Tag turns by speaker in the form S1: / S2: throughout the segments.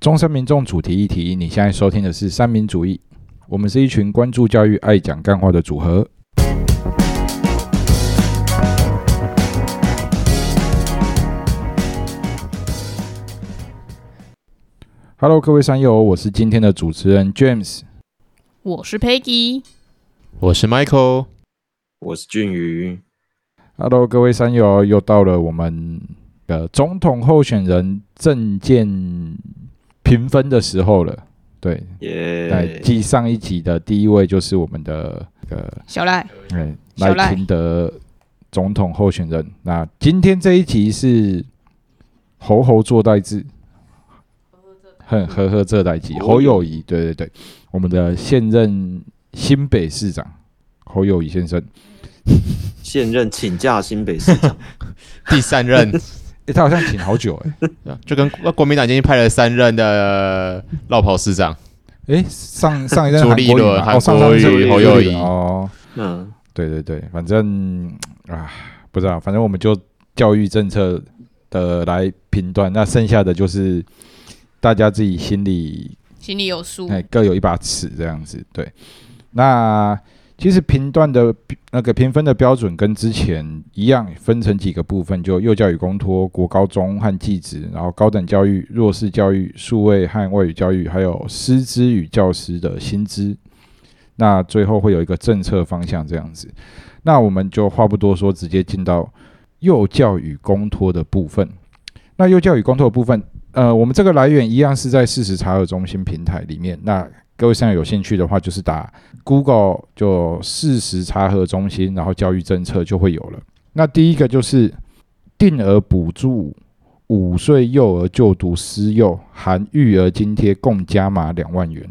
S1: 中山民众主题议题，你现在收听的是三民主义，我们是一群关注教育、爱讲干话的组合。Hello，各位山友，我是今天的主持人 James。
S2: 我是 Peggy，
S3: 我是 Michael，
S4: 我是俊宇，
S1: Hello，各位山友，又到了我们的总统候选人政见评分的时候了。对，
S4: 耶、
S1: 来继上一集的第一位就是我们的呃
S2: 小赖，
S1: 哎，
S2: 小赖
S1: 赖清德总统候选人。那今天这一集是猴猴做代志，很呵呵这代志，侯友谊，对对对，我们的现任新北市长侯友谊先生，
S4: 现任请假新北 市长，
S3: 第三任，
S1: 诶他好像请好久哎、
S3: 就跟国国民党已经派了三任的绕跑市长，
S1: 诶，上上一任
S3: 朱
S1: 韩
S3: 立
S1: 国瑜
S3: 伦
S1: 嘛
S3: 韩
S1: 哦上
S3: 国
S1: 上一任
S4: 瑜
S1: 朱
S4: 侯
S1: 立
S4: 友
S1: 伦
S3: 谊
S1: 哦，
S4: 嗯，
S1: 对对对，反正啊，不知道，反正我们就教育政策的来评断，那剩下的就是大家自己心里
S2: 心里有数。
S1: 哎各有一把尺这样子。对，那其实评断的那个评分的标准跟之前一样，分成几个部分，就幼教与公托、国高中和技职，然后高等教育、弱势教育、数位和外语教育，还有师资与教师的薪资。那最后会有一个政策方向这样子。那我们就话不多说，直接进到幼教与公托的部分。那幼教与公托的部分，呃，我们这个来源一样是在事实查核中心平台里面。那各位现在有兴趣的话，就是打 Google 就事实查核中心，然后教育政策就会有了。那第一个就是定额补助五岁幼儿就读私幼，含育儿津贴共加码两万元，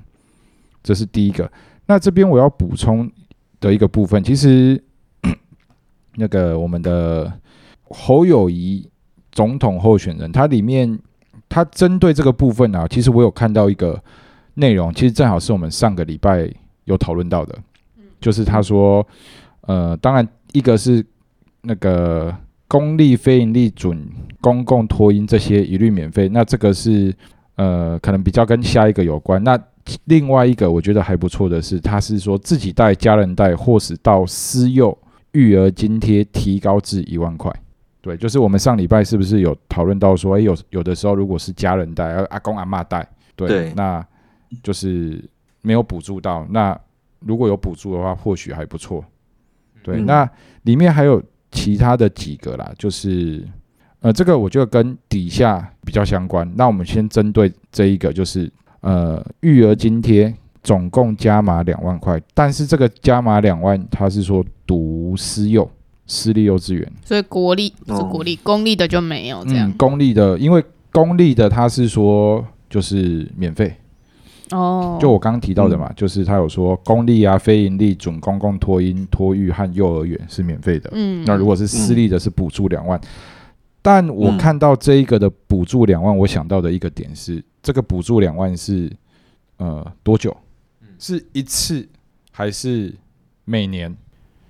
S1: 这是第一个。那这边我要补充的一个部分，其实那个我们的侯友谊总统候选人，他里面他针对这个部分啊，其实我有看到一个内容，其实正好是我们上个礼拜有讨论到的，就是他说，呃，当然一个是那个公立、非营利准公共托婴这些一律免费，那这个是呃可能比较跟下一个有关。那另外一个我觉得还不错的是，他是说自己带、家人带，或是到私幼育儿津贴提高至一万块。对，就是我们上礼拜是不是有讨论到说，诶，有有的时候如果是家人带，呃阿公阿嬷带，对，
S4: 对
S1: 那就是没有补助到。那如果有补助的话，或许还不错。对，
S4: 嗯
S1: 那里面还有其他的几个啦，就是呃，这个我觉得跟底下比较相关。那我们先针对这一个，就是呃，育儿津贴总共加码两万块，但是这个加码两万，他是说读私幼、私立幼稚园，
S2: 所以国立不
S4: 哦
S2: 是国立，公立的就没有哦这样
S1: 嗯，。公立的，因为公立的他是说就是免费，
S2: 哦，
S1: 就我刚刚提到的嘛，就是他有说公立啊、非营利、准公共托婴、托育和幼儿园是免费的，
S2: 嗯，
S1: 那如果是私立的，是补助两万。但我看到这一个的补助两万，我想到的一个点是，这个补助两万是呃多久？是一次还是每年？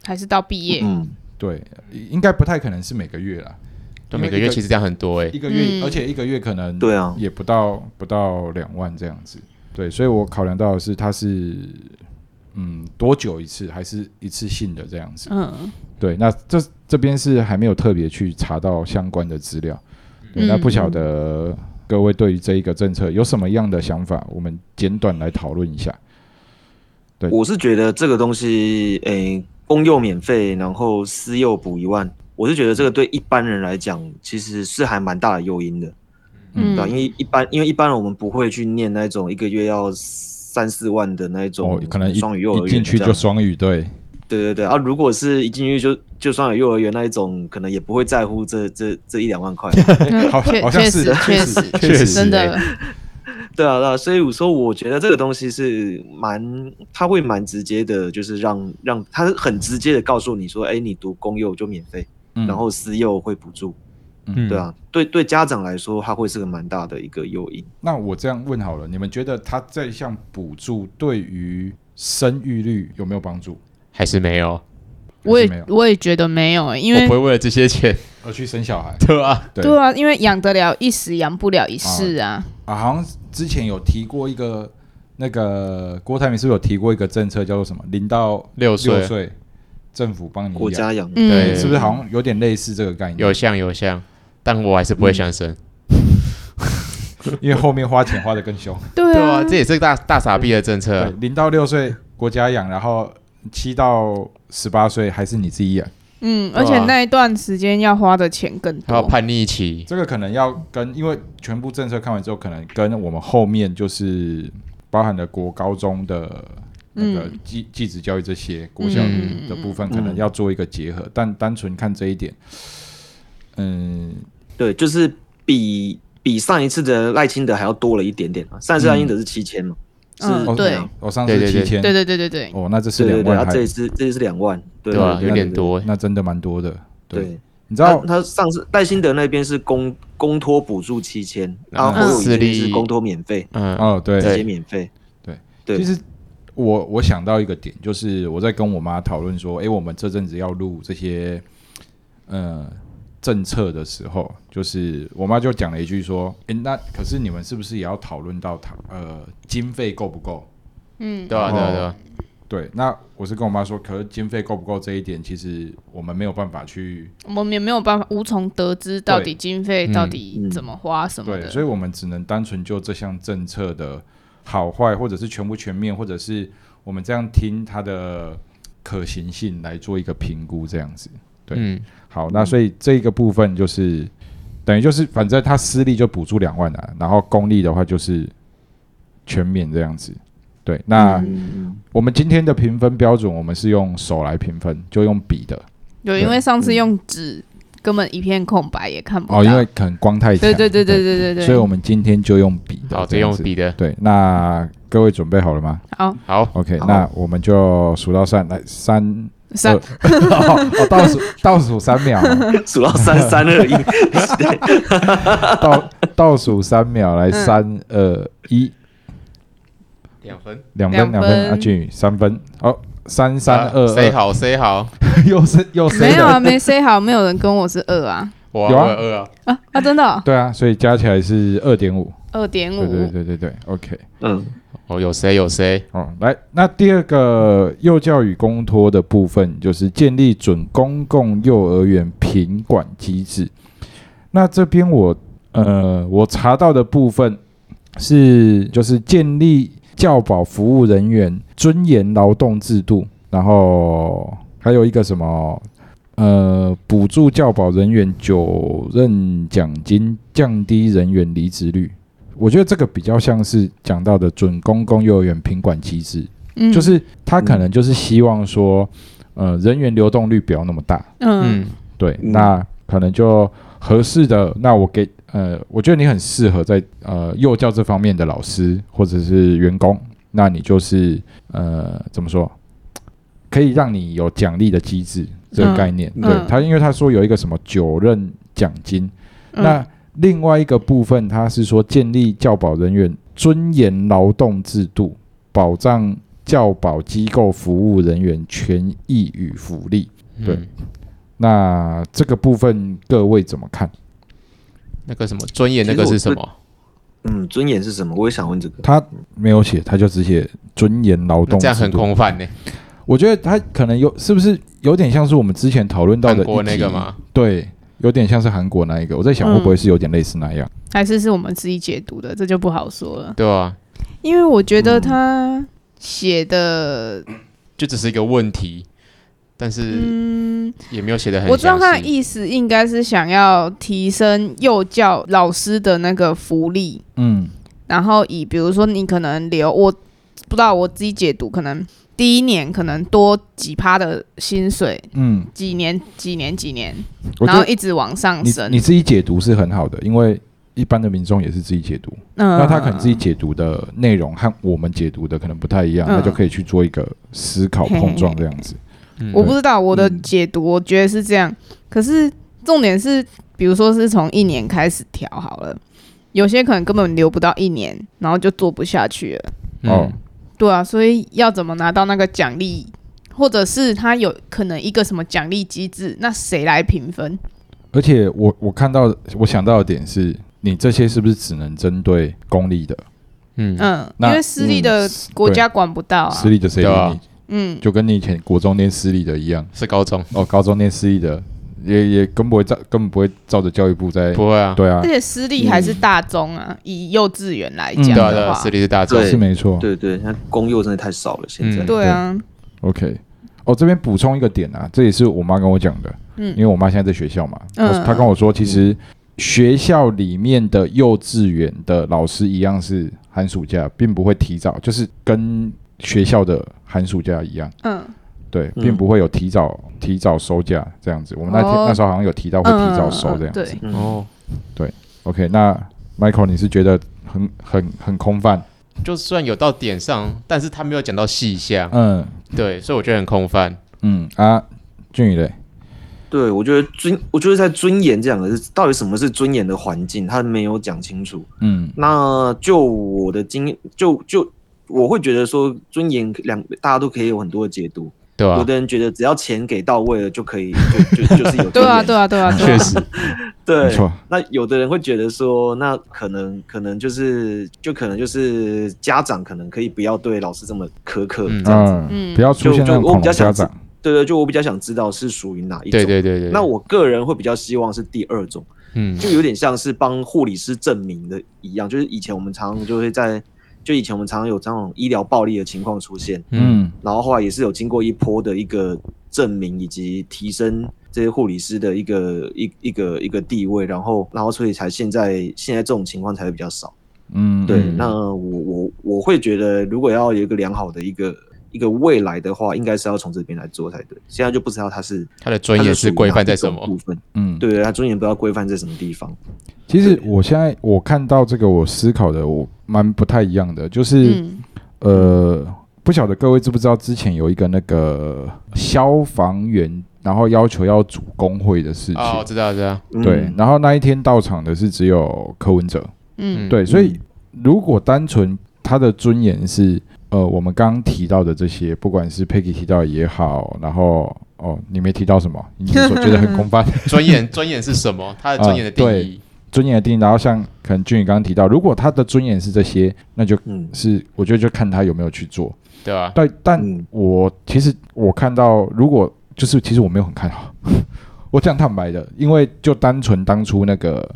S2: 还是到毕业，
S4: 嗯，
S1: 对，应该不太可能是每个月啦，
S3: 就每个月其实这样很多哎、
S1: 一个月，
S2: 嗯
S1: 而且一个月可能
S4: 对
S2: 哦
S4: 啊，
S1: 也不到不到两万这样子。对，所以我考量到的是它是嗯多久一次，还是一次性的这样子。
S2: 嗯，
S1: 对，那这这边是还没有特别去查到相关的资料，对，
S2: 嗯
S1: 那不晓得各位对于这一个政策有什么样的想法，我们简短来讨论一下。对
S4: 我是觉得这个东西，诶、公幼免费，然后私幼补一万，我是觉得这个对一般人来讲，其实是还蛮大的诱因的，
S2: 嗯
S4: 对啊吧、因为一般，因为一般人我们不会去念那种一个月要三四万的那种
S1: 哦，可能一
S4: 双语幼儿
S1: 一
S4: 园
S1: 进去
S4: 这
S1: 就
S4: 样
S1: 双语， 对，
S4: 对对对啊，如果是一进去就就双语幼儿园那一种，可能也不会在乎这这这一两万块。
S2: 嗯
S1: 好
S2: 确
S1: 好像
S2: 确
S1: 是啊
S2: 实
S1: 确实
S2: 确实
S1: 确实哎
S2: 真的，
S4: 对啊，对啊，所以我说，我觉得这个东西是蛮，它会蛮直接的，就是让让它很直接的告诉你说，哎，你读公幼就免费，
S1: 嗯
S4: 然后私幼会补助，
S1: 嗯
S4: 对啊，对对，家长来说，它会是个蛮大的一个诱因。
S1: 那我这样问好了，你们觉得他这项补助对于生育率有没有帮助？
S3: 还是没有，
S2: 我
S1: 还是没
S2: 也
S1: 有
S2: 我也觉得没有，因
S3: 我
S2: 为
S3: 不会为了这些钱
S1: 而去生小孩
S3: 对啊，
S1: 对
S2: 对啊，因为养得了一时，养不了一世啊。
S1: 啊，好像之前有提过一个那个郭台铭是不是有提过一个政策叫做什么零到
S3: 六
S1: 六
S3: 岁
S1: 岁政府帮你
S4: 国
S1: 养，
S4: 家养，
S2: 嗯，
S3: 对
S1: 是不是好像有点类似这个概念？
S3: 有像有像，但我还是不会想生。
S1: 因为后面花钱花的更凶。
S2: 对
S3: 对啊
S2: 啊，，
S3: 这也是大大傻逼的政策
S1: 对
S3: 啊。，
S1: 零到六岁国家养，然后七到十八岁还是你自己养。
S2: 嗯，
S3: 对啊
S2: 而且那一段时间要花的钱更
S3: 还
S1: 啊
S3: 有
S2: 多。
S3: 叛逆期，
S1: 这个可能要跟，因为全部政策看完之后，可能跟我们后面就是包含了国高中的那个
S2: 嗯
S1: 继继职教育这些国小
S3: 嗯
S1: 的部分，可能要做一个结合。但单纯看这一点，嗯，
S4: 对，就是比比上一次的赖清德还要多了一点点啊。上一次赖清德是七千嘛，
S2: 嗯
S1: 哦
S4: 是
S2: 对，
S1: 我上次
S3: 对对
S1: 七
S3: 对
S1: 千，
S2: 对对对对对，
S1: 哦，那这是
S4: 对
S1: 两
S4: 对对，他
S1: 万，
S4: 这
S1: 还啊
S4: 一次这一次两万，
S3: 啊
S4: 对
S3: 对吧？
S4: 对
S3: 有点多欸，
S1: 那真的蛮多的。
S4: 对。
S1: 对，
S4: 对
S1: 你知
S4: 他
S2: 啊
S1: 道
S4: 他上次赖清德那边是公公托补助七千，
S1: 啊
S4: 然
S3: 嗯
S4: 后侯友宜这边
S3: 私
S4: 是
S3: 立
S4: 公托免费，
S3: 嗯，
S1: 哦，对，
S4: 直接免费。对
S1: 其实我我想到一个点，就是我在跟我妈讨论说，诶，我们这阵子要录这些呃政策的时候，就是我妈就讲了一句说，诶，那可是你们是不是也要讨论到它呃经费够不够？
S2: 嗯，
S3: 对啊，对啊，对
S1: 哦
S3: 啊，
S1: 对，那我是跟我妈说，可是经费够不够这一点，其实我们没有办法去
S2: 我们也没有办法无从得知到底经费
S3: 嗯
S2: 到底怎么花什么
S1: 对，
S2: 的。
S1: 所以我们只能单纯就这项政策的好坏，或者是全不全面，或者是我们这样听它的可行性来做一个评估，这样子。对
S3: 嗯，
S1: 好，那所以这个部分就是等于就是，反正他私立就补助两万啊，然后公立的话就是全免这样子。对，那
S4: 嗯，
S1: 我们今天的评分标准，我们是用手来评分，就用笔的
S2: 有因为上次用纸根本一片空白，也看不
S1: 嗯
S2: 到。
S1: 哦，因为可能光太强，
S2: 对对对对对对对，
S1: 所以我们今天就用笔的，
S3: 好，
S1: 这
S3: 这
S1: 样
S3: 用
S1: 子。
S3: 笔的，
S1: 对，那各位准备好了吗？
S2: 好
S3: 好，
S1: OK，
S4: 好
S1: 那我们就数到三，来三
S2: 三
S1: 二哦，哦倒数倒数三秒哦，
S4: 数到三三二一，
S1: 倒倒数三秒，来
S2: 嗯
S1: 三二一，
S3: 两分，
S1: 两分
S2: 两
S1: 两分，
S2: 分
S1: 阿俊三分，好，三三二
S3: 啊谁
S1: 二，
S3: 好谁好，
S1: 又是又是
S2: 没有啊，没 say 好，没有人跟我是二啊
S3: 我
S1: 有啊
S3: 二二啊，
S2: 啊啊，真的
S1: 对啊，所以加起来是二点五，
S2: 二点
S1: 对对
S2: 五，
S1: 对对对，OK，
S4: 嗯，
S3: 哦，有谁有谁，
S1: 哦，来，那第二个幼教与公托的部分，就是建立准公共幼儿园品管机制。那这边我呃，我查到的部分是，就是建立教保服务人员尊严劳动制度，然后还有一个什么呃，补助教保人员九任奖金，降低人员离职率。我觉得这个比较像是讲到的准公共幼儿园品管机制，
S2: 嗯，
S1: 就是他可能就是希望说，呃，人员流动率不要那么大，
S2: 嗯
S3: 嗯，
S1: 对，
S4: 嗯
S1: 那可能就合适的，那我给呃，我觉得你很适合在呃幼教这方面的老师或者是员工，那你就是呃怎么说，可以让你有奖励的机制这个
S2: 嗯
S1: 概念，
S4: 嗯
S1: 对他，因为他说有一个什么九任奖金，
S2: 嗯
S1: 那另外一个部分，它是说建立教保人员尊严劳动制度，保障教保机构服务人员权益与福利。对
S3: 嗯，
S1: 那这个部分各位怎么看？
S3: 那个什么尊严，那个是什么？
S4: 嗯，尊严是什么？我也想问这个。
S1: 他没有写，他就只写尊严劳动
S3: 那这样
S1: 制
S3: 很
S1: 度。
S3: 空泛呢，欸
S1: 我觉得他可能有，是不是有点像是我们之前讨论到
S3: 韩
S1: 的
S3: 国
S1: 议
S3: 那
S1: 题
S3: 个？嘛，
S1: 对，有点像是韩国那一个。我在想
S2: 嗯
S1: 会不会是有点类似那样？
S2: 还是是我们自己解读的，这就不好说
S1: 嗯
S2: 了。
S3: 对啊，
S2: 因为我觉得他写的，
S3: 就只是一个问题，但是
S2: 嗯，
S3: 也没有写的很
S2: 我知道他的
S3: 详细
S2: 意思应该是想要提升幼教老师的那个福利，
S1: 嗯
S2: 然后以比如说你可能留我不知道我自己解读，可能第一年可能多几趴的薪水，
S1: 嗯，
S2: 几年几年几年，
S1: 我
S2: 然
S1: 觉
S2: 后
S1: 得
S2: 一直往上
S1: 你
S2: 升
S1: 你。自己解读是很好的，因为一般的民众也是自己解读。
S2: 嗯
S1: 那他可能自己解读的内容和我们解读的可能不太一样，
S2: 嗯
S1: 那就可以去做一个思考碰撞这样子。
S3: 嗯
S2: 我不知道我的
S4: 嗯
S2: 解读，我觉得是这样。可是重点是，比如说是从一年开始调好了，有些可能根本留不到一年，然后就做不下去了。
S3: 嗯
S1: 哦，
S2: 对啊，所以要怎么拿到那个奖励，或者是他有可能一个什么奖励机制，那谁来评分？
S1: 而且我我看到我想到的点是，你这些是不是只能针对公立的？
S3: 嗯，
S2: 嗯，因
S1: 那嗯
S2: 为私立的国家管不到啊
S1: 私。立的谁
S3: 对
S1: 管
S3: 啊
S1: 你？
S2: 嗯，
S1: 就跟你以前国中念私立的一样，
S3: 是高中，
S1: 哦，高中念私立的也也根本不会照，根本不会照着教育部在。
S3: 不会啊，
S1: 对啊
S2: 而，且私立还是大宗啊，以幼稚园来
S1: 嗯
S2: 讲
S3: 对啊，对
S2: 的
S3: 啊，
S2: 话
S3: 私，立是大众，
S1: 是没错。
S4: 对对，现在公幼真的太少了，现在。
S3: 嗯
S2: 对啊，
S1: OK，哦，这边补充一个点啊，这也是我妈跟我讲的，
S2: 嗯
S1: 因为我妈现在在学校嘛，
S2: 嗯
S1: 她她跟我说，其实学校里面的幼稚园的老师一样是寒暑假，并不会提早，就是跟学校的寒暑假一样，
S2: 嗯，
S1: 对，
S4: 嗯
S1: 并不会有提早提早收假这样子。我们那天、
S2: 哦
S1: 那时候好像有提到会提早收这样
S2: 嗯嗯嗯
S1: 子。
S2: 对，
S4: 嗯，
S3: 哦，
S1: OK，那 Michael 你是觉得很很很空泛？
S3: 就算有到点上，但是他没有讲到细项，
S1: 嗯
S3: 对，所以我觉得很空泛。
S1: 嗯啊，俊宇嘞，
S4: 对，我觉得尊，我觉得在尊严这两个字，到底什么是尊严的环境，他没有讲清楚。
S1: 嗯
S4: 那就我的经，就就我会觉得说，尊严两大家都可以有很多的解读。
S3: 对啊吧、
S4: 有的人觉得只要钱给到位了就可以，就就就是有尊
S2: 对啊，
S4: 严
S2: 对啊，对啊，对啊
S3: 确实，
S1: 嗯没
S4: 对。
S1: 错，
S4: 那有的人会觉得说，那可能可能就是就可能就是家长可能可以不要对老师这么苛刻，
S3: 嗯
S4: 这样子。
S1: 嗯，
S2: 嗯
S1: 不要出
S4: 就
S1: 现那
S4: 就
S1: 种
S4: 我
S1: 恐
S4: 比较
S1: 龙家
S4: 想知
S1: 长。
S4: 对对，就我比较想知道是属于哪一种。
S3: 对对对对。
S4: 那我个人会比较希望是第二种，
S3: 嗯，
S4: 就有点像是帮护理师证明的一样，就是以前我们常常就会在，就以前我们常常有这种医疗暴力的情况出现，
S3: 嗯
S1: 嗯
S4: 然后后来也是有经过一波的一个证明以及提升这些护理师的一个一一个一个地位，然后然后所以才现在现在这种情况才会比较少。
S1: 嗯，
S4: 对，
S1: 嗯
S4: 那我我我会觉得，如果要有一个良好的一个一个未来的话，应该是要从这边来做才对。现在就不知道他是
S3: 他的尊严
S4: 它属
S3: 是
S4: 于
S3: 规
S4: 哪
S3: 范在
S4: 一
S3: 什
S4: 种
S3: 么
S4: 部？分？
S1: 嗯，
S4: 对，他尊严不知道规范在什么地方。
S1: 其实我现在我看到这个，我思考的我蛮不太一样的，就是、
S2: 嗯
S1: 呃，不晓得各位知不知道，之前有一个那个消防员，然后要求要组工会的事情，
S3: 哦，我知道，知道，
S4: 嗯
S1: 对，，然后那一天到场的是只有柯文哲，
S2: 嗯
S3: 嗯
S1: 对，所以如果单纯他的尊严是呃，我们刚刚提到的这些，不管是 Peggy 提到也好，然后哦，你没提到什么，你所觉得很空泛，
S3: 尊 严，尊严是什么？他的尊严的定义，
S1: 尊严的定义，然后像可能俊宇刚刚提到，如果他的尊严是这些，那就
S4: 嗯
S1: 是我觉得就看他有没有去做。
S3: 对吧？
S1: 但但
S4: 嗯
S1: 我其实我看到，如果就是其实我没有很看好， 我讲坦白的，因为就单纯当初那个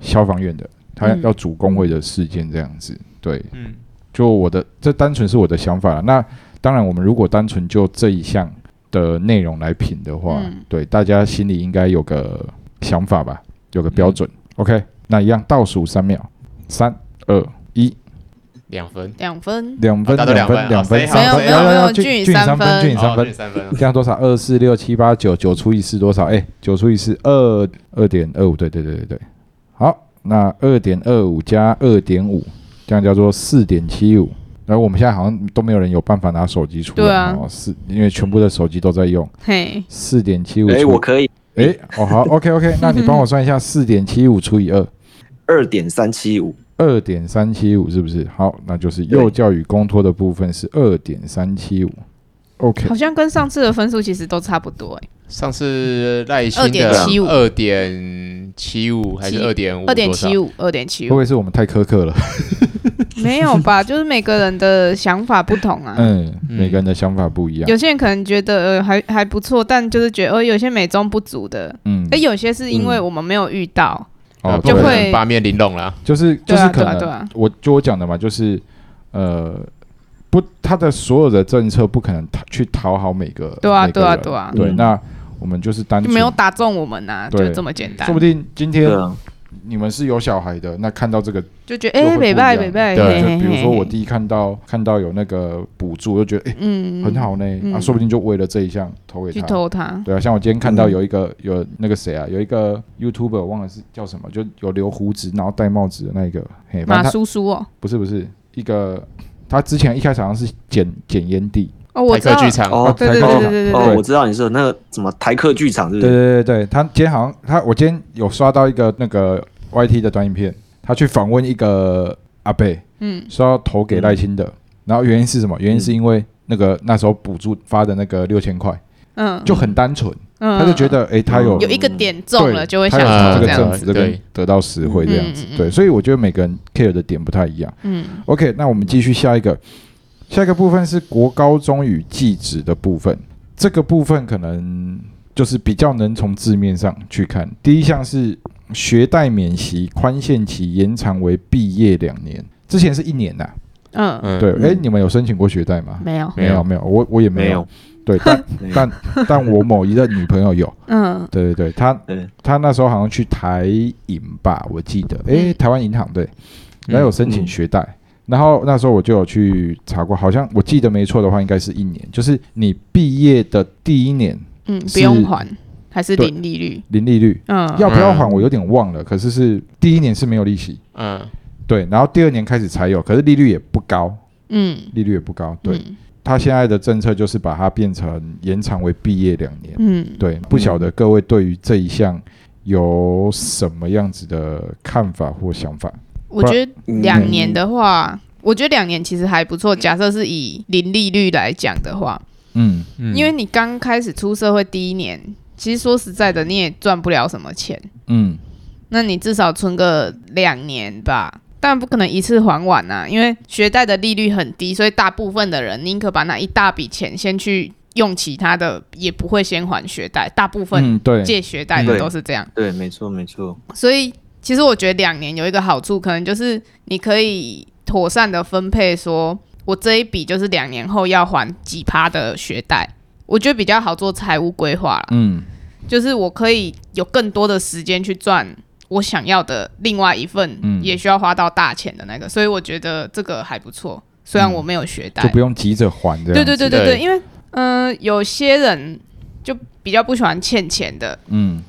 S1: 消防员的他
S2: 嗯
S1: 要主工会的事件这样子，对，
S3: 嗯，
S1: 就我的这单纯是我的想法啦。那当然，我们如果单纯就这一项的内容来评的话，
S2: 嗯
S1: 对大家心里应该有个想法吧，有个标
S2: 嗯
S1: 准。OK，那一样倒数三秒，三二一，
S3: 两分，
S2: 两分，
S1: 两分，
S3: 哦大家都
S1: 两
S3: 两分
S1: 分，两
S3: 啊
S1: 分，
S3: 谁好
S1: 三分
S2: 没有
S1: 要
S2: 没有
S1: 要
S2: 没
S1: 要
S2: 有俊宇
S1: 俊宇
S2: 三
S1: 分，
S2: 分
S1: 俊宇三
S3: 哦
S1: 分
S3: 就。是三分啊，
S1: 这样多少？二四六七八九，九除以四多少？哎、九除以四二二点二五，对对对对对。好，那二点二五加二点五，这样叫做四点七五。然后我们现在好像都没有人有办法拿手机出来，
S2: 对啊
S1: 哦，四，因为全部的手机都在用
S2: 嘿，
S1: 四点七五。
S4: 哎、我可以
S1: 哎、哦好，OK OK，那你帮我算一下，四点七五除以二，
S4: 二点三七五，
S1: 二点三七五是不是？好，那就是
S4: 对
S1: 幼教与公托的部分是二点三七五。OK，
S2: 好像跟上次的分数其实都差不多，哎，
S3: 上次赖新的
S2: 2.75
S3: 二点七五还是二点五？
S2: 二点七
S3: 五，
S2: 五，二点七
S1: 会不
S2: 五，
S1: 会是我们太苛刻了？
S2: 没有吧？就是每个人的想法不同啊。
S1: 嗯，每个人的想法不一样。
S2: 有些人可能觉得呃还还不错，但就是觉得呃有些美中不足的，
S1: 嗯
S2: 哎，有些是因为我们没有遇到，
S1: 哦，
S2: 呃就
S1: 对
S2: 会
S3: 八面玲珑啦。
S1: 就是就
S2: 对
S1: 是
S2: 啊
S1: 可
S2: 对啊
S1: 能，
S2: 对啊
S1: 我就我讲的嘛，就是呃，不，他的所有的政策不可能讨去讨好每个，
S2: 对啊
S1: 每个
S2: 对啊
S1: 人
S2: 对啊
S1: 对，
S4: 嗯
S1: 那我们就是单
S2: 就
S1: 纯
S2: 没有，打中我们呐，
S1: 对
S2: 就这么简单
S1: 说不。定今
S4: 对
S1: 天
S4: 啊，
S1: 你们是有小孩的，那看到这个，
S2: 就觉得
S1: 就会不
S2: 哎，
S1: 一
S2: 北
S1: 样
S2: 拜北拜，
S3: 对
S2: 嘿
S1: 就
S2: 嘿
S1: 比如
S2: 嘿
S1: 说我弟看到看到有那个补助，就觉得哎
S2: 嗯
S1: 很好呢，啊，
S2: 嗯
S1: 说不定就为了这一项投给
S2: 去
S1: 他。
S2: 偷他，
S1: 对啊，像我今天看到有一个、有那个谁啊，有一个 YouTuber 忘了是叫什么，就有留胡子然后戴帽子的那一个，嘿，反
S2: 马
S1: 正他
S2: 叔叔哦，
S1: 不是不是一个，他之前一开始好像是捡捡烟蒂，啊
S2: 哦我
S3: 台
S2: 知道
S3: 客，剧场，
S4: 哦，
S2: 对
S1: 台
S2: 对
S1: 客
S2: 对
S1: 剧
S2: 对
S1: 场
S2: 对对
S4: 哦，
S2: 对，
S4: 我知道你说的那个什么台客剧场是不
S1: 对
S4: 是？
S1: 对对对，他今天好像他我今天有刷到一个那个 YT 的短影片，他去访问一个阿贝，
S2: 嗯
S1: 说要投给赖清德，然后原因是什么？原因是因为那个那时候补助发的那个六千块
S2: 嗯，
S1: 就很单纯，
S2: 嗯嗯
S1: 他就觉得哎、诶他有
S2: 有一个点中了
S1: 对
S2: 就会
S1: 他
S2: 想
S1: 有
S2: 要
S1: 从
S2: 这
S1: 这个
S2: 样
S1: 政
S2: 子，
S1: 府这边
S3: 对
S1: 得到实惠这样子
S2: 嗯嗯嗯，
S1: 对，所以我觉得每个人 care 的点不太一样。
S2: 嗯
S1: OK，那我们继续下一个，下一个部分是国高中与技职的部分，这个部分可能就是比较能从字面上去看。第一项是学贷免息宽限期延长为毕业两年，之前是一年呐、
S2: 嗯，
S3: 嗯，
S1: 对，
S4: 嗯
S1: 哎、你们有申请过学贷吗？
S2: 没有，
S1: 没有，没有，我我也没
S4: 没有
S1: 有。对，但
S4: 没有
S1: 但但我某一任女朋友有，
S2: 嗯
S1: 对对对，她
S4: 嗯
S1: 她那时候好像去台银吧，我记得，诶，
S2: 嗯
S1: 台湾银行对，然后有申请
S4: 嗯
S1: 学贷，然后那时候我就有去查过，好像我记得没错的话，应该是一年，就是你毕业的第一年
S2: 嗯，不
S1: 是
S2: 用还，还是
S1: 对
S2: 零利率，
S1: 零利率，
S2: 嗯，
S1: 要不要还
S3: 嗯
S1: 我有点忘了，可是是第一年是没有利息，
S3: 嗯，
S1: 对，然后第二年开始才有，可是利率也不高，
S2: 嗯，
S1: 利率也不高，对，
S2: 嗯
S1: 他现在的政策就是把它变成延长为毕业两年。
S2: 嗯，
S1: 对，不晓得各位对于这一项有什么样子的看法或想法？
S2: 我觉得
S1: 嗯
S2: 两年的话，我觉得两年其实还不错。假设是以零利率来讲的话，
S1: 嗯，
S3: 嗯
S2: 因为你刚开始出社会第一年，其实说实在的，你也赚不了什么钱，
S1: 嗯，
S2: 那你至少存个两年吧。但不可能一次还完啊，因为学贷的利率很低，所以大部分的人宁可把那一大笔钱先去用其他的，也不会先还学贷。大部分
S1: 嗯，对，
S2: 借学贷的
S4: 对
S2: 都是这样。
S4: 对，没错没错，
S2: 所以其实我觉得两年有一个好处，可能就是你可以妥善的分配说我这一笔就是两年后要还几趴的学贷，我觉得比较好做财务规划啦。
S1: 嗯，
S2: 就是我可以有更多的时间去赚我想要的另外一份，
S1: 嗯
S2: 也需要花到大钱的那个，所以我觉得这个还不错。虽然我没有学贷，
S1: 就不用啊急着还这样。
S2: 对对对对
S3: 对
S2: 对，因为嗯、呃有些人就比较不喜欢欠钱的，
S1: 嗯，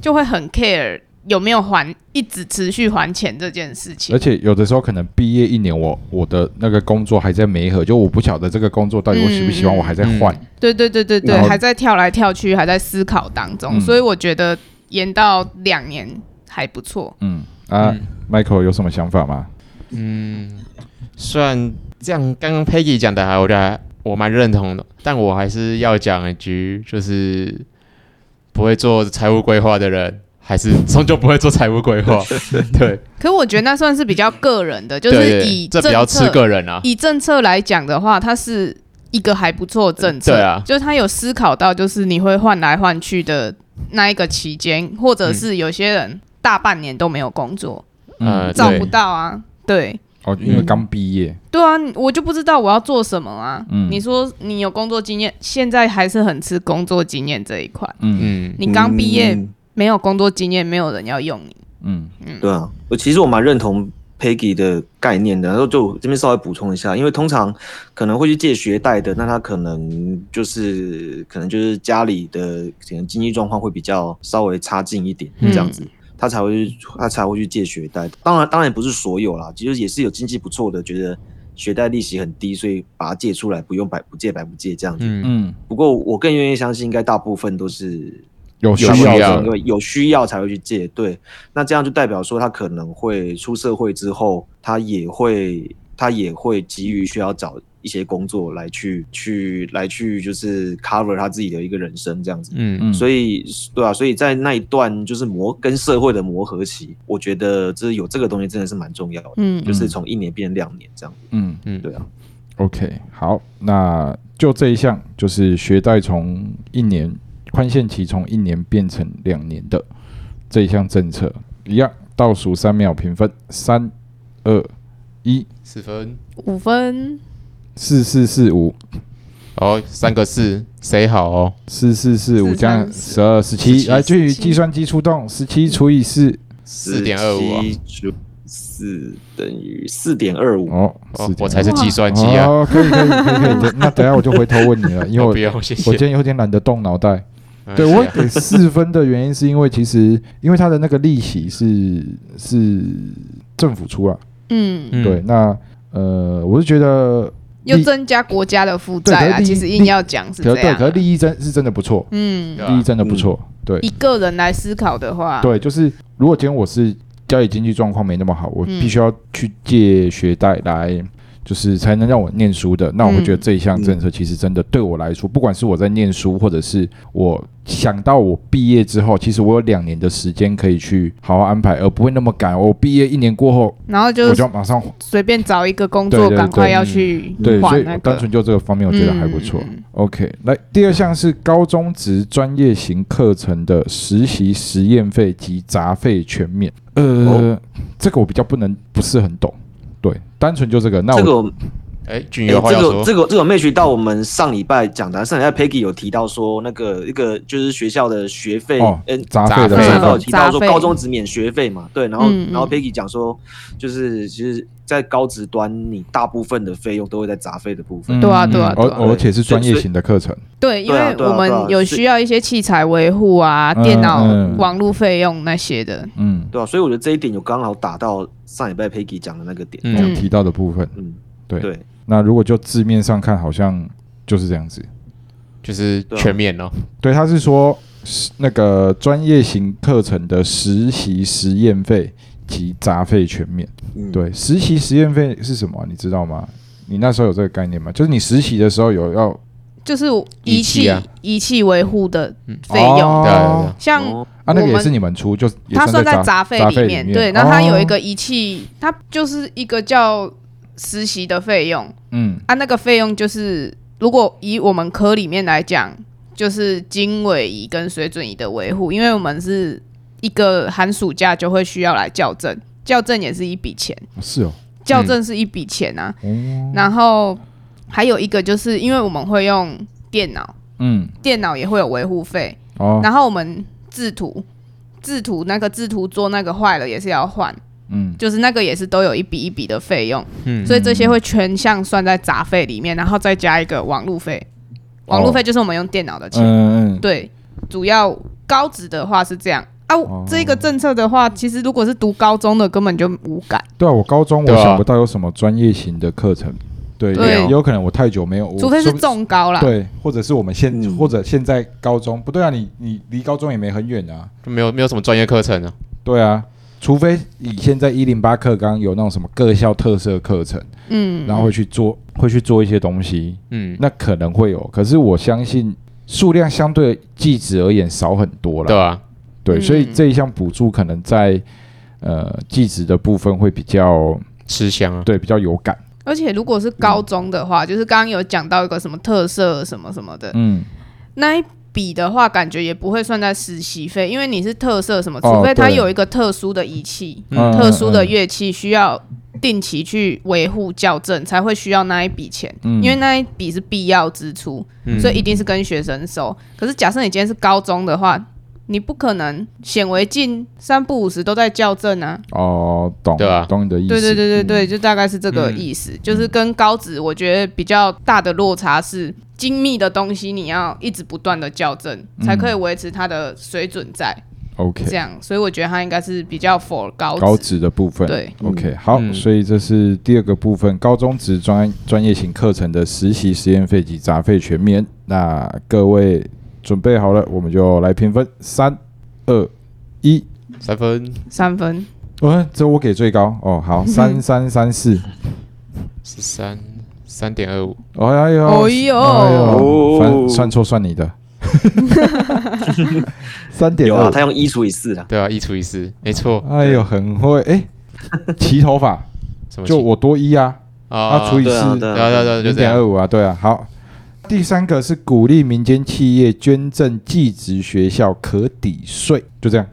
S2: 就会很 care 有没有还一直持续还钱这件事情
S1: 而。且有的时候可能毕业一年我，我的那个工作还在没合，就我不晓得这个工作到底我喜不喜欢，
S2: 嗯
S1: 我还在换。
S2: 对对对对对
S1: 然，后
S2: 还在跳来跳去，还在思考当中，
S1: 嗯
S2: 所以我觉得延到两年还不错。
S1: 嗯啊、
S3: 嗯
S1: m i c h a e l 有什么想法吗？
S3: 嗯，虽然这样，刚刚 Peggy 讲的还我觉得还我蛮认同的，但我还是要讲一句，就是不会做财务规划的人，还是终究不会做财务规划。对，
S2: 可我觉得那算是比较个人的，就
S3: 对
S2: 是
S3: 对
S2: 以
S3: 这
S2: 政
S3: 比较吃
S2: 策
S3: 个人啊。
S2: 以政策来讲的话，它是一个还不错的政策，
S3: 对啊
S2: 就是它有思考到，就是你会换来换去的那一个期间，或者是有些人大半年都没有工作，
S1: 嗯
S3: 呃，
S2: 找
S3: 对
S2: 不到啊，对，
S1: 哦，因为刚毕业，
S2: 对啊，你我就不知道我要做什么啊。
S1: 嗯
S2: 你说你有工作经验，现在还是很吃工作经验这一块。
S1: 嗯
S3: 嗯
S2: 你刚毕业、
S4: 嗯
S2: 没有工作经验，没有人要用你。
S1: 嗯
S4: 对啊，我其实我蛮认同 Peggy 的概念的，然后就我这边稍微补充一下，因为通常可能会去借学贷的，那他可能就是可能就是家里的可能经济状况会比较稍微差劲一点
S2: 嗯
S4: 这样子。他才会去，他才会去借学贷。当然，当然也不是所有啦，其实也是有经济不错的，觉得学贷利息很低，所以把它借出来，不用白不借白不借这样子。
S3: 嗯
S1: 嗯，
S4: 不过我更愿意相信，应该大部分都是
S1: 有哦需
S4: 有
S3: 需
S1: 要
S3: 要
S1: 的，
S4: 对，有需要才会去借。对，那这样就代表说他可能会出社会之后，他也会他也会急于需要找一些工作来去去来去就是 cover 他自己的一个人生这样子。
S3: 嗯
S1: 嗯，
S4: 所以对啊，所以在那一段就是磨跟社会的磨合期，我觉得这有这个东西真的是蛮重要的，
S2: 嗯
S4: 就是从一年变两年这样。
S1: 嗯。
S3: 嗯
S4: 对啊，
S1: OK，好，那就这一项就是学贷从一年宽限期从一年变成两年的这一项政策，一样倒数三秒评分，三二一，
S3: 四分
S2: 五分，
S1: 四四四五，
S3: 哦，三个四，谁好哦？
S1: 四四四五
S2: 四
S1: 加
S2: 三
S1: 十二十七，
S3: 17
S1: 来去
S2: 17
S1: 计算机出动，十七除以四，
S3: 四点二五啊！
S4: 除四等于四点二五。
S1: 哦，
S3: 哦
S1: 是，
S3: 我才是计算机啊！
S1: 哦，可以可以可以可以，那等一下我就回头问你了，因为
S3: 哦
S1: 我
S3: 不用谢
S1: 我
S3: 谢
S1: 今。天有点懒得动脑袋。
S3: 嗯
S1: 对，我会
S3: 谢谢
S1: 给四分的原因是因为其实因为它的那个利息是是政府出啊，
S2: 嗯，
S3: 嗯
S1: 对，那呃，我是觉得
S2: 又
S1: 利
S2: 增加国家的负债
S1: 对可
S2: 啊。
S1: 是利
S2: 其实硬要讲是
S1: 可
S2: 这
S1: 对，
S2: 样
S1: 可是
S2: 啊，
S1: 利益真是真的不错，
S2: 嗯，
S3: 对啊
S1: 利益真的不错，对
S2: 以个人来思考的话，
S1: 对，就是如果今天我是家里经济状况没那么好，我
S2: 嗯
S1: 必须要去借学贷来就是才能让我念书的。那我会觉得
S2: 嗯
S1: 这一项政策其实真的对我来说，不管是我在念书，或者是我想到我毕业之后，其实我有两年的时间可以去好好安排，而不会那么赶。哦我毕业一年过后，
S2: 然后就
S1: 我就要马上
S2: 随便找一个工作，
S1: 对对
S2: 赶快
S1: 对嗯
S2: 要去
S1: 对，所
S2: 换
S1: 以
S2: 那
S1: 我
S2: 个。
S1: 单纯就这个方面，我觉得还不错。
S2: 嗯
S1: OK，来第二项是高中职专业型课程的实习实验费及杂费全免。呃，
S4: 哦
S1: 这个我比较不能，不是很懂。对，单纯就这个。那我、
S4: 这个我
S3: 哎，君
S4: 诶
S3: 有话
S4: 这
S3: 要
S4: 个
S3: 说，
S4: 这个这个 match 到我们上礼拜讲的，上礼拜 Peggy 有提到说那个一个就是学校的学费，
S1: 哦
S4: 嗯、
S1: 杂费
S3: 杂
S1: 的部
S3: 费
S4: 对，
S2: 嗯
S1: 分
S4: 有提到说
S2: 杂费
S4: 高中只免学费嘛，对，然后
S2: 嗯嗯
S4: 然后 Peggy 讲说，就是其实，在高职端，你大部分的费用都会在杂费的部分，
S1: 嗯
S2: 对啊对啊对啊
S1: 而而且是专业型的课程。
S2: 对，因
S4: 对啊
S2: 为
S4: 对啊
S2: 我
S4: 对啊
S2: 们有
S4: 是
S2: 需要一些器材维护啊、
S1: 嗯
S2: 电脑
S1: 嗯、
S2: 网络费用那些的。
S1: 嗯，
S4: 对啊，所以我觉得这一点有刚好打到上礼拜 Peggy 讲的那个点，
S1: 我们
S3: 嗯，
S1: 提到的部分。
S4: 嗯，
S1: 对
S4: 对，
S1: 那如果就字面上看，好像就是这样子。
S3: 就是全免哦，
S1: 对，他是说是那个专业型课程的实习实验费及杂费全免。
S4: 嗯，
S1: 对，实习实验费是什么啊、你知道吗？你那时候有这个概念吗？就是你实习的时候有要
S2: 就是
S3: 仪
S2: 仪
S3: 器
S2: 器
S3: 啊
S2: 仪器维护的
S3: 嗯
S2: 费用，
S1: 哦
S3: 对啊对啊，
S2: 像
S4: 哦
S1: 啊，那个
S2: 我
S1: 也
S2: 们
S1: 是你们出，就是也
S2: 它算在
S1: 杂
S2: 杂
S1: 费哦
S2: 费里面，对，那它有一、个仪器，它就是一个叫实习的费用
S1: 哦嗯
S2: 啊，那个费用就是如果以我们科里面来讲，就是经纬仪跟水准仪的维护，因为我们是一个寒暑假就会需要来校正，校正也是一笔钱，
S1: 是哦，
S2: 校正是一笔钱啊，
S1: 哦
S2: 然后还有一个就是因为我们会用电脑，
S1: 嗯
S2: 电脑也会有维护费，
S1: 哦
S2: 然后我们制图，制图那个制图桌那个坏了也是要换，
S1: 嗯
S2: 就是那个也是都有一笔一笔的费用，
S3: 嗯，
S2: 所以这些会全项算在杂费里面，然后再加一个网路费，网路费就是我们用电脑的钱，
S1: 嗯嗯
S2: 对，主要高职的话是这样。啊，
S1: 哦
S2: 这个政策的话，其实如果是读高中的，根本就无感。
S1: 对啊，我高中
S3: 对
S1: 我
S3: 啊
S1: 想不到有什么专业型的课程，对，
S2: 对哦
S1: 也有可能我太久没有，我
S2: 除非是
S1: 说不
S2: 重高啦，
S1: 对，或者是我们现、
S4: 嗯
S1: 或者现在高中不对啊，你你离高中也没很远啊，
S3: 就没有没有什么专业课程啊，
S1: 对啊，除非以现在一零八课纲有那种什么各校特色课程。
S2: 嗯，
S1: 然后会去做，会去做一些东西，
S3: 嗯，
S1: 那可能会有。可是我相信数量相对计值而言少很多
S3: 对
S1: 了，
S3: 啊，
S1: 对，
S2: 嗯
S1: 所以这一项补助可能在呃计值的部分会比较
S3: 吃香啊，
S1: 对比较有感，
S2: 而且如果是高中的话，就是刚刚有讲到一个什么特色什么什么的，
S1: 嗯，
S2: 那一笔的话，感觉也不会算在实习费，因为你是特色什么，
S1: 哦
S2: 除非它
S1: 对
S2: 有一个特殊的仪器、
S1: 嗯
S2: 特殊的乐器需要定期去维护校正，才会需要那一笔钱。
S1: 嗯
S2: 因为那一笔是必要支出，
S3: 嗯
S2: 所以一定是跟学生收。可是假设你今天是高中的话，你不可能显微镜三不五十都在校正啊。
S1: 哦，懂，
S3: 对啊
S1: 懂你的意思，
S2: 对对对对
S1: 嗯
S2: 对，就大概是这个意思，就是跟高职我觉得比较大的落差是，精密的东西你要一直不断的校正，才可以维持它的水准在、这
S1: 嗯，OK，
S2: 样，所以我觉得它应该是比较 for 高职。
S1: 高值的部分，
S2: 对，
S1: OK，好，
S3: 嗯
S1: 所以这是第二个部分，高中职专专业型课程的实习实验费及杂费全免。那各位准备好了，我们就来评分，三、二、一。
S3: 三分
S2: 三分，
S1: 哦，这我给最高哦，好， 三三三四，
S3: 十三三点二五，
S1: 哦哎呦，
S2: 哦呦
S1: 哎
S4: 哦
S1: 算算错算你的，三点
S4: 有啊，
S1: 二，
S4: 他用一除以四啦，
S3: 对啊，一除以四，没错，
S1: 哎呦，很会， 哎，齐头发
S3: 什么
S1: 就
S3: 情
S1: 我多一啊，
S3: 啊
S1: 啊除以
S4: 对啊
S1: 四，
S4: 对
S3: 对啊对啊对啊，就
S1: 零
S3: 这
S1: 点
S3: 样
S1: 二，五啊，对啊，好。第三个是鼓励民间企业捐赠技职学校可抵税，就这样，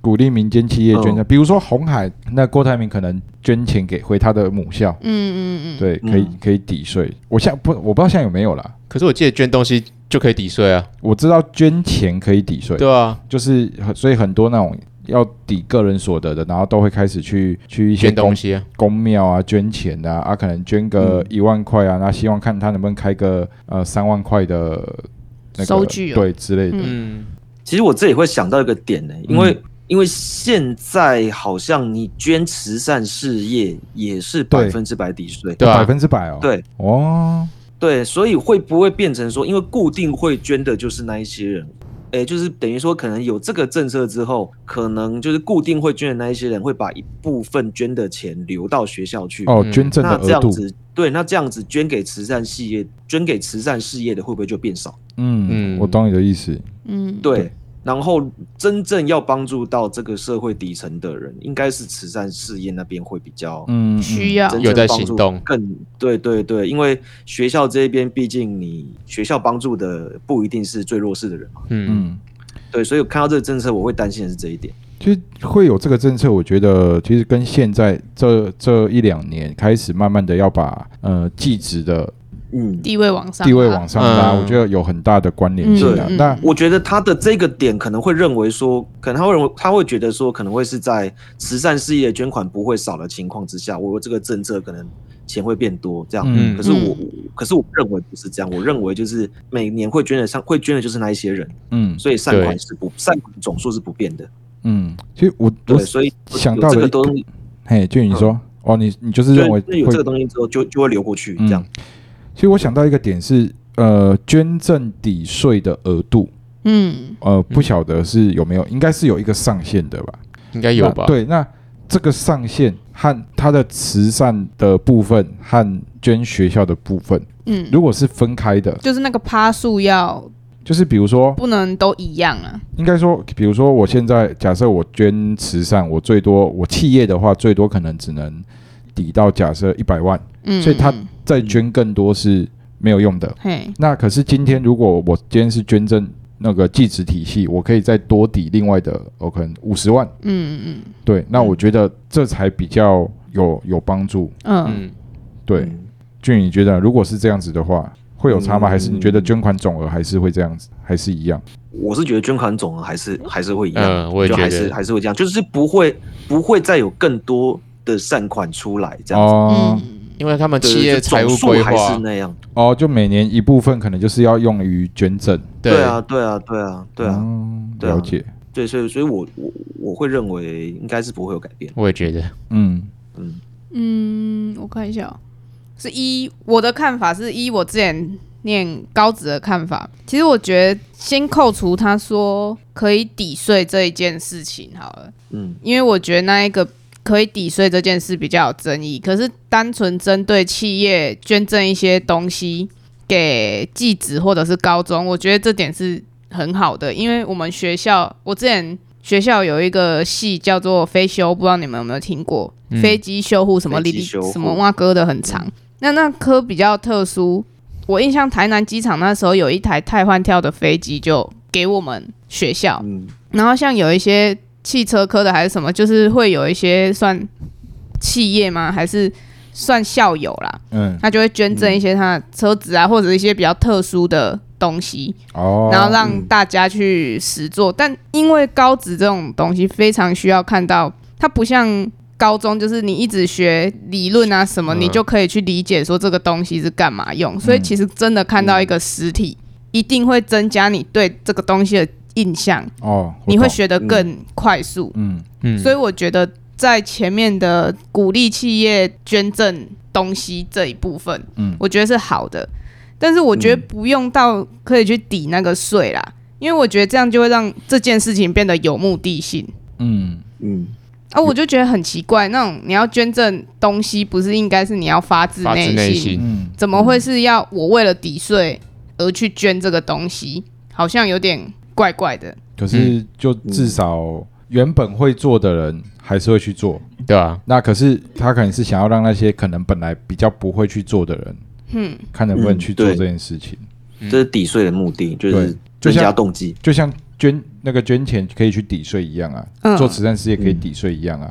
S1: 鼓励民间企业捐赠，比如说红海，那郭台铭可能捐钱给回他的母校，
S2: 嗯嗯嗯，
S1: 对，可以
S4: 嗯
S1: 可以抵税。我现在不我不知道现在有没有啦，
S3: 可是我记得捐东西就可以抵税啊，
S1: 我知道捐钱可以抵税，
S3: 对啊，
S1: 就是很所以很多那种要抵个人所得的，然后都会开始去去一些
S3: 捐
S1: 公
S3: 东西啊，
S1: 公庙啊捐钱啊，啊可能捐个一万块啊，那希望看他能不能开个呃三万块的那个
S2: 收据哦
S1: 对之类的，
S2: 嗯
S3: 嗯，
S4: 其实我这里会想到一个点
S1: 嗯
S4: 呢、因为、因为现在好像你捐慈善事业也是百
S1: 对
S4: 分之百抵税，
S3: 对啊
S1: 百分之百哦，
S4: 对
S1: 哦，
S4: 对，所以会不会变成说，因为固定会捐的就是那一些人，诶，就是等于说可能有这个政策之后，可能就是固定会捐的那一些人会把一部分捐的钱留到学校去，
S1: 哦
S3: 嗯
S1: 捐赠的
S4: 那这
S1: 额
S4: 样
S1: 度
S4: 子对，那这样子捐给慈善事业，捐给慈善事业的会不会就变少？
S1: 嗯，
S3: 嗯
S1: 我懂你的意思。
S2: 嗯，
S4: 对，然后真正要帮助到这个社会底层的人，应该是慈善事业那边会比较
S1: 嗯，嗯
S2: 需要
S4: 真
S3: 有
S4: 正
S3: 在
S4: 帮
S3: 行
S4: 助
S3: 动
S4: 更对对对，因为学校这边毕竟你学校帮助的不一定是最弱势的人嘛，
S3: 嗯，
S1: 嗯，
S4: 对，所以我看到这个政策，我会担心的是这一点。
S1: 其实会有这个政策，我觉得其实跟现在这这一两年开始慢慢的要把呃技职的
S4: 嗯，
S2: 地位往上，
S1: 地位往上拉，
S3: 嗯
S1: 我觉得有很大的关联性啊。
S2: 嗯
S1: 那
S4: 我觉得他的这个点可能会认为说，可能他会认为他会觉得说，可能会是在慈善事业捐款不会少的情况之下，我这个政策可能钱会变多这样。
S1: 嗯
S4: 可是我、
S2: 嗯
S4: 可是我认为不是这样，我认为就是每年会捐的上会捐的就是那一些人，
S1: 嗯
S4: 所以善款
S3: 对
S4: 是不善款总数是不变的。
S1: 嗯，其实我
S4: 对，
S1: 我
S4: 所以有
S1: 想到了
S4: 这
S1: 一
S4: 个
S1: 个
S4: 东西，
S1: 嘿，就你说哦，你你就是认为
S4: 就是有这个
S1: 会
S4: 东西之后就就会流过去这样
S1: 嗯。。其实我想到一个点是，呃，捐赠抵税的额度，
S2: 嗯，
S1: 呃，不晓得是有没有，应该是有一个上限的吧？
S3: 应该哎有吧
S1: 那？，对，那这个上限和它的慈善的部分和捐学校的部分，
S2: 嗯，
S1: 如果是分开的，
S2: 就是那个趴数要
S1: 就是比如说，
S2: 不能都一样啊，
S1: 应该说，比如说我现在假设我捐慈善，我最多我企业的话，最多可能只能抵到假设一百万，
S2: 嗯，
S1: 所以他
S2: 嗯
S1: 再捐更多是没有用的。
S2: 嘿，
S1: 那可是今天如果我今天是捐赠那个寄值体系，我可以再多抵另外的，我可能五十万。
S2: 嗯嗯
S1: 对，那
S2: 嗯
S1: 我觉得这才比较有有帮助。
S2: 嗯
S3: 嗯，
S1: 对，
S4: 嗯
S1: 俊，你觉得如果是这样子的话，会有差吗？
S4: 嗯
S1: 还是你觉得捐款总额还是会这样子，还是一样？
S4: 我是觉得捐款总额还是还是会一样，
S1: 啊
S3: 嗯我也
S4: 就还
S3: 觉得
S4: 是还是会这样，就是不会不会再有更多的善款出来这样子。
S1: 哦
S2: 嗯
S3: 因为他们
S4: 对
S3: 企业财务
S4: 总数
S3: 规
S4: 还是
S3: 划，
S4: 那样。
S1: 哦，就每年一部分可能就是要用于捐赠。
S4: 对啊，，对啊，对啊，对啊，
S1: 嗯
S4: 对啊
S1: 了解。
S4: 对，所以所以我我我会认为应该是不会有改变。
S3: 我也觉得，
S1: 嗯
S4: 嗯，
S2: 嗯，我看一下哦、是依我的看法是依我之前念高职的看法，其实我觉得先扣除他说可以抵税这一件事情好了。
S4: 嗯
S2: 因为我觉得那一个可以抵税这件事比较有争议，可是单纯针对企业捐赠一些东西给继子或者是高中，我觉得这点是很好的，因为我们学校我之前。学校有一个系叫做飞修，不知道你们有没有听过？
S3: 嗯
S2: 飞机修护什么
S4: 飞
S2: 哩
S4: 机
S2: 哩
S4: 修护
S2: 什么哇哥的很长。那那科比较特殊，我印象台南机场那时候有一台太换跳的飞机就给我们学校，
S4: 嗯，
S2: 然后像有一些汽车科的还是什么，就是会有一些算企业吗？还是算校友啦？
S1: 嗯，
S2: 他就会捐赠一些他的车子啊，或者一些比较特殊的东西，
S1: 哦，
S2: 然后让大家去实做。但因为高职这种东西非常需要看到，它不像。高中就是你一直学理论啊什么，
S3: 嗯
S2: 你就可以去理解说这个东西是干嘛用。所以
S1: 嗯
S2: 其实真的看到一个实体，一定会增加你对这个东西的印象。
S1: 哦，我
S2: 你会
S1: 懂
S2: 学得更快速。
S1: 嗯
S3: 嗯，
S2: 所以我觉得在前面的鼓励企业捐赠东西这一部分，
S1: 嗯
S2: 我觉得是好的，但是我觉得不用到可以去抵那个税啦，因为我觉得这样就会让这件事情变得有目的性。
S1: 嗯
S4: 嗯，
S2: 啊，我就觉得很奇怪，那种你要捐赠东西，不是应该是你要发自
S3: 发自内
S2: 内心，
S3: 心，
S1: 嗯，
S2: 怎么会是要我为了抵税而去捐这个东西？好像有点怪怪的。
S1: 可
S2: 嗯
S1: 是就至少原本会做的人还是会去做。
S3: 对啊，
S1: 那可是他可能是想要让那些可能本来比较不会去做的人，
S2: 嗯，
S1: 看能不能去做
S4: 对
S1: 这件事情。
S4: 这是抵税的目的，就是
S1: 对就
S4: 增
S1: 像
S4: 加动机。
S1: 就像捐那个捐钱可以去抵税一样啊，
S2: 嗯
S1: 做慈善事业可以抵税一样啊，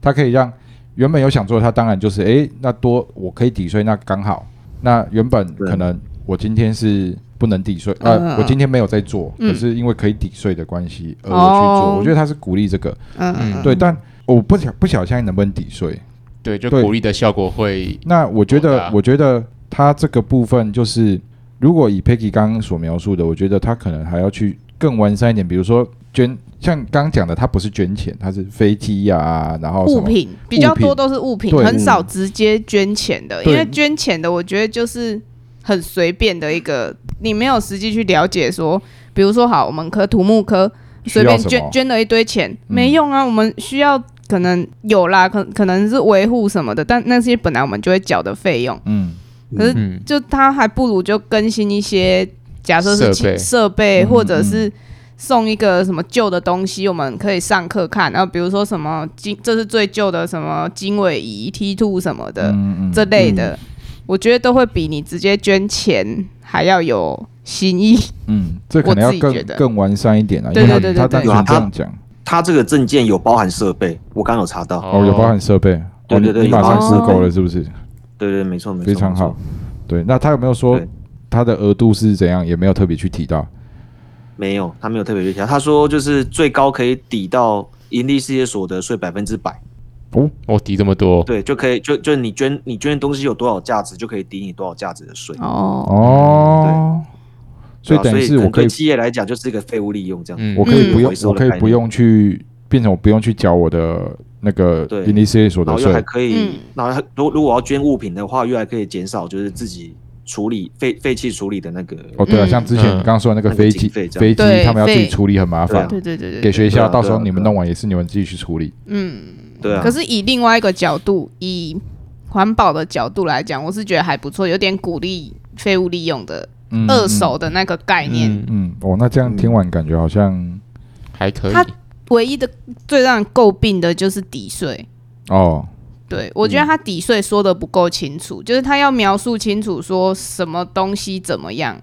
S1: 他可以让原本有想做的，他当然就是诶，那多我可以抵税，那刚好。那原本
S4: 对
S1: 可能我今天是不能抵税，
S2: 嗯
S1: 呃
S2: 嗯，
S1: 我今天没有在做，
S2: 嗯
S1: 可是因为可以抵税的关系而我去做，
S2: 哦
S1: 我觉得他是鼓励这个，
S2: 嗯嗯
S3: 嗯
S1: 对，但我不晓不晓得现在能不能抵税，
S3: 对，就
S1: 对
S3: 鼓励的效果会，
S1: 那我觉
S3: 多
S1: 得
S3: 大，
S1: 我觉得他这个部分就是，如果以 Peggy 刚刚所描述的，我觉得他可能还要去更完善一点，比如说捐，像刚刚讲的，他不是捐钱，他是飞机呀、然后什
S2: 物
S1: 么，
S2: 品比较
S1: 物品
S2: 多都是物品，
S1: 对嗯
S2: 很少直接捐钱的，
S1: 对
S2: 因为捐钱的我觉得就是很随便的一个，你没有实际去了解说，比如说好，我们科土木科
S1: 需要
S2: 随便
S1: 什么
S2: 捐捐了一堆钱，
S1: 嗯
S2: 没用啊，我们需要可能有啦，可可能是维护什么的，但那些本来我们就会缴的费用，
S1: 嗯，
S2: 可是
S3: 嗯，
S2: 就他还不如就更新一些，假设是
S3: 设
S2: 器
S3: 备
S2: 设备，
S1: 嗯
S2: 或者是送一个什么旧的东西，我们可以上课看。然后比如说什么经，这是最旧的什么经纬仪 T two 什么的、
S1: 嗯嗯
S2: 这类的，我觉得都会比你直接捐钱还要有新意。
S1: 嗯，这可能要
S2: 我自己觉
S1: 更
S2: 得
S1: 更完善一点啊了，因
S2: 对
S1: 为
S2: 对
S1: 他他
S2: 对对
S1: 单纯
S4: 对
S1: 这
S4: 有啊
S1: 样讲，
S4: 它这个证件有包含设备，我刚刚有查到。
S1: 哦，有包含设备，
S4: 对
S1: 哦
S4: 对对
S1: 你马上
S2: 有包含
S1: Google 了是不是？
S4: 对对，没错没错，
S1: 非常
S4: 没错
S1: 好。。对，那他有没有说
S4: 对
S1: 他的额度是怎样？也没有特别去提到。
S4: 没有，他没有特别去调，他说就是最高可以抵到盈利事业所得税百分之百，
S3: 我哦抵这么多，
S4: 对，就可以就就你捐你捐的东西有多少价值，就可以抵你多少价值的税。
S2: 哦，
S1: 哦，啊所
S4: 对
S1: 以
S4: 啊
S1: 等于
S4: 可
S1: 是
S4: 能
S1: 我可以
S4: 对，企业来讲就是一个废物利用这样。
S3: 嗯，
S1: 我可以不用
S4: 回，收
S1: 我
S4: 的
S1: 可以
S4: 概念
S1: 不用去变成我不用去缴我的那个
S4: 对
S1: 盈利事业所
S4: 然
S1: 得
S4: 后又还
S1: 税。
S4: 可以，
S2: 嗯
S4: 然后还如果如果我要捐物品的话，又还可以减少就是自己处理废废弃处理的那个。
S1: 哦，对啊，
S2: 嗯
S1: 像之前
S3: 嗯
S1: 你刚刚说的那个
S4: 那个
S1: 飞
S4: 经
S1: 机，
S4: 费这样
S1: 飞机
S2: 对
S1: 他们要自己
S2: 费
S1: 处理很麻
S4: 对啊
S1: 烦，
S2: 对对对
S1: 给
S2: 对，
S1: 学
S4: 对
S1: 校
S4: 啊
S1: 到时候
S4: 对啊
S1: 你们
S4: 对啊
S1: 弄完也是你们自己去处理。
S2: 嗯。
S4: 对啊，
S2: 可是以另外一个角度，以环保的角度来讲，我是觉得还不错，有点鼓励废物利用的
S1: 嗯
S2: 二手的那个概念。
S3: 嗯，
S1: 嗯，哦，那这样听完感觉好像
S3: 还可以，
S2: 他唯一的最让人诟病的就是抵税。
S1: 哦，
S2: 对，我觉得他抵税说的不够清楚，就是他要描述清楚说什么东西怎么样。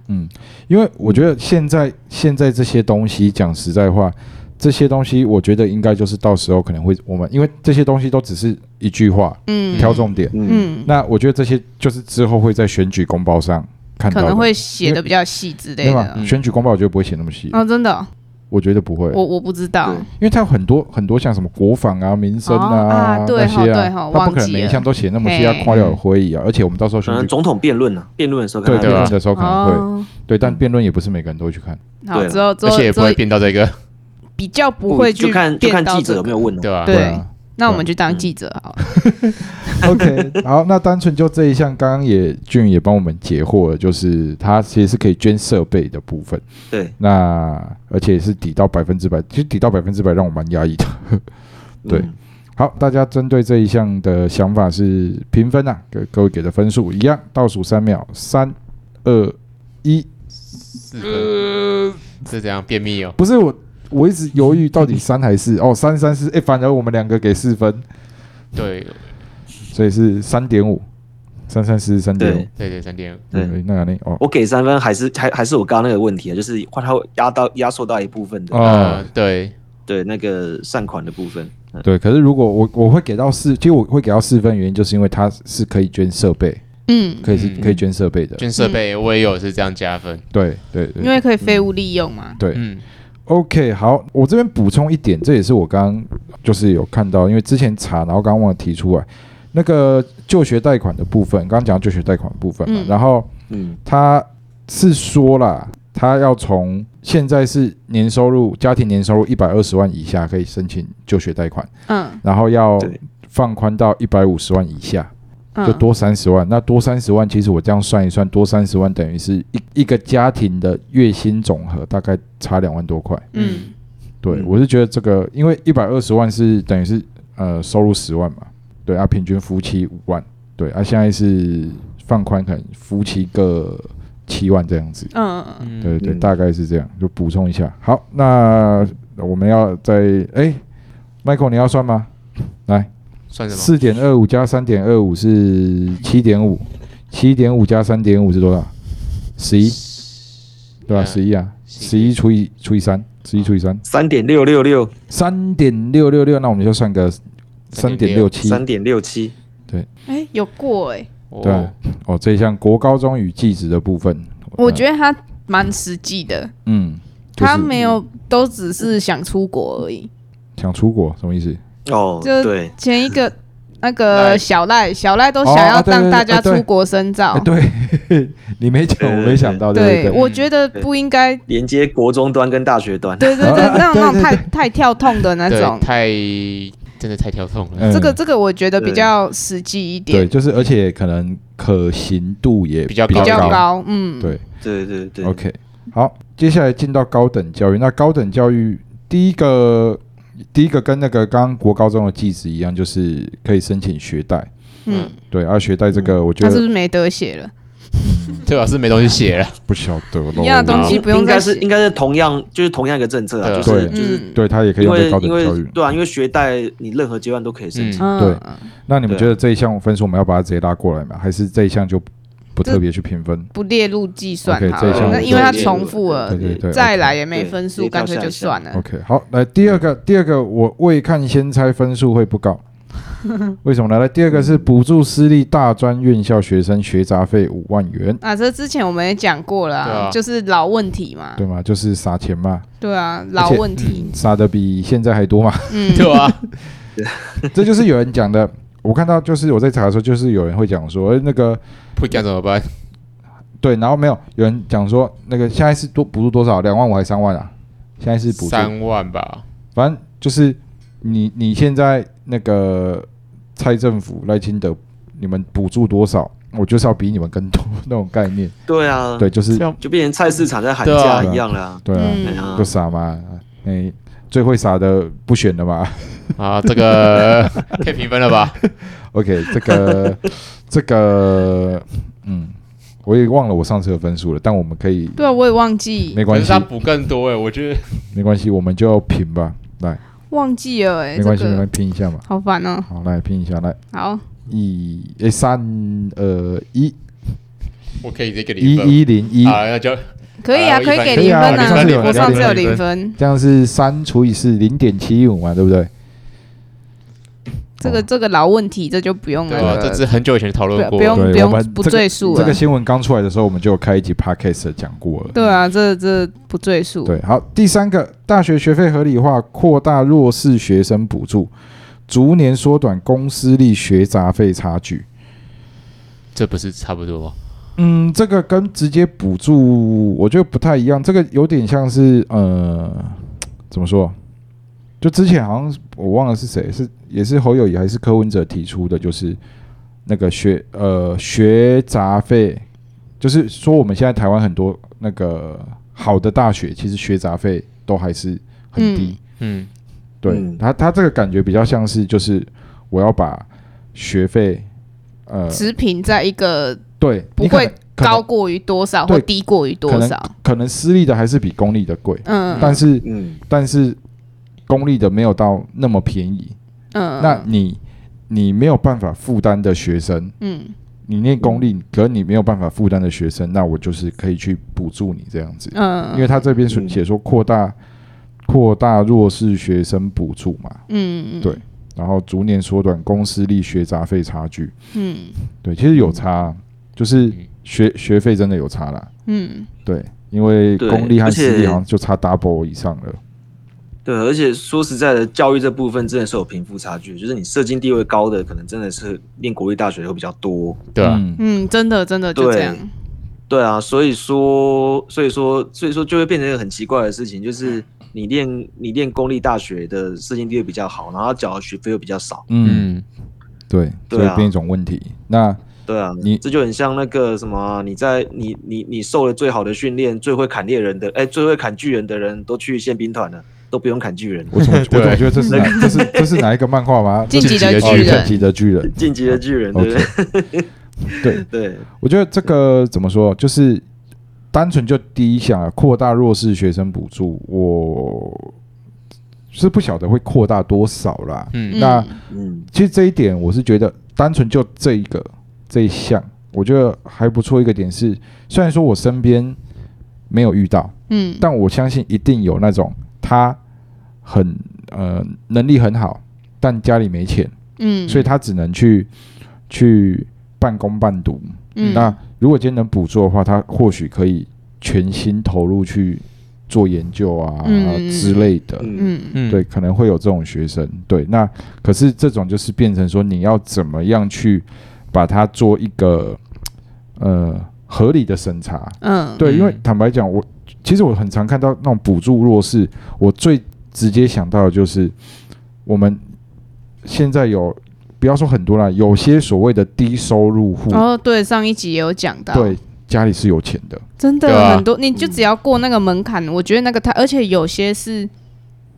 S1: 因为我觉得现在现在这些东西，讲实在话，这些东西我觉得应该就是到时候可能会我们，因为这些东西都只是一句话
S2: 嗯，
S1: 挑重点。
S4: 嗯，
S2: 嗯，
S1: 那我觉得这些就是之后会在选举公报上看到
S2: 可
S1: 的，
S2: 能会写的比较细之类
S1: 对
S2: 的。
S1: 吧？
S2: 哦
S3: 嗯
S1: 选举公报我觉得不会写那么细，
S2: 真的哦，
S1: 我觉得不会，
S2: 我我不知道
S4: 对。
S1: 因为它有很多很多像什么国防啊、民生
S2: 哦啊对
S1: 那
S2: 吼
S1: 些啊
S2: 对吼，
S1: 它不可
S2: 忘
S1: 能
S2: 记
S1: 每一
S2: 了
S1: 项都写那么细，
S2: 嘿
S1: 要夸耀有回忆啊。而且我们到时候
S4: 可
S1: 选
S4: 能
S1: 举
S4: 嗯总统辩论呢，辩论的时候可
S1: 对
S4: 能
S1: 辩
S3: 对
S1: 论
S3: 啊
S1: 的时候可能会，
S2: 哦，
S1: 对，但辩论也不是每个人都会去看。
S2: 好，
S4: 对啊
S2: 之后之
S3: 而
S2: 后
S3: 且也
S2: 之
S3: 不
S2: 后
S3: 会变到这个，
S2: 比较不
S4: 不
S2: 会去
S4: 就看就
S2: 变
S4: 看
S2: 到
S4: 记者
S2: 这
S4: 有没
S2: 个
S4: 有问哦。
S3: 对吧？
S2: 对
S1: 啊。
S2: 那我
S1: 对
S2: 们就当
S4: 嗯
S2: 记者好了。
S1: OK，好，那单纯就这一项，刚刚也俊也帮我们解惑了，就是它其实是可以捐设备的部分，
S4: 对，
S1: 那而且是抵到百分之百，其实抵到百分之百让我蛮压抑的。对
S4: 嗯
S1: 好，大家针对这一项的想法是评分啊，各各位给的分数一样，倒数三秒，三二一，
S3: 四分是怎样便秘哦？
S1: 不是我，我一直犹豫到底三还是四哦，三三四，哎，反而我们两个给四分，
S3: 对
S1: 所以是三点五，三三四三点五
S3: 对
S4: 对，
S3: 对，三点五，
S4: 对
S1: 嗯，那那哦
S4: 我给三分还是还还是我刚刚那个问题啊，就是它会压到压缩到一部分的、
S1: 哦
S3: 呃，对，
S4: 对那个善款的部分。嗯
S1: 对，可是如果我我会给到四，其实我会给到四分，原因就是因为它是可以捐设备，
S2: 嗯，
S1: 可以是、
S3: 嗯
S1: 可以捐设备的。
S3: 捐设备我也有是这样加分，
S1: 对对对，
S2: 因为可以废物利用嘛。
S1: 对、
S3: 嗯
S1: OK，好，我这边补充一点，这也是我刚刚就是有看到，因为之前查，然后刚刚忘了提出来那个就学贷款的部分，刚刚讲到就学贷款的部分嘛，
S2: 嗯
S1: 然后
S4: 嗯，
S1: 他是说啦，他要从现在是年收入家庭年收入一百二十万以下可以申请就学贷款，
S2: 嗯，
S1: 然后要
S4: 对
S1: 放宽到一百五十万以下。
S2: 嗯
S1: 就多三十万。那多三十万，其实我这样算一算，多三十万等于是一一个家庭的月薪总和大概差两万多块。
S2: 嗯
S1: 对、
S4: 嗯
S1: 我是觉得这个，因为一百二十万是等于是呃收入十万嘛，对啊，平均夫妻五万，对啊，现在是放宽，可能夫妻各七万这样子。
S2: 嗯
S3: 嗯，
S1: 对对，
S4: 嗯
S1: 大概是这样，就补充一下。好，那我们要再哎，Michael，你要算吗？
S3: 算什么？
S1: 四点二五加三点二五是七点五，七点五加三点五是多少？十一，对吧？
S3: 嗯
S1: 十一啊，十
S3: 11
S1: 一除以除以三，十一除以三，
S4: 三点六六六，
S1: 三点六六六，那我们就算个三点六七。
S4: 三点六七，
S2: 哎、有过哎、
S3: 哦
S1: 对啊哦，这一项国高中与技职的部分，
S2: 我觉得他蛮实际的，
S1: 嗯，就是
S2: 他没有都只是想出国而已。
S1: 想出国什么意思？
S4: 哦，
S2: 就
S4: 对，
S2: 前一 个那个
S3: 赖
S2: 小赖，小赖都
S1: 哦
S2: 想
S1: 啊
S2: 要
S1: 对对
S2: 让
S1: 对
S2: 大家
S1: 啊对
S2: 出国深造。
S1: 哎，对 你没讲，我没想到，啊对对对，
S2: 哦我觉得不应 该，
S4: 连接国中端跟大学端，
S2: 对对对，
S1: 啊
S2: 那种那
S1: 对对
S2: 种太太跳痛的那种
S3: 对，，太真的太跳痛了，
S1: 嗯
S2: 这个这个我觉得比较实际一
S1: 对，
S2: 点，
S1: 就是而且可能可行度也
S3: 比较
S2: 比较
S3: 高
S2: 高，嗯，
S1: 对。
S4: 对对对
S1: OK，好，接下来进到高等教育。那高等教育第一个第一个跟那个刚刚国高中的技职一样，就是可以申请学贷。
S2: 嗯，
S1: 对，而、学贷这个，我觉
S2: 他是
S1: 得
S2: 不是没得写了？
S3: 对啊吧？是没东西写了，
S1: 不晓得咯。
S2: 一样的东西
S4: 应
S2: 不用
S4: 应
S2: 再
S4: 该是
S2: 写
S4: 应该是同样就是同样一个政策啊，
S3: 对
S4: 就
S3: 啊
S4: 是
S1: 对
S4: 就是
S2: 嗯，
S1: 对他也可以
S4: 因
S1: 用在
S4: 为
S1: 高等
S4: 因
S1: 教
S4: 为
S1: 育。
S4: 对啊，因为学贷你任何阶段都可以申请，
S3: 嗯
S2: 嗯，嗯
S1: 那你们
S4: 对啊
S1: 觉得这一项分数我们要把它直接拉过来吗？还是这一项就不特别去评分？
S2: 不列入计算
S1: OK，
S2: 好
S1: 这一项
S2: 了，那
S1: 我
S2: 因为它
S1: 对
S2: 重复了
S1: 对，对对，
S2: 呃再来也没
S4: 对
S2: 分数，
S4: 直接跳
S2: 干脆
S4: 下
S2: 就
S4: 一项
S2: 算了。
S1: OK，好，来第二个，第二个我未看先猜分数会不高，为什么呢？来第二个是补助私立大专院校学生学杂费五万元，
S2: 啊，这之前我们也讲过了、
S3: 对啊
S2: 就是老问题嘛，
S1: 对吗？就是撒钱嘛，
S2: 对啊，老问题，
S1: 撒的比现在还多嘛，
S2: 嗯，
S3: 对啊吧？
S1: 这就是有人讲的。我看到就是我在查的时候，就是有人会讲说，哎那个
S3: 不讲怎 么办？
S1: 对，然后没有有人讲说，那个现在是多补助多少？两万五还是三万啊？现在是补助，
S3: 三万吧，
S1: 反正就是你你现在那个蔡政府赖清德，你们补助多少？我就是要比你们更多那种概念，
S4: 对
S2: 嗯
S4: 啊，
S1: 嗯对，就是
S3: 这样
S4: 就变成菜市场在喊
S3: 对啊
S4: 价一样啦。
S1: 对啊，
S4: 哎
S2: 嗯，
S4: 呀
S1: 就傻嘛，哎、最会傻的不选了嘛。
S3: 啊，这个可以评分了吧？
S1: OK，这个 这个，嗯，我也忘了我上次的分数了，但我们可以
S2: 对啊，我也忘记
S1: 没
S3: 可
S1: 关
S3: 是
S1: 系
S3: 他，补更多哎，我觉得
S1: 没关系，我们就平吧，来，
S2: 忘记了、欸，哎，
S1: 没关系，
S2: 这
S1: 我
S2: 个
S1: 们拼一下嘛。
S2: 好烦哦、
S1: 好，来拼一下，来
S2: 好，
S1: 一，哎，三二一，
S3: 我可以直接给你
S1: 一
S3: 一分。
S1: 一零一，
S3: 啊，那就
S2: 可以啊，
S3: 啊
S2: 可以给
S1: 可
S2: 零
S1: 以
S2: 分
S1: 啊
S2: 啊，
S1: 我上次有
S2: 我上次有
S3: 零
S2: 零
S3: 分
S2: 分，
S1: 这样是三除以四，零点七五嘛，对不对？哦
S2: 这个这个老问题，这就不用
S3: 对吧？
S2: 了，
S3: 这是很久以前讨论
S2: 不嗯
S3: 过
S2: 啊不，
S1: 啊对
S2: 用不
S1: 我
S2: 用
S1: 们
S2: 不
S1: 这个
S2: 赘述
S1: 这
S2: 了
S1: 个，新闻刚出来的时候，我们就有开一集 podcast 讲过了。
S2: 对啊，这这不赘述，
S1: 对，啊好，第三个，大学学费合理化，扩大弱势学生补助，逐年缩短公私立学杂费差距。
S3: 这不是差不多吗？
S1: 嗯，这个跟直接补助我觉得不太一样，这个有点像是呃，怎么说？就之前好像是我忘了是谁，是也是侯友谊还是柯文哲提出的，就是那个学呃学杂费，就是说我们现在台湾很多那个好的大学，其实学杂费都还是很低。
S2: 嗯
S3: 嗯，
S1: 对
S4: 嗯
S1: 他，他这个感觉比较像是就是我要把学费，呃，
S2: 持平在一个
S1: 对，
S2: 不
S1: 你可
S2: 会
S1: 能
S2: 高过于多少
S1: 对
S2: 或低过于
S1: 可
S2: 多
S1: 能
S2: 少，
S1: 可能私立的还是比公立的贵，
S2: 嗯，
S1: 但是
S4: 嗯，
S1: 但是公立的没有到那么便宜。
S2: 嗯，
S1: 那你你没有办法负担的学生，
S2: 嗯
S1: 你念公立，可你没有办法负担的学生，那我就是可以去补助你这样子，
S2: 嗯，
S1: 因为他这边是
S4: 嗯
S1: 写说扩大扩大弱势学生补助嘛，
S2: 嗯嗯
S1: 对然后逐年缩短公私立学杂费差距。
S2: 嗯
S1: 对，其实有差啊，就是
S3: 嗯
S1: 学学费真的有差啦。
S2: 嗯
S1: 对，因为
S4: 对
S1: 公立和
S4: 而
S1: 私立
S4: 且
S1: 好像就差 double 以上了。
S4: 对，而且说实在的，教育这部分真的是有贫富差距，就是你社经地位高的，可能真的是念国立大学会比较多。
S3: 对啊，
S1: 嗯
S2: 嗯，真的真的就这样，
S4: 对啊，所以说，所以说，所以说就会变成一个很奇怪的事情，就是你练你练公立大学的社经地位比较好，然后缴的学费又比较少。
S1: 嗯，
S3: 嗯，
S1: 对，
S4: 对
S1: 所以
S4: 啊
S1: 变一种问题。那
S4: 对啊，
S1: 你
S4: 这就很像那个什么啊、你在你你你受了最好的训练，最会砍猎人的，哎，最会砍巨人的人都去宪兵团了，都不用砍巨人，
S1: 我怎么我
S3: 对
S1: 怎么觉得这是哪这是这是哪一个漫画吗？
S2: 晋级
S3: 的
S1: 这是
S3: 巨
S1: 哦
S2: 人
S1: 晋级的巨人。
S4: 晋级的巨人，对不
S1: OK，
S4: 对？
S1: 对，
S4: 对，
S1: 我觉得这个怎么说，就是单纯就第一项啊，扩大弱势学生补助，我是不晓得会扩大多少啦。
S3: 嗯，
S1: 那
S2: 嗯
S4: 嗯，
S1: 其实这一点我是觉得，单纯就这一个这一项，我觉得还不错。一个点是，虽然说我身边没有遇到，
S2: 嗯，
S1: 但我相信一定有那种他很呃能力很好，但家里没钱，
S2: 嗯，
S1: 所以他只能去去半工半读。
S2: 嗯
S1: 那如果今天能补助的话，他或许可以全心投入去做研究啊、
S2: 嗯
S1: 之类的。
S4: 嗯，
S2: 嗯
S3: 嗯
S1: 对，，可能会有这种学生。对，那可是这种就是变成说，你要怎么样去把它做一个呃合理的审查？
S2: 嗯
S1: 对，因为
S3: 嗯
S1: 坦白讲，我其实我很常看到那种补助弱势，我最直接想到的就是我们现在有不要说很多啦，有些所谓的低收入户，
S2: 哦对，上一集也有讲到，
S1: 对，家里是有钱的，
S2: 真
S3: 对
S2: 的
S3: 啊
S1: 嗯
S2: 很多，你就只要过那个门槛，我觉得那个他，而且有些是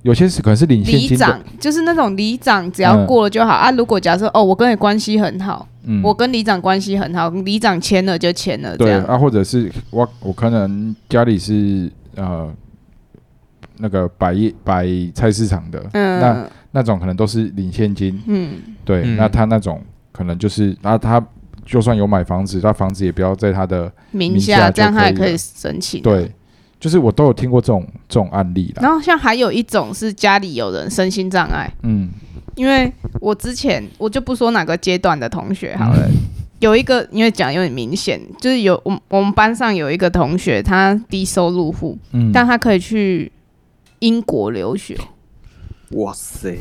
S1: 有些是可能是领现
S2: 里
S1: 金的，
S2: 长就是那种里长，只要
S1: 嗯
S2: 过了就好、啊。如果假设哦，我跟你关系很好，
S1: 嗯，
S2: 我跟里长关系很好，里长签了就签了，这
S1: 对
S2: 样
S1: 啊，或者是我我可能家里是呃那个摆业摆菜市场的，那
S2: 嗯
S1: 那种可能都是领现金，
S2: 嗯，
S1: 对，
S3: 嗯
S1: 那他那种可能就是，那他就算有买房子，他房子也不要在他的
S2: 名
S1: 名
S2: 下
S1: 下
S2: 这样
S1: 就
S2: 他也
S1: 可以
S2: 可以
S1: 了
S2: 申请、啊
S1: 对，就是我都有听过这种这种案例啦，
S2: 然后像还有一种是家里有人身心障碍，
S1: 嗯，
S2: 因为我之前我就不说哪个阶段的同学好了，有一个因为讲有点明显，就是有我们我们班上有一个同学，他低收入户，
S1: 嗯，
S2: 但他可以去英国留学，
S4: 哇塞，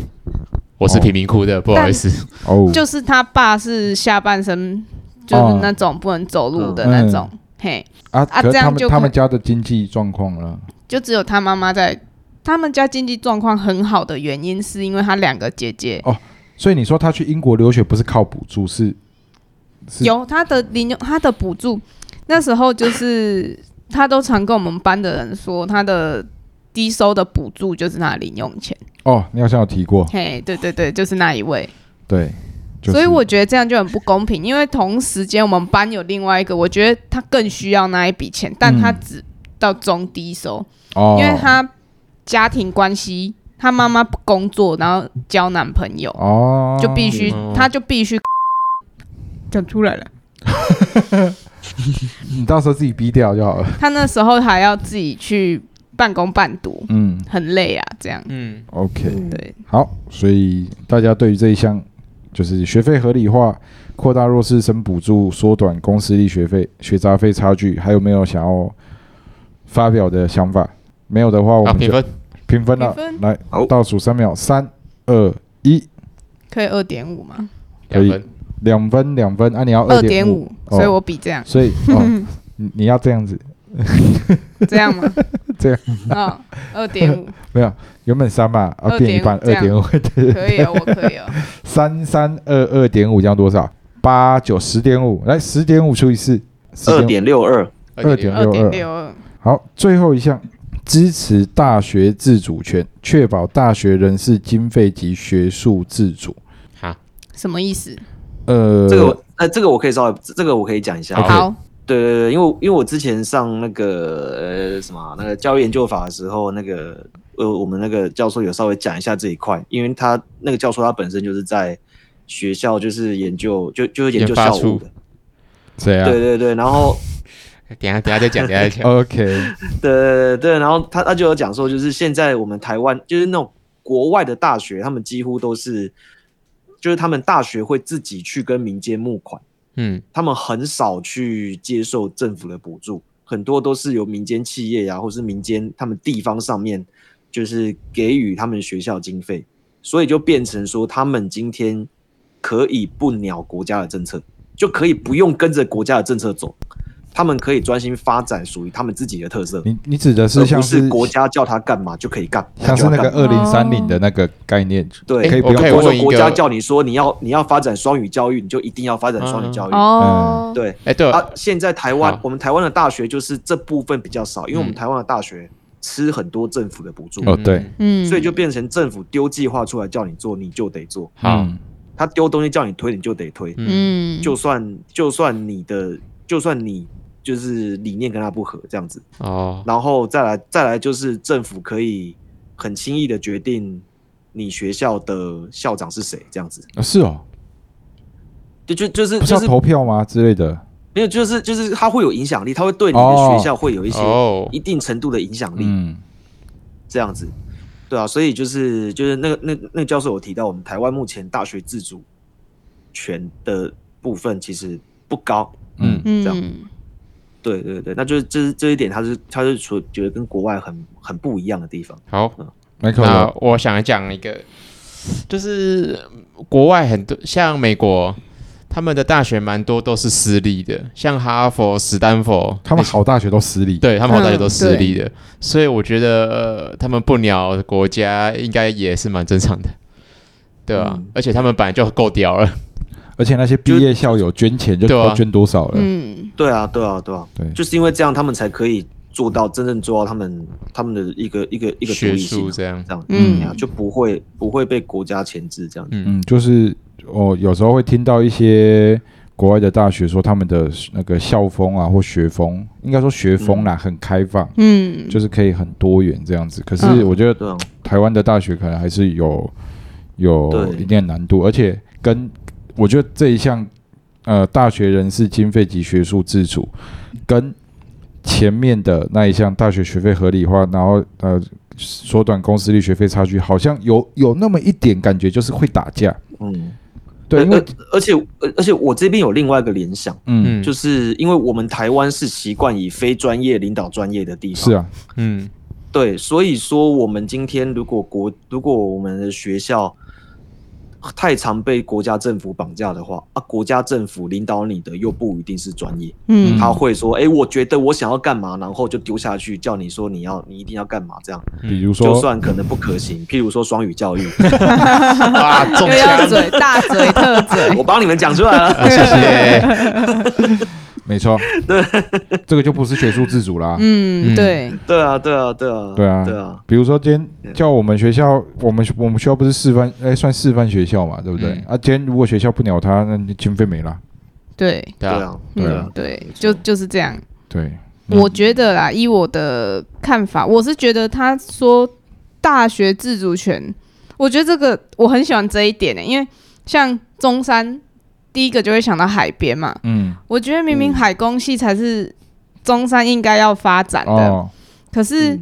S3: 我是贫民窟的，不好意思。
S1: 哦，
S2: 就是他爸是下半身就是那种不能走路的那种，嘿，
S1: 啊，
S2: 啊
S1: 可是
S2: 这样
S1: 他们
S2: 就
S1: 他
S2: 可
S1: 们家的经济状况了，
S2: 就只有他妈妈在。他们家经济状况很好的原因，是因为他两个姐姐
S1: 所以你说他去英国留学不是靠补助，是是
S2: 有他的零用，他的补助，那时候就是他都常跟我们班的人说，他的低收的补助就是那零用钱。
S1: 哦，你好像有提过，
S2: 嘿，对对对，就是那一位。
S1: 对，就是
S2: 所以我觉得这样就很不公平，因为同时间我们班有另外一个，我觉得他更需要那一笔钱，但他
S1: 嗯
S2: 只到中低收，
S1: 哦，
S2: 因为他家庭关系，他妈妈不工作，然后交男朋友，
S1: 哦
S2: 就必须
S3: 哦，
S2: 他就必须讲出来了。
S1: 你嗯到时候自己逼掉就好了，
S2: 他那时候还要自己去半工半读，
S1: 嗯
S2: 很累啊，这样。
S3: 嗯，
S1: ，OK，
S2: 对，
S1: 好，所以大家对于这一项就是学费合理化、扩大弱势生补助、缩短公私立学费学杂费差距，还有没有想要发表的想法？没有的话，我
S3: 好，
S1: 们
S3: 评
S1: 就
S3: 分
S1: 啊评分了。
S2: 啊评分
S1: 来
S4: 好，
S1: 倒数三秒，三、二、一，
S2: 可以二点五吗？
S1: 可
S3: 两
S1: 以
S3: 分，
S1: 两分，两分。啊，你要
S2: 二
S1: 点
S2: 点五，所以我比 这样，
S1: 所以哦，你你要这样子，？
S2: 这样吗
S1: 这样
S2: 啊，二点五
S1: 没有，原本三嘛，啊，变一半，二点五
S2: 2.5，
S1: 对
S2: 可以哦，我可以哦。
S1: 三三二二点五，这样多少？八九十点五，来十点五除以四，
S4: 二
S1: 10.5
S4: 点六二，
S1: 二点
S2: 二
S1: 六
S2: 点六二，
S1: 好，最后一项，支持大学自主权，确保大学人士经费及学术自主。
S3: 好，
S2: 什么意思？
S1: 呃，
S4: 这个我呃这个我可以稍微这个我可以讲一下。
S3: 好
S2: 好，
S4: 对对对，因为因为我之前上那个呃什么啊那个教育研究法的时候，那个呃我们那个教授有稍微讲一下这一块，因为他那个教授他本身就是在学校就是研究就就是研究
S3: 研发
S4: 校务
S3: 处
S4: 的，
S1: 谁啊哦
S4: 对对对，然后
S3: 呃等一下等一下再讲，等一下再讲。
S1: ？OK，
S4: 对对对对，然后他他就有讲说，就是现在我们台湾就是那种国外的大学，他们几乎都是，就是他们大学会自己去跟民间募款，
S3: 嗯，
S4: 他们很少去接受政府的补助，很多都是由民间企业呀、啊或是民间他们地方上面就是给予他们学校经费，所以就变成说他们今天可以不鸟国家的政策，就可以不用跟着国家的政策走。他们可以专心发展属于他们自己的特色。
S1: 你你指的
S4: 而
S1: 是像
S4: 不是
S1: 是
S4: 国家叫他干嘛就可以干，
S1: 像
S4: 他就是要
S1: 那个
S4: 干嘛
S1: 二零三零的那个概念，
S4: 对，
S1: 可以
S3: 诶
S1: 不
S3: 我可以
S1: 用
S4: 或者
S3: 问
S4: 说
S3: 一
S4: 国家
S3: 个，
S4: 叫你说你要你要发展双语教育，你就一定要发展双语教育。
S2: 哦，
S4: 对
S3: 哎，
S1: 呃
S3: 对
S4: 啊，现在台湾
S3: 好
S4: 我们台湾的大学就是这部分比较少，因为我们
S3: 嗯
S4: 台湾的大学吃很多政府的补助，
S1: 哦对，
S2: 嗯，
S4: 所以就变成政府丢计划出来叫你做，你就得做；
S3: 好，
S1: 嗯
S4: 他丢东西叫你推，你就得推。
S3: 嗯，
S2: 嗯，
S4: 就算就算你的就算你就是理念跟他不合这样子，
S3: 哦，
S4: 然后再来再来就是政府可以很轻易的决定你学校的校长是谁这样子，
S1: 啊是哦，
S4: 就就就是
S1: 不是要
S4: 就是
S1: 投票吗之类的？
S4: 没有就是就是它会有影响力，它会对你的学校会有一些
S3: 哦
S4: 一定程度的影响力
S1: 嗯，
S4: 这样子，对啊，所以就是就是那个那那个教授有提到，我们台湾目前大学自主权的部分其实不高，
S1: 嗯
S4: 这
S2: 嗯，
S4: 对对对，那就是这是这一点它是它是说觉得跟国外很很不一样的地方，
S3: 好，
S1: 没可
S3: 那
S1: 能。
S3: 我想讲一个，就是国外很多像美国，他们的大学蛮多都是私立的，像哈佛、斯坦福，
S1: 他们
S3: 那些
S1: 好大学都私立，
S3: 对他们好大学
S2: 嗯
S3: 都私立的，所以我觉得、呃、他们不鸟国家应该也是蛮正常的，对啊，
S4: 嗯
S3: 而且他们本来就够屌了，
S1: 而且那些毕业校友捐钱就不
S3: 对啊
S1: 知道捐多少了。
S2: 嗯，
S4: 对啊对啊对啊，
S1: 对，
S4: 就是因为这样，他们才可以做到真正做到他们他们的一个一个一个独
S3: 学
S4: 立性
S3: 术
S4: 啊
S3: 这样，
S4: 这样，
S2: 嗯
S4: 嗯，啊就不会不会被国家钳制这样。
S1: 嗯，就是我、有时候会听到一些国外的大学说他们的那个校风啊或学风，应该说学风啦、很开放，
S2: 嗯，
S1: 就是可以很多元这样子。可是
S2: 嗯
S1: 我觉得
S4: 对啊，
S1: 台湾的大学可能还是有有
S4: 对
S1: 一定的难度，而且跟我觉得这一项呃大学人事经费及学术自主跟前面的那一项大学学费合理化，然后呃缩短公司立学费差距，好像有有那么一点感觉，就是会打架。
S4: 嗯，
S1: 对，
S4: 而
S1: 因为
S4: 而且而而且我这边有另外一个联想，
S1: 嗯
S4: 就是因为我们台湾是习惯以非专业领导专业的地方，
S1: 是啊，
S3: 嗯
S4: 对，所以说我们今天如果国如果我们的学校太常被国家政府绑架的话，啊，国家政府领导你的又不一定是专业，
S2: 嗯
S4: 他会说，哎、我觉得我想要干嘛，然后就丢下去，叫你说你要你一定要干嘛，这样
S1: 比如
S4: 嗯就
S1: 说
S4: 算可能不可行，譬如说双语教育，
S3: 啊，中
S2: 又要
S3: 枪，
S2: 嘴大嘴特
S4: 我
S2: 嘴，
S4: 帮你们讲出来了，
S3: 谢谢。
S1: 没错，这个就不是学术自主啦。
S2: 嗯，
S3: 嗯
S2: 对，
S4: 对啊，对啊，对啊，
S1: 对啊
S4: 对啊，
S1: 比如说今天叫我们学校，我们我们学校不是示范，哎，算示范学校嘛，对不对？
S3: 嗯
S1: 啊，今天如果学校不鸟他，那经费没了。
S2: 对，
S3: 对
S4: 对
S3: 啊，
S4: 啊，
S1: 对
S4: 对
S1: 啊
S4: 啊
S2: 嗯，，对，就就是这样。
S1: 对，嗯
S2: 我觉得啦，以我的看法，我是觉得他说大学自主权，我觉得这个我很喜欢这一点呢、因为像中山，第一个就会想到海边嘛，
S1: 嗯，
S2: 我觉得明明
S4: 嗯
S2: 海工系才是中山应该要发展的，
S1: 哦，
S2: 可是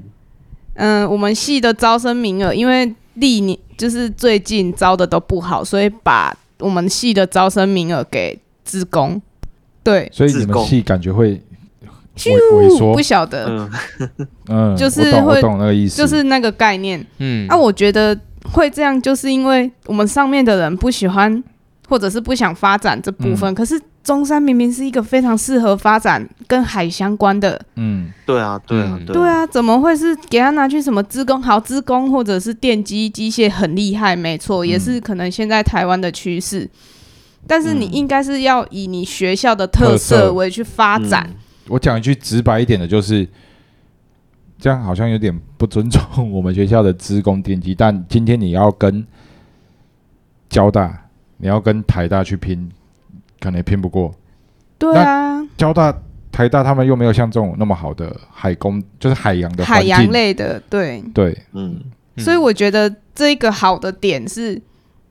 S4: 嗯
S2: 嗯、我们系的招生名额，因为历年就是最近招的都不好，所以把我们系的招生名额给职工。对，
S1: 所以你
S4: 自
S1: 们
S4: 贡
S1: 系感觉会萎萎缩
S2: 不，晓得，
S4: 嗯，
S1: 嗯，
S2: 就是
S1: 我懂，我
S2: 会
S1: 懂那个意思，
S2: 就是那个概念。
S3: 嗯，
S2: 啊，我觉得会这样，就是因为我们上面的人不喜欢，或者是不想发展这部
S1: 嗯
S2: 分。可是中山明明是一个非常适合发展跟海相关的，
S1: 嗯，
S4: 对啊，对啊，
S3: 嗯
S2: 对，啊，怎么会是给他拿去什么资工？好，资工或者是电机机械很厉害，没错，
S1: 嗯
S2: 也是可能现在台湾的趋势。但是你应该是要以你学校的特
S1: 嗯特色嗯
S2: 色为去发展，
S1: 我讲一句直白一点的，就是这样好像有点不尊重我们学校的职工电机，但今天你要跟交大，你要跟台大去拼，可能也拼不过。
S2: 对啊，
S1: 交大、台大他们又没有像这种那么好的海工，就是海洋的环
S2: 海
S1: 境
S2: 洋类的，对，
S1: 对，
S4: 嗯
S3: 嗯
S2: 所以我觉得这个好的点是，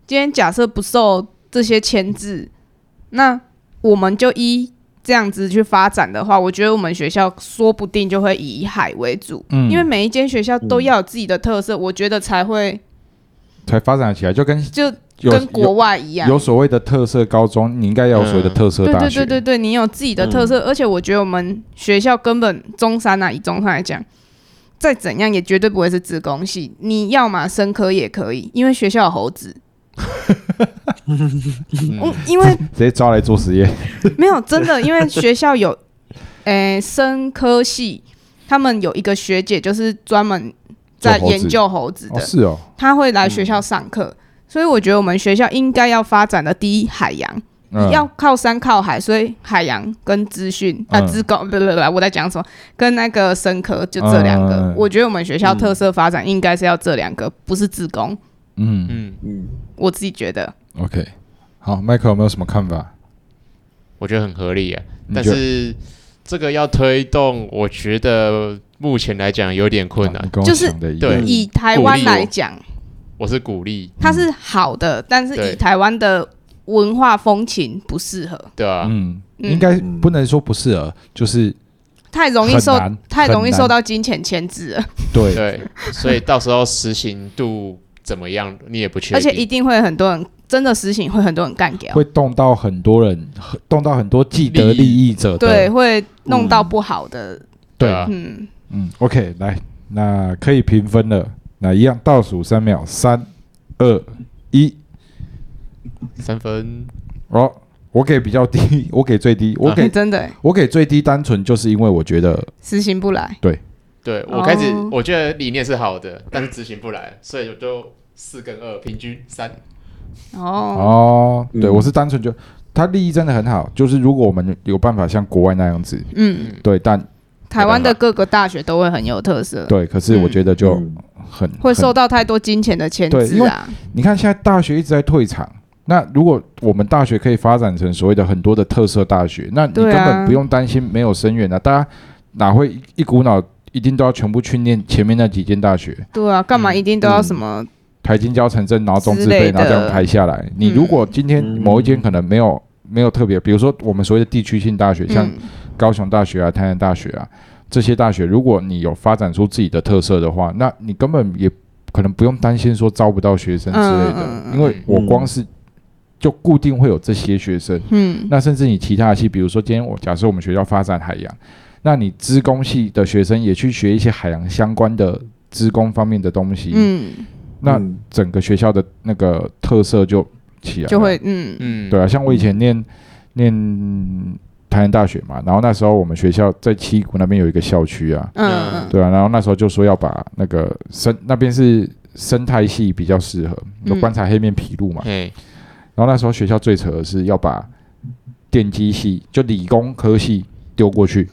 S2: 今天假设不受这些牵制，那我们就依这样子去发展的话，我觉得我们学校说不定就会以海为主，
S1: 嗯
S2: 因为每一间学校都要有自己的特色，我觉得才会
S1: 才发展起来，就跟
S2: 就
S1: 有
S2: 跟国外一
S1: 有
S2: 样。
S1: 有所谓的特色高中，你应该要有所谓的特色
S2: 对
S1: 大
S2: 对
S1: 学。嗯
S2: 对对对，你有自己的特色，而且我觉得我们学校根本中山啊，以中山来讲，再怎样也绝对不会是职工系，你要嘛生科也可以，因为学校有猴子，嗯
S3: 嗯，
S2: 因为
S1: 直接招来做实验。
S2: 没有，真的，因为学校有， 诶、生科系，他们有一个学姐就是专门在
S1: 做猴子
S2: 研究猴子的，
S1: 哦，是哦，
S2: 她会来学校上课，所以我觉得我们学校应该要发展的第一海洋，
S1: 嗯、
S2: 要靠山靠海，所以海洋跟资讯啊，
S1: 嗯
S2: 资工，不不不，我在讲什么？跟那个生科就这两个，
S1: 嗯嗯嗯
S2: 我觉得我们学校特色发展应该是要这两个，不是自工，
S1: 嗯
S3: 嗯，
S4: 嗯，
S2: 我自己觉得，
S1: OK，好，Michael 有没有什么看法？
S3: 我觉得很合理啊，
S1: 你
S3: 但
S1: 觉得
S3: 是这个要推动，我觉得目前来讲有点困
S1: 啊你
S3: 难。
S1: 跟我
S2: 就是
S1: 想的一
S3: 对
S1: 样
S2: 以台湾来讲。
S3: 我是鼓励，
S2: 它是好的，但是以
S3: 对
S2: 台湾的文化风情不适合，
S3: 对啊，
S1: 嗯，
S2: 嗯
S1: 应该不能说不适合，就是
S2: 太容易受
S1: 很难
S2: 太容
S1: 很
S2: 易
S1: 难
S2: 受到金钱牵制了，
S1: 对
S3: 对，所以到时候实行度怎么样，你也不确定。
S2: 而且一定会很多人真的实行会很多人干
S3: 啊
S2: 掉，
S1: 会动到很多人，动到很多既得利益者的。
S2: 对，会弄
S1: 嗯
S2: 到不好的，
S1: 对
S3: 对啊，
S2: 嗯，
S1: 嗯，OK，来，那可以评分了。那一样倒数三秒，三、二、一。
S3: 三分，
S1: 哦，我给比较低， 我给最低，我给、
S2: 欸 真的欸
S1: 我给最低，单纯就是因为我觉得
S2: 实行不来，
S3: 对我开始
S2: 哦
S3: 我觉得理念是好的，但是执行不来，所以我就四跟二平均三。
S2: 哦，
S1: 哦，对
S4: 嗯
S1: 我是单纯就它利益真的很好，就是如果我们有办法像国外那样子，
S2: 嗯，
S1: 对，但
S2: 台湾的各个大学都会很有特色，
S1: 对，可是我觉得就
S4: 嗯
S1: 很
S2: 会受
S1: 很
S2: 到太多金钱的牵
S1: 对
S2: 制
S1: 因为
S2: 啊。
S1: 你看现在大学一直在退场，那如果我们大学可以发展成所谓的很多的特色大学，那你根
S2: 对啊
S1: 本不用担心没有生源了、大家哪会一一股脑一定都要全部去念前面那几间大学？
S2: 对啊，干嘛
S3: 嗯
S2: 一定都要什么？
S1: 台金交城镇，然后中自
S2: 之
S1: 备，
S2: 类
S1: 然后这样
S2: 的嗯
S1: 排下来。你如果今天
S4: 嗯
S1: 某一间可能没有没有特别，比如说我们所谓的地区性大学，像
S2: 嗯，
S1: 高雄大学啊、台南大学啊这些大学，如果你有发展出自己的特色的话，那你根本也可能不用担心说招不到学生之类的，
S2: 嗯嗯嗯
S1: 因为我光是就固定会有这些学生。
S2: 嗯，
S1: 那甚至你其他的系，比如说今天我假设我们学校发展海洋，那你资工系的学生也去学一些海洋相关的资工方面的东西，
S2: 嗯，
S1: 那
S4: 嗯
S1: 整个学校的那个特色就起来了，
S2: 就会嗯
S3: 嗯，
S1: 对啊，像我以前念念台南大学嘛，然后那时候我们学校在七股那边有一个校区啊，
S2: 嗯嗯
S1: 对啊，然后那时候就说要把那个生那边是生态系比较适合，有
S2: 嗯
S1: 观察黑面琵鹭嘛，
S3: 嘿，
S1: 然后那时候学校最扯的是要把电机系就理工科系丢过去，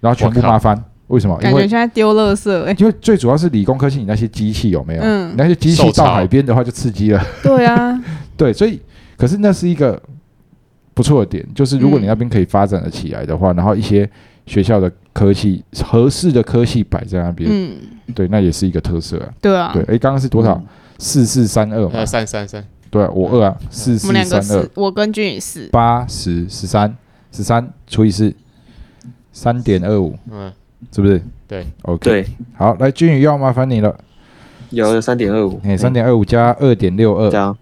S1: 然后全部
S3: 我靠
S1: 骂翻，为什么？
S2: 感
S1: 因
S2: 觉
S1: 为
S2: 现在丢垃圾哎、
S1: 因为最主要是理工科系，你那些机器有没有？
S2: 嗯
S1: 你那些机器
S3: 受
S1: 到
S3: 潮
S1: 海边的话就刺激了。
S2: 对啊，
S1: 对，所以可是那是一个不错的点，就是如果你
S2: 嗯
S1: 那边可以发展的起来的话，然后一些学校的科系合适的科系摆在那边，
S2: 嗯，
S1: 对，那也是一个特色啊。
S2: 对啊，
S1: 对，哎，刚刚是多少
S4: 嗯？
S1: 四四三二嘛
S3: 呃，，三三三，
S1: 对，我二啊，四
S2: 我
S1: 四
S2: 们两个
S1: 三二
S2: 是，，我跟俊宇是，
S1: 八十十三十三除以四，三点二五，
S3: 嗯，
S1: 是不是？
S3: 对
S1: ，OK，
S4: 对，
S1: 好，来君宇要麻烦你了，
S4: 有三点二五，
S1: 哎，三点二五加二点六二，
S4: 嗯加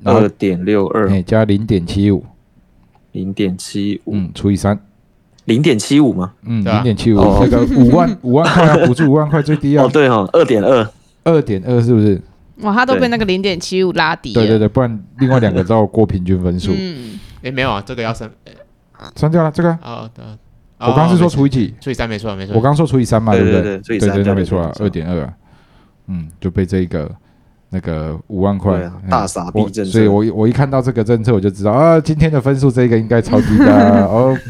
S1: 然后
S4: 二点六二，
S1: 哎加零点七五，
S4: 零点七五，
S1: 嗯，除以三。
S4: 零点七五吗？
S1: 嗯，
S3: 对
S1: 零
S3: 啊
S1: 点七五，
S4: 哦
S1: 那个五 万五万块要补助，五万块最低
S4: 哦，
S1: 要
S4: 对哦，二点二，
S1: 二点二，是不是？
S2: 哇，他都
S4: 对
S2: 被那个零点七五拉低了，
S1: 对对对，不然另外两个都要过平均分数。
S2: 嗯，
S3: 诶，没有啊，这个要三，
S1: 删掉了这个啊，
S3: 哦，对啊
S1: 我刚刚是说
S3: 哦没事
S1: 除以几？
S3: 除以三，没错没错，
S1: 我刚说除以三嘛，
S4: 对
S1: 不
S4: 对
S1: 对？
S4: 对除以
S1: 对
S4: 三
S1: 对，
S4: 对
S1: 没
S4: 对
S1: 错啊，二
S4: 对
S1: 点二，嗯，就被这个那个五万块
S4: 对啊
S1: 嗯
S4: 大傻逼
S1: 我
S4: 政策
S1: 所以我一我一看到这个政策，我就知道啊，今天的分数这个应该超低的 啊。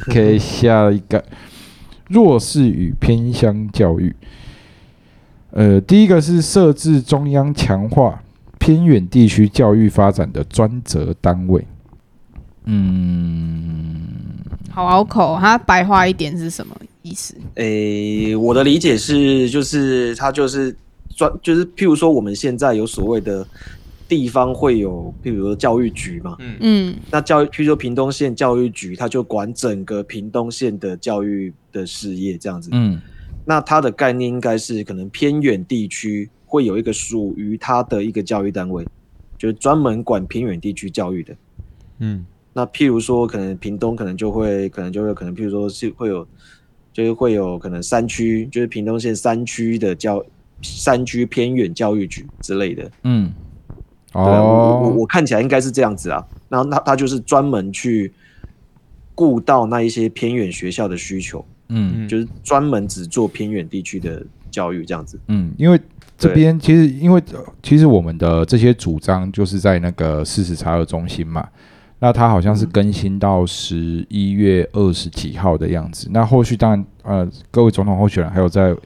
S1: OK，下一个弱势与偏乡教育。呃，第一个是设置中央强化偏远地区教育发展的专责单位。嗯，
S2: 好拗口，他白话一点是什么意思？
S4: 诶，我的理解是，就是它就是专，就是譬如说我们现在有所谓的地方会有，譬如说教育局嘛，
S3: 嗯
S2: 嗯
S4: 那教育，譬如说屏东县教育局，它就管整个屏东县的教育的事业这样子。
S1: 嗯
S4: 那它的概念应该是可能偏远地区会有一个属于它的一个教育单位，就是专门管偏远地区教育的。
S3: 嗯，
S4: 那譬如说，可能屏东可能就会，可能就会，可能譬如说是会有，就是会有可能山区，就是屏东县山区的教山区偏远教育局之类的。
S1: 嗯，
S4: 对啊，我我
S1: 哦，
S4: 我看起来应该是这样子啊。然后他他就是专门去顾到那一些偏远学校的需求，
S1: 嗯
S3: 嗯
S4: 就是专门只做偏远地区的教育这样子。
S1: 嗯，因为这
S4: 对
S1: 边其实因为呃其实我们的这些主张就是在那个事实查核中心嘛，那它好像是
S4: 嗯
S1: 更新到十一月二十几号的样子。那后续当然呃，各位总统候选人还有在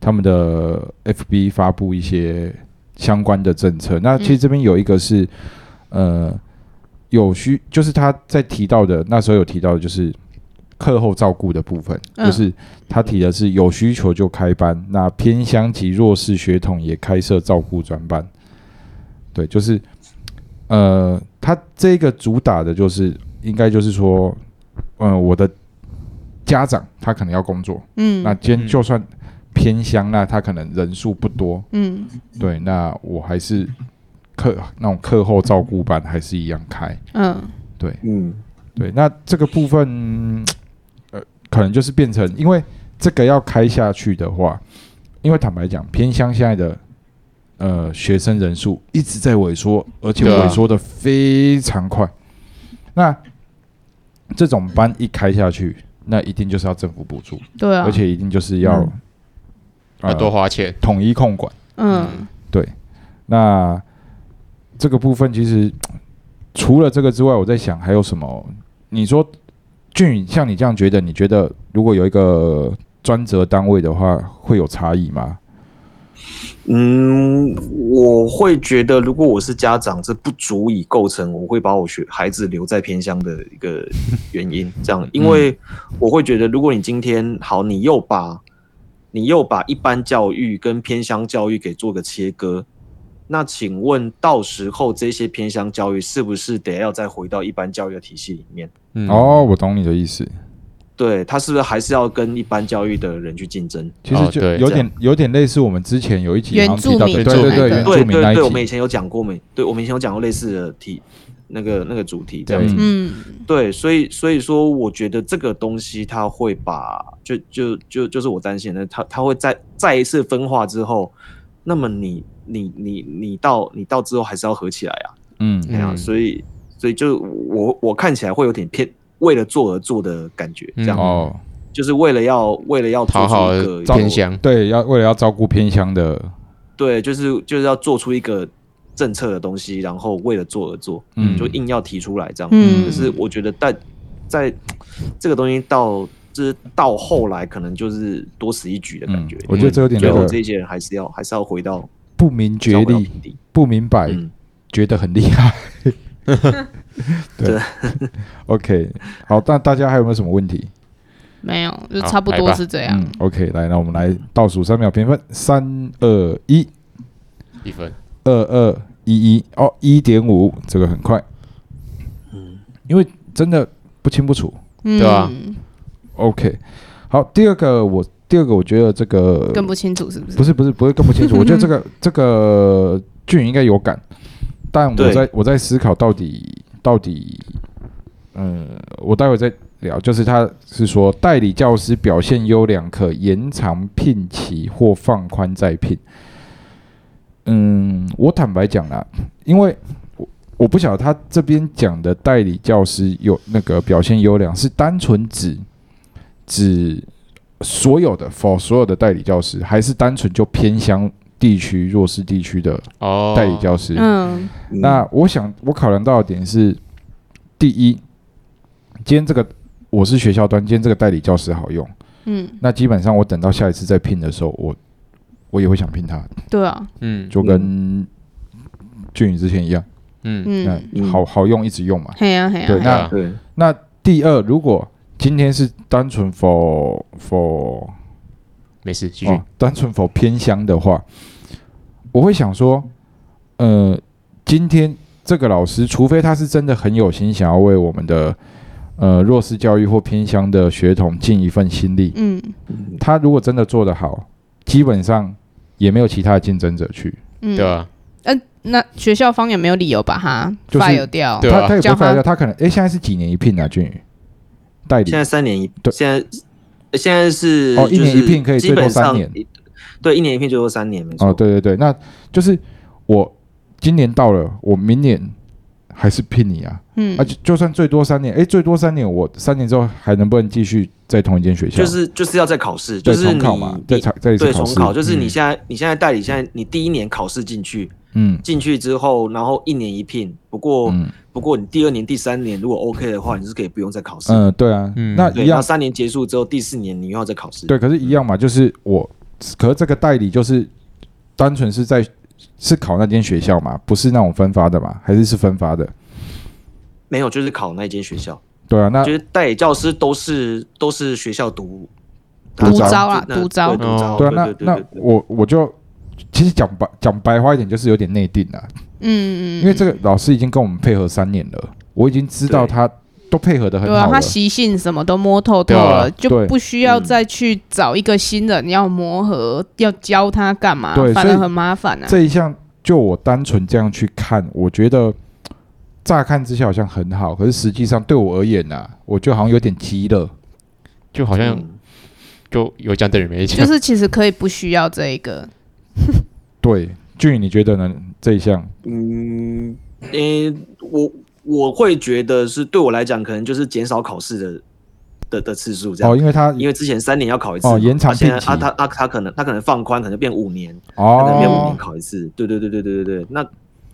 S1: 他们的 FB 发布一些相关的政策。
S2: 嗯
S1: 那其实这边有一个是、呃有需，就是他在提到的那时候有提到的就是课后照顾的部分，
S2: 嗯
S1: 就是他提的是有需求就开班，那偏乡及弱势学童也开设照顾专班。对，就是呃，他这个主打的就是应该就是说，嗯、我的家长他可能要工作，
S2: 嗯，
S1: 那今天
S3: 嗯
S1: 就算偏乡，那他可能人数不多，
S2: 嗯
S1: 对，那我还是课那种课后照顾班还是一样开，
S2: 嗯
S1: 对
S4: 嗯，
S1: 对，那这个部分，呃，可能就是变成因为这个要开下去的话，因为坦白讲，偏乡现在的呃学生人数一直在萎缩，而且
S3: 对啊
S1: 萎缩的非常快，那这种班一开下去，那一定就是要政府补助。
S2: 对啊，
S1: 而且一定就是要、呃
S4: 嗯
S3: 要多花钱，
S1: 统一控管。
S2: 嗯
S1: 那这个部分其实除了这个之外，我在想还有什么？你说俊宇，像你这样觉得，你觉得如果有一个专责单位的话，会有差异吗？
S4: 嗯，我会觉得，如果我是家长，这不足以构成我会把我学孩子留在偏乡的一个原因。这样，因为我会觉得，如果你今天好，你又把你又把一般教育跟偏乡教育给做个切割，那请问到时候这些偏乡教育是不是得要再回到一般教育的体系里面？
S3: 嗯，
S1: 哦，我懂你的意思。
S4: 对，他是不是还是要跟一般教育的人去竞争？
S1: 其实
S3: 哦
S1: 就
S3: 对
S1: 有
S4: 这
S1: 点有点类似我们之前有一集
S2: 原
S1: 好像提
S2: 住
S1: 到
S2: 民
S1: 的对对对
S2: 那
S1: 原
S2: 个
S1: 住
S4: 对
S1: 民
S4: 对
S1: 那
S4: 对，
S1: 一
S4: 我们以
S1: 集，
S4: 前有讲过，没对，我们以前有讲过类似的题，那个那个主题这样子。
S1: 嗯
S2: 嗯，
S4: 对，所以所以说，我觉得这个东西它会把就就就就是我担心的，它它会再再一次分化之后，那么你你你你到你到之后还是要合起来啊，
S1: 嗯
S4: 哎呀、
S3: 嗯
S4: 所以所以就我我看起来会有点偏为了做而做的感觉，这
S3: 嗯
S4: 样、
S1: 哦，
S4: 就是为了要为了要
S3: 讨
S4: 做出
S3: 好呃
S4: 一
S1: 嗯
S4: 个
S3: 偏乡，
S1: 对，要为了要照顾偏乡的，
S4: 对，就是就是要做出一个政策的东西，然后为了做而做，
S1: 嗯
S4: 就硬要提出来这样。
S2: 嗯
S4: 就是我觉得但在这个东西到就是到后来，可能就是多此一举的感
S1: 嗯
S4: 觉。，
S1: 我觉得这有点
S4: 最
S1: 那
S4: 后
S1: 个
S4: 这些人还是要还是要回到
S1: 不明觉
S4: 回到
S1: 厉
S4: 本、地。
S1: 不明白，
S4: 嗯，
S1: 觉得很厉 害。对
S4: 对
S1: ，OK，好，那大家还有没有什么问题？
S2: 没有，就
S3: 好
S2: 差不
S3: 来
S2: 多
S3: 吧
S2: 是这样
S1: 嗯。，OK，来，那我们来倒数三秒评分，三二一，
S3: 一分，
S1: 二二一一，哦，一点五，这个很快，
S4: 嗯
S1: 因为真的不清不楚。
S2: 嗯，
S3: 对啊
S1: OK，好，第二个我第二个我觉得这个
S2: 更不清楚是不是？
S1: 不是不是不会更不清楚，我觉得这 个这个俊应该有感，但我
S4: 对
S1: 在我在思考到底到底，嗯，我待会再聊，就是他是说代理教师表现优良可延长聘期或放宽再聘。嗯，我坦白讲啦，因为我我不晓得他这边讲的代理教师有那个表现优良，是单纯指指所有的 for 所有的代理教师，还是单纯就偏乡地区弱势地区的
S3: 哦，
S1: 代理教师？
S2: 嗯
S1: 那我想我考量到的点是，第一，今天这个我是学校端，今天这个代理教师好用，
S2: 嗯，
S1: 那基本上我等到下一次再聘的时候，我我也会想聘他，
S2: 对啊，
S3: 嗯
S1: 就跟俊宇之前一样，
S3: 嗯
S2: 嗯，
S1: 那好好用一直用嘛。
S2: 嘿呀嘿呀，
S1: 对
S2: 嘿
S1: 那
S2: 啊
S3: 啊
S4: 对，
S1: 那第二，如果今天是单纯 for for
S3: 没事，继续
S1: 哦，，单纯否偏乡的话，我会想说，呃，今天这个老师，除非他是真的很有心，想要为我们的呃弱势教育或偏乡的血统尽一份心力，
S2: 嗯
S4: 嗯
S1: 他如果真的做得好，基本上也没有其他的竞争者去，
S2: 嗯，
S3: 对啊，
S2: 嗯，那学校方也没有理由把它
S1: 就是
S2: fire 掉，
S3: 对啊
S1: 他他也不
S2: 叫
S1: 会
S2: 他
S1: 反掉，他可能诶，现在是几年一聘啊，俊宇代理
S4: 现在三年一
S1: 对，
S4: 现在现在是
S1: 哦一年
S4: 就是
S1: 一聘可以最
S4: 基
S1: 多
S4: 本
S1: 三
S4: 上
S1: 年
S4: 一，对，一年一聘最多三年，没错。
S1: 哦，对对对，那就是我今年到了，我明年还是聘你啊。
S2: 嗯
S1: 啊，，就就算最多三年，诶，最多三年，我三年之后还能不能继续在同一间学校？
S4: 就是就是要再考试，
S1: 啊对
S4: 就是
S1: 重
S4: 你
S1: 考嘛，
S4: 你
S1: 再考再一次
S4: 对
S1: 考
S4: 重
S1: 试，
S4: 考，就是你
S3: 嗯
S4: 现在、你现在代理，现在你第一年考试进去，
S1: 嗯
S4: 进去之后，然后一年一聘。不过、
S1: 嗯
S4: 不过你第二年、第三年如果 OK 的话，你是可以不用再考试。
S1: 嗯，对啊，
S3: 嗯
S1: 那
S4: 对，
S1: 一
S4: 然后
S1: 样
S4: 三年结束之后，第四年你又要再考试。
S1: 对，可是一样嘛，就是我，可是这个代理就是单纯是在是考那间学校嘛，不是那种分发的嘛，还是是分发的？
S4: 没有就是考那间学校，
S1: 对啊，那
S4: 就是代理教师都是都是学校读
S1: 独招
S2: 啊
S4: 那
S2: 独招
S4: 对独招，
S1: 对啊，
S4: 哦对
S1: 那
S4: 对对
S1: 那
S4: 对对
S1: 我我就其实讲白讲白话一点，就是有点内定了，
S2: 嗯嗯，
S1: 因为这个老师已经跟我们配合三年了，我已经知道
S4: 对
S1: 他都配合的很
S2: 对
S1: 好
S2: 啊，他
S1: 了。
S2: 习性什么都摸透透
S3: 对啊
S2: 了，就
S1: 对
S2: 不需要
S4: 嗯
S2: 再去找一个新人要磨合，要教他干嘛
S1: 对，
S2: 反
S1: 所以
S2: 而很麻烦啊。
S1: 这一项，就我单纯这样去看，我觉得乍看之下好像很好，可是实际上对我而言呐、啊我就好像有点急了。
S3: 就好像
S4: 嗯
S3: 就有讲等于没
S2: 就
S3: 讲，
S2: 是其实可以不需要这一个，
S1: 对，俊宇，你觉得呢？这一项，
S4: 嗯，诶、我我会觉得是对我来讲，可能就是减少考试的的的次数这样。
S1: 哦，因为他
S4: 因为之前三年要考一次
S1: 哦
S4: 嘛
S1: 延长
S4: 啊现在
S1: 聘期
S4: 啊，他啊他可能他可能放宽，可能变五年，他可能变五
S1: 哦
S4: 年，考一次。对对对对对对对。那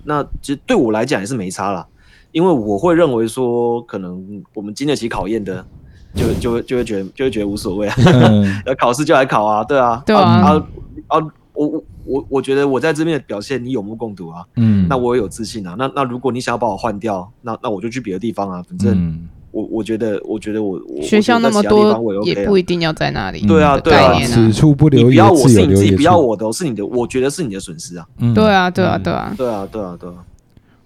S4: 那其实对我来讲也是没差啦，因为我会认为说，可能我们经得起考验的，就就会就会觉得就会觉得无所谓啊，
S1: 嗯
S4: 要考试就来考啊，对啊，
S2: 对啊
S4: 啊啊，我我我我觉得我在这边的表现你有目共睹啊，
S1: 嗯，
S4: 那我也有自信啊，那那如果你想要把我换掉，那那我就去别的地方啊，反正
S1: 嗯
S4: 我我觉得我觉得我我
S2: 学校那么
S4: 我觉得在其他地方我
S2: 多，
S4: 也 OK
S2: 也
S4: 啊
S2: 不一定要在那里。
S4: 对啊
S2: 的
S4: 对啊
S2: 概
S1: 嗯
S2: 念
S1: 此处不
S4: 你
S1: 留
S4: 不
S1: 爷
S4: 要我
S1: 自
S4: 是
S1: 有
S4: 你
S1: 留
S4: 自己
S1: 爷
S4: 不要
S1: 处。
S4: 我的哦，是你的，我觉得是你的损失啊，
S1: 嗯
S2: 对啊，对啊，
S3: 嗯
S2: 对啊，
S4: 对啊对啊对啊，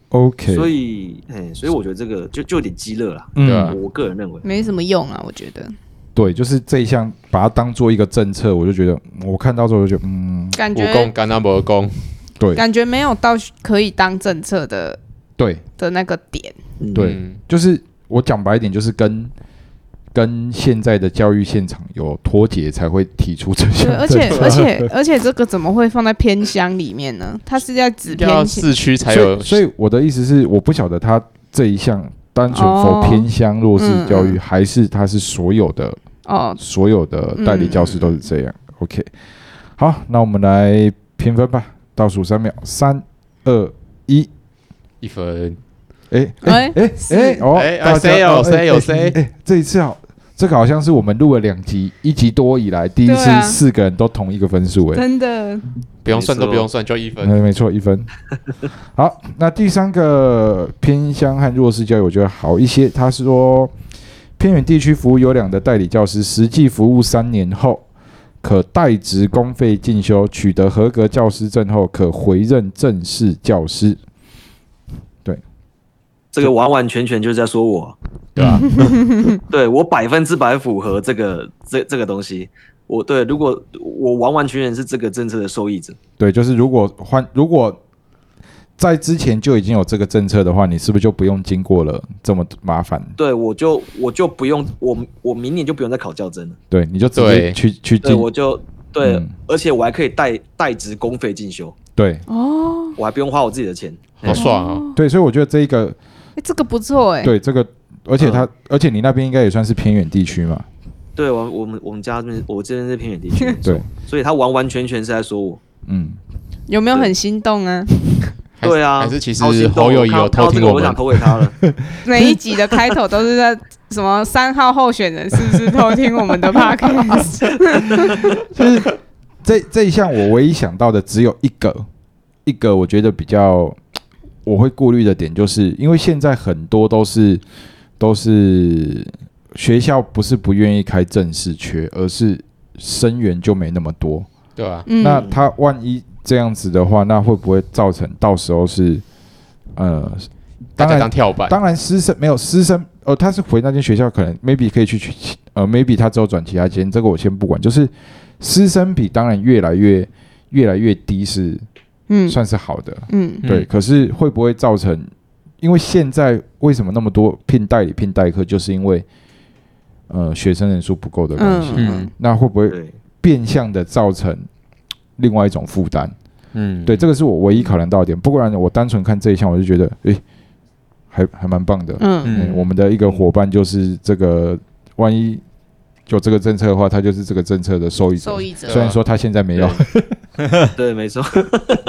S1: ，OK，
S4: 所以哎，所以我觉得这个就就有点鸡肋啦，
S1: 嗯
S3: 对啊
S4: 我个人认为，
S2: 没什么用啊，我觉得
S1: 对，就是这一项把它当做一个政策，我就觉得我看到之后我就觉得嗯，
S2: 感
S3: 武功
S2: 觉
S3: 干到无功，
S1: 对
S2: 感觉没有到可以当政策的
S1: 对，
S2: 的那个 点。
S4: 嗯
S1: 对
S3: 嗯
S1: 就是我讲白一点，就是跟跟现在的教育现场有脱节，才会提出这项
S2: 对，而
S1: 政
S2: 且
S1: 策
S2: 而且而且这个怎么会放在偏乡里面呢？它是在指
S3: 要
S2: 偏乡，
S3: 市区才
S1: 所以
S3: 有，
S1: 所以我的意思是，我不晓得他这一项单纯否
S2: 哦
S1: 偏乡弱势教育，
S2: 嗯嗯
S1: 还是他是所有的
S2: 哦，
S1: 所有的代理教师都是这样。OK，好，那我们来评分吧，倒数三秒，三二一，
S3: 一分，
S1: 哎
S2: 哎
S1: 哎
S2: 是
S1: 哎哦
S3: 哎，哎
S1: 大
S3: 谁
S1: 家
S3: 有
S1: 哦哎
S3: 谁有
S1: 哎
S3: 谁
S1: 哎，这一次好。这个好像是我们录了两集，一集多以来第一
S2: 对
S1: 次
S2: 啊
S1: 四个人都同一个分数、哎、
S2: 真的
S3: 不用算
S4: 没错
S3: 都不用算，就一分。
S1: 嗯，没错，一 分。好，那第三个偏乡和弱势教育，我觉得好一些。他是说，偏远地区服务优良的代理教师，实际服务三年后，可代职公费进修，取得合格教师证后，可回任正式教师。
S4: 这个完完全全就是在说我，
S3: 对啊，
S4: 对我百分之百符合这个这这个东西。我对，如果我完完全全是这个政策的受益者，
S1: 对，就是如果换，如果在之前就已经有这个政策的话，你是不是就不用经过了这么麻烦？
S4: 对我就我就不用我我明年就不用再考教甄了，
S1: 对，你就直接
S3: 对
S1: 去去
S4: 对
S1: 进。
S4: 我就对，
S1: 嗯
S4: 而且我还可以代代职公费进修，
S1: 对
S2: 哦，
S4: 我还不用花我自己的钱。
S3: 好爽哦！
S1: 对，所以我觉得这一个
S2: 哎，这个不错哎，
S1: 对这个，而且他，而且你那边应该也算是偏远地区嘛，，
S4: 对我我们我们家这边我这边是偏远地区
S1: 对，
S4: 所以他完完全全是在说我。
S1: 嗯，
S2: 有没有很心动啊？
S3: 还是
S4: 对啊，
S3: 还是其实
S4: 好心动
S3: 侯友谊
S4: 我看
S3: 有
S4: 看到
S3: 偷
S4: 这
S3: 听
S4: 个
S3: 我
S4: 我想
S3: 们，
S4: 投给他了。
S2: 每一集的开头都是在什么三号候选人是不是偷听我 们的 podcast？
S1: 这这一项我唯一想到的只有一个，一个我觉得比较我会顾虑的点，就是因为现在很多都是都是学校不是不愿意开正式缺，而是生源就没那么多，
S3: 对啊，
S2: 嗯
S1: 那他万一这样子的话，那会不会造成到时候是呃，
S3: 大
S1: 当
S3: 家
S1: 然
S3: 当跳板，
S1: 当然，师生没有师生，呃，他是回那间学校，可能 maybe 可以去去，呃，maybe 他之后转其他间，这个我先不管。就是师生比当然越来越越来越低是、
S2: 嗯
S1: 算是好的，
S2: 嗯
S3: 嗯
S1: 对。可是会不会造成？因为现在为什么那么多聘代理、聘代课，就是因为呃学生人数不够的关系。
S2: 嗯
S3: 嗯
S1: 那会不会
S4: 对，
S1: 变相的造成另外一种负担？
S3: 嗯，
S1: 对，这个是我唯一考量到的点。不然我单纯看这一项，我就觉得，诶、还还蛮棒的。
S2: 嗯，
S1: 嗯，
S3: 嗯
S1: 我们的一个伙伴就是这个，万一有这个政策的话，他就是这个政策的受益者。
S2: 受益者
S1: 虽然说他现在没有，
S4: 对，没错。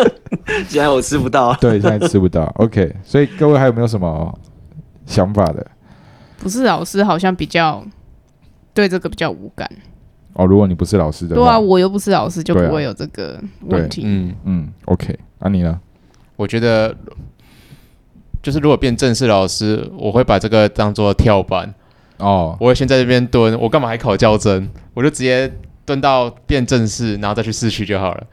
S4: 既然我吃不到，
S1: 对，现在吃不到。OK，所以各位还有没有什么哦想法的？
S2: 不是老师好像比较对这个比较无感。
S1: 哦，如果你不是老师的
S2: 对
S1: 话，
S2: 啊，我又不是老师，就
S1: 对啊
S2: 不会有这个问题。
S3: 嗯，
S1: 嗯，OK，那、你呢？
S3: 我觉得就是如果变正式老师，我会把这个当做跳板，
S1: 哦，
S3: 我会先在这边蹲，我干嘛还考教甄？我就直接蹲到变正式，然后再去市区就好了。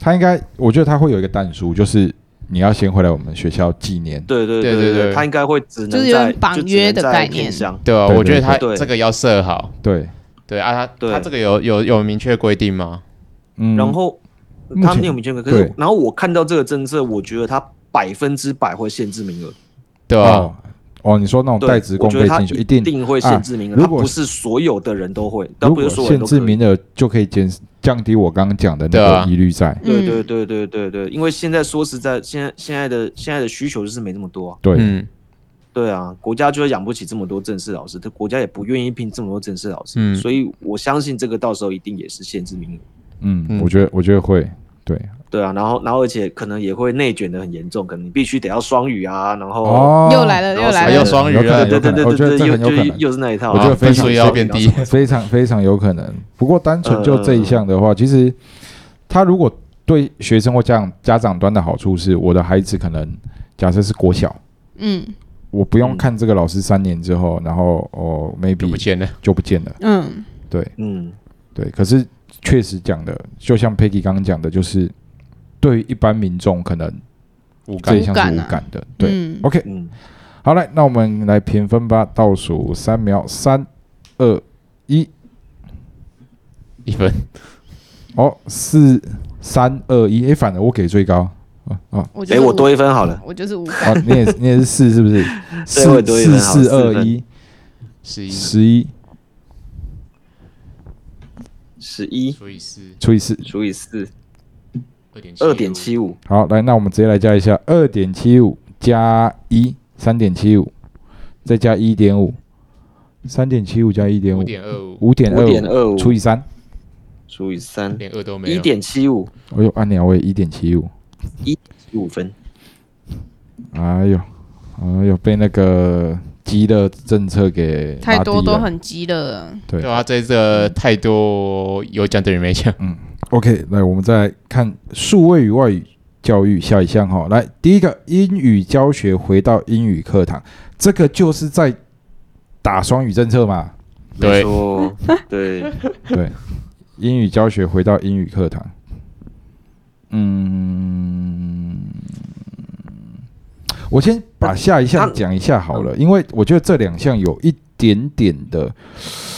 S1: 他应该，我觉得他会有一个淡书，就是你要先回来我们学校纪念。
S4: 对对
S3: 对
S4: 对
S3: 对
S4: 对，
S3: 对
S4: 他应该会只
S2: 就
S4: 能
S2: 是有
S4: 在
S2: 点绑
S4: 就只
S2: 约
S4: 能
S2: 的
S4: 在
S2: 概
S4: 偏
S2: 念
S4: 向
S3: 对啊，
S1: 对
S3: 我觉得他
S4: 对对
S3: 这个要设好。
S1: 对，
S3: 对啊，他
S4: 对
S3: 他这个有有有明确规定吗？
S1: 嗯，
S4: 然后
S1: 目
S4: 他
S1: 前
S4: 们有明确，可是
S1: 对
S4: 然后我看到这个政策，我觉得他百分之百会限制名额，
S3: 对啊，
S1: 哦哦，你说那种
S4: 对
S1: 代职
S4: 我
S1: 工
S4: 觉得
S1: 费
S4: 他
S1: 进去，一定
S4: 定会限制名
S1: 啊
S4: 额，他
S1: 如果
S4: 不是所有的人都会，但
S1: 如
S4: 不
S1: 果
S4: 是所有人
S1: 限
S4: 都
S1: 制
S4: 可以。
S1: 名额就可以减降低我刚刚讲的
S3: 对
S1: 那
S3: 啊
S1: 个疑虑在。
S4: 对对
S2: 嗯
S4: 对对对对，因为现在说实在，现在现在的现在的需求就是没那么多啊。
S1: 对，
S3: 嗯
S4: 对啊，国家就是养不起这么多正式老师，他国家也不愿意聘这么多正式老师，
S3: 嗯
S4: 所以我相信这个到时候一定也是限制名额。
S1: 嗯，
S3: 嗯
S1: 我觉得我觉得会，对，
S4: 对啊，然后然后而且可能也会内卷的很严重，可能你必须得要双语啊，然后
S1: 哦，
S2: 又来了，
S4: 然
S2: 又
S4: 后
S2: 来
S3: 还
S2: 了
S3: 有，啊双语
S1: 有可
S3: 了
S1: 能，
S4: 对对对
S1: 我觉得这
S4: 对对，又
S1: 很有可能
S4: 又又是那一套，
S1: 我觉得
S4: 啊
S1: 非常
S4: 分数也
S3: 要变低
S1: 非常非常有可能。不过单纯就这一项的话，
S3: 嗯
S1: 其实他如果对学生或家长家长端的好处是，我的孩子可能假设是国小，
S2: 嗯
S1: 我不用
S4: 嗯
S1: 看这个老师三年之后，然后哦
S3: 就不
S1: ，maybe
S3: 见了。
S1: 就不见了。
S2: 嗯，
S1: 对
S4: 嗯，
S1: 对，可是确实讲的，就像 Peggy 刚刚讲的，就是对于一般民众可能
S3: 无
S1: 这
S3: 感
S1: 一项是
S2: 无感
S1: 无
S2: 啊
S1: 感的。对
S2: 嗯
S1: ，OK，
S4: 嗯
S1: 好嘞，那我们来评分吧，倒数三秒，三二一。
S3: 一分，
S1: 哦，四三二一，诶，反而我给最高，啊啊
S2: 我就
S4: 哎，
S2: 是
S4: 我
S2: 无
S4: 多一分好了，
S2: 我就是无感，
S1: 啊！你也是你也是四是 不是？
S4: 我
S1: 四
S4: 也多一
S1: 四
S4: 分好
S1: 四
S4: 四
S1: 二
S4: 分
S1: 一
S3: 十一
S1: 十一
S4: 十一
S3: 除以四，
S1: 除以四，
S4: 除以四，
S3: 二点
S4: 二点七五，
S1: 好，来，那我们直接来加一下，二点七五加一，三点七五，再加一点五，三点七五加一点
S3: 五
S1: 五，
S3: 点二五，
S1: 五点
S4: 五点
S1: 二
S4: 二五
S1: 除以三，
S4: 除以三，
S3: 连二都没有。
S4: 一点七五，
S1: 哎呦，按鸟位一点七五，
S4: 十五分，
S1: 哎呦，哎呦，被那个极乐政策给
S2: 太
S1: 拉
S2: 多
S1: 低
S2: 都
S1: 了
S2: 很急了，
S1: 对
S3: 对啊，这这太多有讲等于没讲。
S1: OK，来，我们再来看数位与外语教育下一项哈。来，第一个英语教学回到英语课堂，这个就是在打双语政策 嘛。
S3: 对
S4: 没错，对，
S1: 对，英语教学回到英语课堂。嗯，我先把下一项
S4: 那
S1: 讲一下好了，因为我觉得这两项有一点点的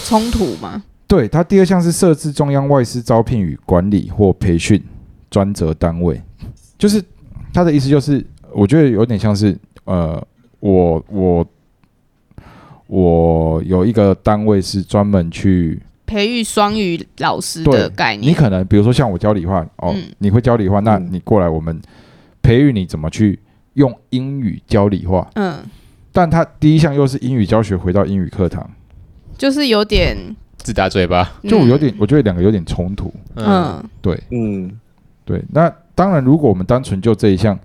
S2: 冲突嘛，
S1: 对，它第二项是设置中央外事招聘与管理或培训专责单位，就是他的意思就是，我觉得有点像是呃，我我我有一个单位是专门去，
S2: 培育双语老师
S1: 对
S2: 的概
S1: 你
S2: 念，
S1: 可能比如说像我教理化哦，
S2: 嗯
S1: 你会教理化，那
S4: 嗯
S1: 你过来我们培育你怎么去用英语教理化，
S2: 嗯，
S1: 但他第一项又是英语教学回到英语课堂，
S2: 就是有点，
S3: 自打嘴巴。
S1: 就有点，我觉得两个有点冲突，
S2: 嗯，嗯，
S1: 对。
S4: 嗯
S1: 对，那当然，如果我们单纯就这一项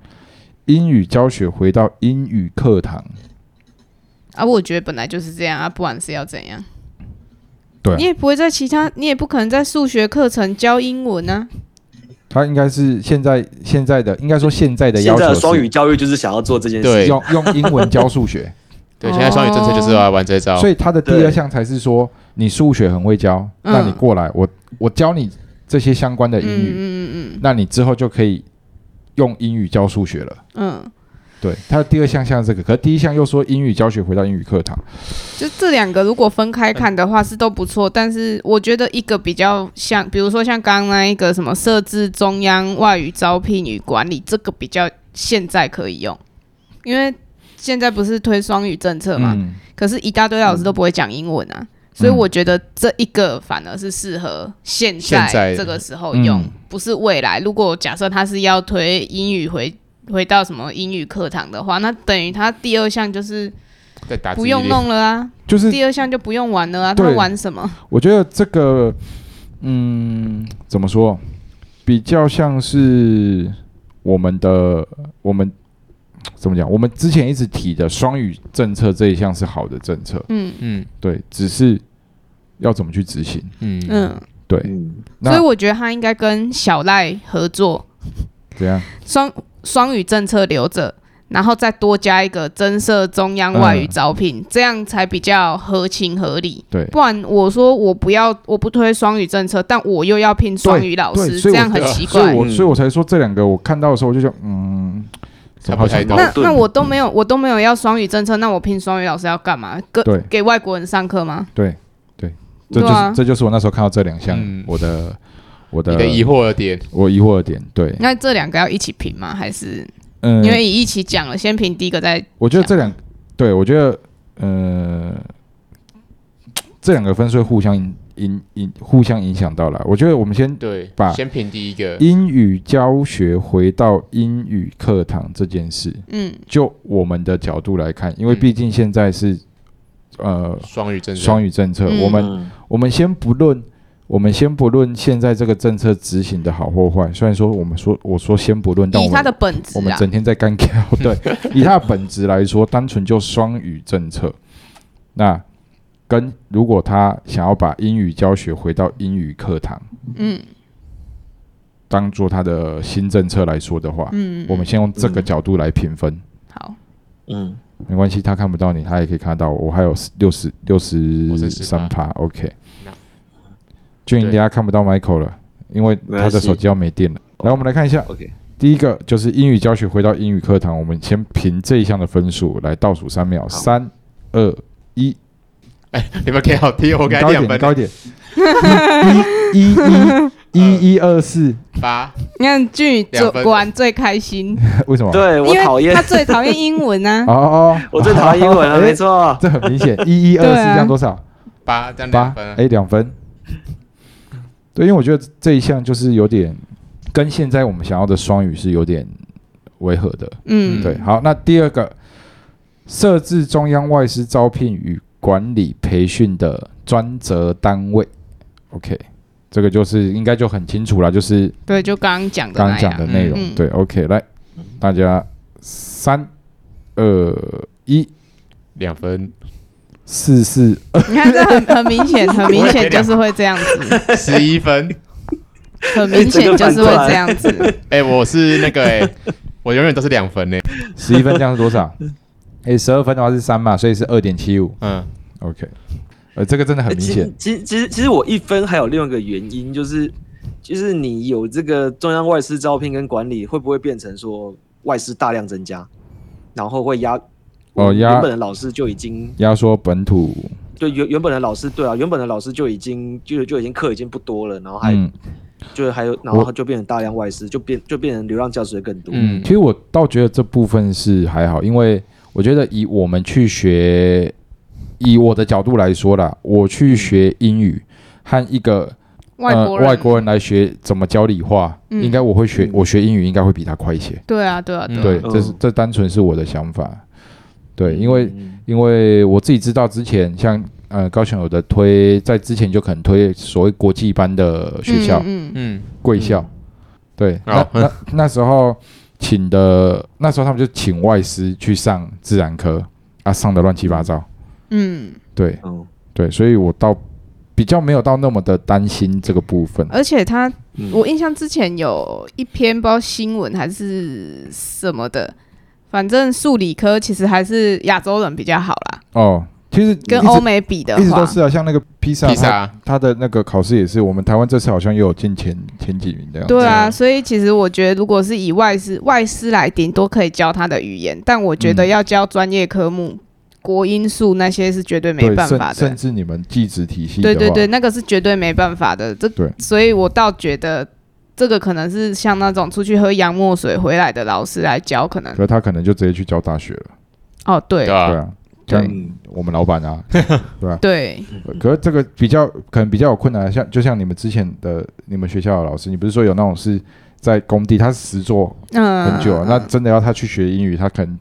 S1: 英语教学回到英语课堂，
S2: 啊，我觉得本来就是这样啊，不管是要怎样，
S1: 对啊
S2: 你也不会在其他，你也不可能在数学课程教英文啊，
S1: 它应该是现在现在的，应该说现在 的
S4: 现
S1: 要
S4: 在
S1: 求
S4: 的
S1: 是
S4: 双语教育就是想要做这件事
S3: 对
S4: 情，
S1: 用用英文教数 学，
S3: 对，现在双语政策就是要玩这招
S1: 哦所。以它的第
S4: 对
S1: 二项才是说你数学很会教，
S2: 嗯
S1: 那你过来，我我教你这些相关的
S2: 嗯
S1: 英语，
S2: 嗯嗯
S1: 那你之后就可以用英语教数学了。
S2: 嗯嗯，
S1: 对，它的第二项像这个，可是第一项又说英语教学回到英语课堂，
S2: 就这两个如果分开看的话是都不错，但是我觉得一个比较像，比如说像刚刚那一个什么设置中央外语招聘与管理，这个比较现在可以用，因为现在不是推双语政策嘛，
S1: 嗯，
S2: 可是一大堆老师都不会讲英文啊，所以我觉得这一个反而是适合现
S3: 现
S2: 在
S3: 在
S2: 这个时候用，
S1: 嗯
S2: 不是未来。如果假设他是要推英语回回到什么英语课堂的话，那等于他第二项就是
S3: 再打
S2: 不用弄了啊，
S1: 就是
S2: 第二项就不用玩了啊，他
S1: 嗯对
S2: 玩什么？
S1: 我觉得这个，嗯，怎么说，比较像是我们的我们怎么讲？我们之前一直提的双语政策这一项是好的政策，
S2: 嗯
S3: 嗯
S1: 对，只是要怎么去执行？
S3: 嗯嗯，
S2: 嗯，
S1: 对，
S4: 嗯，
S2: 所以
S1: 那
S2: 我觉得他应该跟小赖合作，
S1: 怎样？
S2: 双双语政策留着。然后再多加一个增设中央外语
S1: 嗯
S2: 招聘，这样才比较合情合理。
S1: 对，
S2: 不然我说我不要，我不推双语政策，但我又要聘双语老
S1: 对
S2: 师，
S1: 所
S2: 这
S1: 以我
S2: 样很奇
S1: 所以
S2: 怪。
S1: 我
S4: 嗯
S1: 所以我才说这两个，我看到的时候我就想，嗯，怎么好像
S3: 差不太多
S2: 那
S4: 矛盾
S2: 那我都没有，我都没有要双语政策，那我聘双语老师要干嘛？给
S1: 对
S2: 给外国人上课吗？
S1: 对对，这就
S2: 对啊
S1: 是这就是我那时候看到这两项
S3: 嗯
S1: 我的我
S3: 你
S1: 的
S3: 的疑惑的点，
S1: 我疑惑的点，对，
S2: 那这两个要一起评吗？还是
S1: 嗯，
S2: 因为一起讲了，先评第一个再
S1: 我觉得这两，对我觉得，呃，这两个分数会互相影影影互相影响到了。我觉得我们先
S3: 对
S1: 把，
S3: 先评第一个，
S1: 英语教学回到英语课堂这件事，
S2: 嗯
S1: 就我们的角度来看，因为
S3: 嗯
S1: 毕竟现在是、呃
S3: 双语政策，
S1: 双
S3: 语
S1: 语政策，
S2: 嗯
S1: 我们
S4: 嗯
S1: 我们先不论我们先不论现在这个政策执行的好或坏，虽然说我们说我说先不论，但我
S2: 以它
S1: 们
S2: 的本质
S1: 我们
S2: 啊，
S1: 整天在干掉。对，以它的本质来说，单纯就双语政策，那跟如果他想要把英语教学回到英语课堂
S2: 嗯
S1: 当做他的新政策来说的话，
S2: 嗯，
S1: 我们先用这个角度来评分。
S2: 好，
S4: 嗯，
S1: 没关系，他看不到你，他也可以看到我。我还有六十六十三
S3: 63
S1: 趴，OK
S3: No。
S1: 就人家看不到 Michael 了，因为
S4: 没
S1: 他
S4: 关
S1: 的
S4: 系
S1: 手机要没电了。来，我们来看一下，
S4: OK，
S1: 第一个就是英语教学回到英语课堂，我们先凭这一项的分数来倒数三秒，三、二、一，
S3: 你们给好低，我
S1: 你
S3: 给
S1: 高
S3: 他
S1: 一点，
S3: 两
S1: 你
S3: 分。
S1: 高一点，一、一、 一、一、一、二、四，
S3: 八，
S2: 你看俊宇
S3: 两
S2: 最
S3: 分
S2: 果然最开心，
S1: 为什么？
S4: 对我
S2: 因
S4: 讨
S2: 为
S4: 厌
S2: 他，最讨厌英文 啊
S1: 哦，哦哦，
S4: 我最讨厌英文 了，
S1: 哎
S4: 没错。
S1: 这很明显，一、一、二、
S2: 对
S1: 四，
S2: 啊
S1: 这样多少？
S3: 八，这样
S1: 八
S3: 两分啊。
S1: 哎两分。对，因为我觉得这一项就是有点跟现在我们想要的双语是有点违和的。
S2: 嗯，
S1: 对，好，那第二个设置中央外师招聘与管理培训的专责单位，OK，这个就是应该就很清楚了，就是
S2: 对，就刚刚讲的
S1: 刚
S2: 那
S1: 刚讲的
S2: 样，
S1: 内容。
S2: 嗯
S1: 对，OK，来，大家三二一，
S3: 两分，
S1: 四四
S2: 你看这很很明 显，很明显就是会这样子，
S3: 十一分。
S2: 很明显就是会 这样
S1: 呃
S2: 子，
S3: 哎，我是那个哎，我永远都是两分呢。
S1: 十一分这样是多少？哎，十二分的话是三嘛，所以是二点七五。
S3: 嗯，
S1: OK，呃，这个真的很
S4: 欸
S1: 明
S4: 其
S1: 显
S4: 实，其实其实其实我一分还有另外一个原因，就是就是你有这个中央外事招聘跟管理，会不会变成说外事大量增加，然后会压
S1: 哦压
S4: 原本的老师就已经
S1: 压缩本土，
S4: 对原原本的老师对啊，原本的老师就已经就就已经课已经不多了，然后还、
S1: 嗯
S4: 就是还有然后就变成大量外事，就变就变成流浪教师会更多。
S3: 嗯
S1: 嗯，其实我倒觉得这部分是还好，因为我觉得以我们去学，以我的角度来说啦，我去学英语和一个
S2: 嗯外国
S1: 呃、
S2: 人，
S1: 外国人来学怎么教理化，
S2: 嗯
S1: 应该我会学，我学英语应该会比他快一些。
S2: 对啊，对啊，对啊，
S1: 对，
S4: 嗯
S1: 这是
S4: 嗯
S1: 这单纯是我的想法，对，因为。
S4: 嗯
S1: 因为我自己知道之前像呃高雄有的推，在之前就可能推所谓国际班的学校、
S2: 嗯，嗯
S3: 嗯，
S1: 贵校，对，那
S3: 哦
S1: 那那时候请的那时候他们就请外师去上自然科啊，上的乱七八糟，
S2: 嗯，
S1: 对
S4: 嗯
S1: 对，所以我倒比较没有到那么的担心这个部分，
S2: 而且他，
S4: 嗯
S2: 我印象之前有一篇不知道新闻还是什么的，反正数理科其实还是亚洲人比较好啦，
S1: 哦，其实
S2: 跟
S1: 一直
S2: 欧美比的
S1: 一直
S2: 话
S1: 都，是啊，像那个披萨，
S3: 披
S1: 它
S3: 萨
S1: 它的那个考试也是，我们台湾这次好像也有进前前几名这样子，
S2: 对啊，
S3: 嗯
S2: 所以其实我觉得，如果是以外师外师来，顶多可以教他的语言，但我觉得
S1: 嗯
S2: 要教专业科目，国音数那些是绝对没
S1: 对，
S2: 办
S1: 甚
S2: 法的
S1: 甚。至你们技职体系的
S2: 对
S1: 话，
S2: 对对，那个是绝对没办法的。这
S1: 对，
S2: 所以我倒觉得这个可能是像那种出去喝洋墨水回来的老师来教，可能
S1: 可是他可能就直接去教大学了，
S2: 哦，对
S3: 对
S2: 对
S1: 对
S3: 吧？
S1: 啊，
S2: 对
S1: 像
S4: 嗯
S1: 我们老板啊，
S2: 对
S1: 可是这个比较可能比较有困难，啊像就像你们之前的你们学校的老师，你不是说有那种是在工地，他实做
S2: 嗯，
S1: 很久啊，那真的要他去学英语，他可能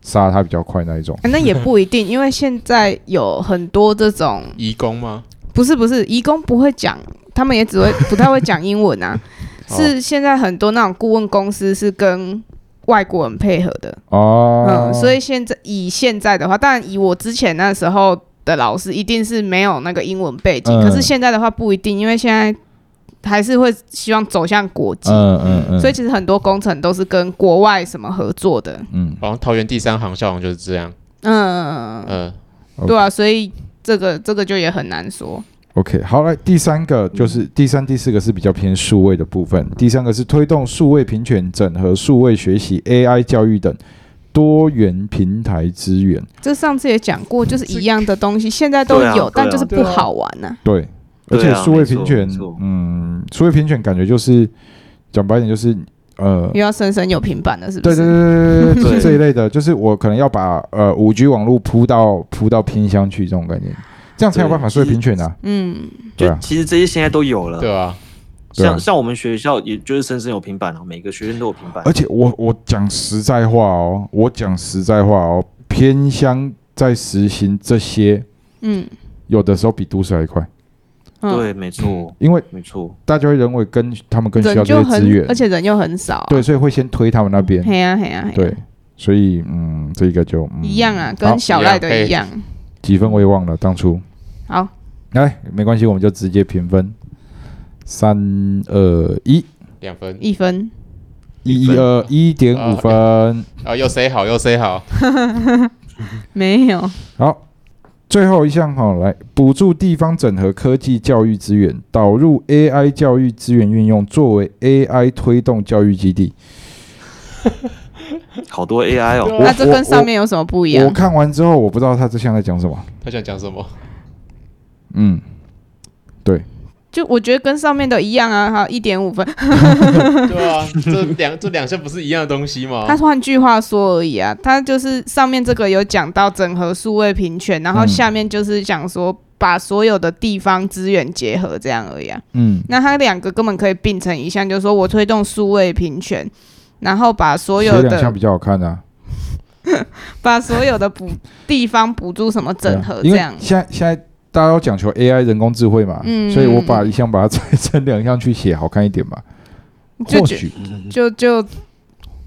S1: 杀他比较快那一种，
S2: 那也不一定，因为现在有很多这种
S3: 移工吗？
S2: 不是不是，移工不会讲，他们也只会不太会讲英文 啊。
S3: 哦
S2: 是现在很多那种顾问公司是跟外国人配合的，
S1: 哦，
S2: 嗯，所以现在以现在的话，当然以我之前那时候的老师一定是没有那个英文背景，
S1: 嗯
S2: 可是现在的话不一定，因为现在还是会希望走向国际，
S1: 嗯嗯嗯，
S2: 所以其实很多工程都是跟国外什么合作的，
S1: 嗯，
S3: 好像桃园第三航校好像就是这样。
S1: 哦
S2: 嗯，
S3: 嗯，
S2: 对啊，所以这个这个就也很难说，
S1: OK，好来，第三个就是第三、第四个是比较偏数位的部分，第三个是推动数位平权、整合数位学习、AI 教育等多元平台资源。
S2: 这上次也讲过，就是一样的东西，现在都
S4: 对啊
S2: 有，
S4: 对啊
S2: 但就是
S1: 对
S2: 不
S1: 啊
S2: 好玩呐、
S1: 对，而
S4: 对
S1: 且
S4: 啊
S1: 数位平权
S4: 没错没错，
S1: 嗯，数位平权感觉就是讲白点就是呃，
S2: 又要生生有平板了，是不
S1: 对对对对
S2: 是？
S1: 对对，
S4: 对
S1: 这一类的，就是我可能要把呃五 G 网络铺到铺到偏乡去这种概念，这样才有办法数位平权啊。
S2: 嗯，
S1: 对
S4: 就
S1: 啊
S4: 其实这些现在都有了，
S3: 对啊，
S1: 对啊
S4: 像像我们学校，也就是深深有平板啊，每个学院都有平板
S1: 而。且我我讲实在话哦，我讲实在话哦，偏乡在实行这些，
S2: 嗯，
S1: 有的时候比都市还快。
S2: 嗯，
S4: 对，没错，
S1: 因为
S4: 没错，
S1: 大家会认为跟他们更需要
S2: 人
S1: 这
S2: 就
S1: 些资
S2: 很
S1: 源，，
S2: 而且人又很少、啊。
S1: 对，，所以会先推他们那边，
S2: 嘿呀嘿呀，嘿啊
S1: 对，，所以嗯，这个就、嗯、
S2: 一样啊，
S1: 好
S2: 跟小赖的一
S3: 一
S2: 样。
S1: 几分我也忘了当初，
S2: 好，
S1: 来没关系，我们就直接平分，三二一，
S3: 两分，
S2: 一分，
S1: 一一啊二一点五分，
S3: 哦，又塞好，又塞好，
S2: 没有，
S1: 好。最后一项哈、哦，来补助地方整合科技教育资源，导入 AI 教育资源运用，作为 AI 推动教育基地。
S4: 好多 AI 哦，
S2: 那这
S1: 我
S2: 跟上面有什么不一
S1: 我
S2: 样？
S1: 看完之后，我不知道他这项在讲什么。
S3: 他想讲什么？
S1: 嗯，
S2: 就我觉得跟上面都一样啊，哈，一点五分。
S3: 对啊，这两这两项不是一样的东西吗？
S2: 他换句话说而已啊，他就是上面这个有讲到整合数位平权，然后
S1: 嗯
S2: 下面就是讲说把所有的地方资源结合这样而已啊。
S1: 嗯，
S2: 那它两个根本可以并成一项，就是说我推动数位平权，然后把所有
S1: 这两项
S2: 的
S1: 比较好看啊。
S2: 把所有的补地方补助什么整合
S1: 对
S2: 这
S1: 啊
S2: 样
S1: 因为。现在现在大家都讲求 AI 人工智慧嘛，
S2: 嗯
S1: 所以我把一项把它拆成两项去写，好看一点嘛。
S2: 就
S1: 或
S2: 觉
S1: 许
S2: 就就，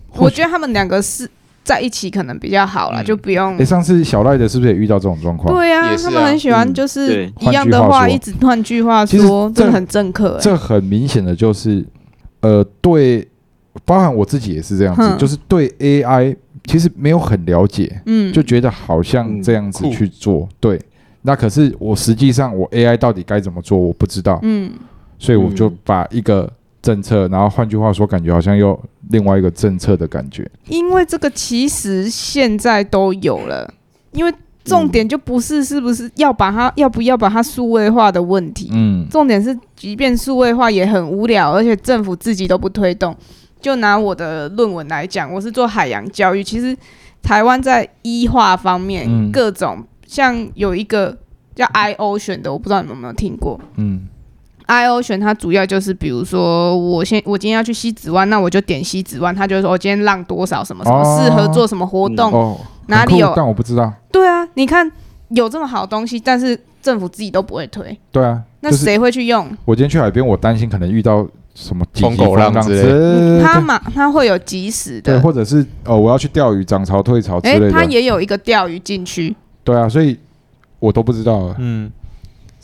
S1: 或
S2: 我
S1: 许
S2: 觉得他们两个是在一起可能比较好啦，
S3: 嗯
S2: 就不用
S1: 哎、。上次小赖的是不是也遇到这种状况？
S2: 对呀、
S3: 也是啊
S2: 他们很喜欢
S4: 嗯
S2: 就是
S4: 对
S2: 一样的
S1: 换句话说
S2: 一直换句话
S1: 其实
S2: 说，
S1: 这
S2: 真的很政客、欸。
S1: 这很明显的就是，呃，对，包含我自己也是这样子，
S2: 哼
S1: 就是对 AI 其实没有很了解，
S2: 嗯，
S1: 就觉得好像这样子
S3: 嗯酷
S1: 去做，对。那可是我实际上我 AI 到底该怎么做，我不知道。
S2: 嗯
S1: 所以我就
S4: 嗯
S1: 把一个政策，然后换句话说，感觉好像又另外一个政策的感觉。
S2: 因为这个其实现在都有了，因为
S1: 嗯
S2: 重点就不是是不是要把它要不要把它数位化的问题，
S1: 嗯
S2: 重点是即便数位化也很无聊，而且政府自己都不推动。就拿我的论文来讲，我是做海洋教育，其实台湾在医化方面、
S1: 嗯
S2: 各种像有一个叫 IO 选的，我不知道你们有没有听过。
S1: 嗯
S2: I O 选它主要就是，比如说我先我今天要去西子湾，那我就点西子湾，他就会说我、哦今天浪多少什么什么
S1: 哦
S2: 适合做什么活动，
S1: 哦，
S2: 哪里
S1: 很酷
S2: 有
S1: 但我不知道。
S2: 对啊，你看有这么好东西，但是政府自己都不会推，
S1: 对啊，
S2: 那
S1: 就是
S2: 谁会去用？
S1: 我今天去海边，我担心可能遇到什么几级
S3: 疯狗
S1: 浪
S3: 浪
S1: 之
S3: 之类
S1: 类
S2: 他
S1: 的，
S2: 嗯嘛，他会有及时
S1: 嗯对，
S2: 的。
S1: 或者是哦，我要去钓鱼，涨潮退潮之
S2: 诶，
S1: 类
S2: 他
S1: 的。
S2: 也有一个钓鱼禁区，
S1: 对啊，所以我都不知道啊。
S3: 嗯，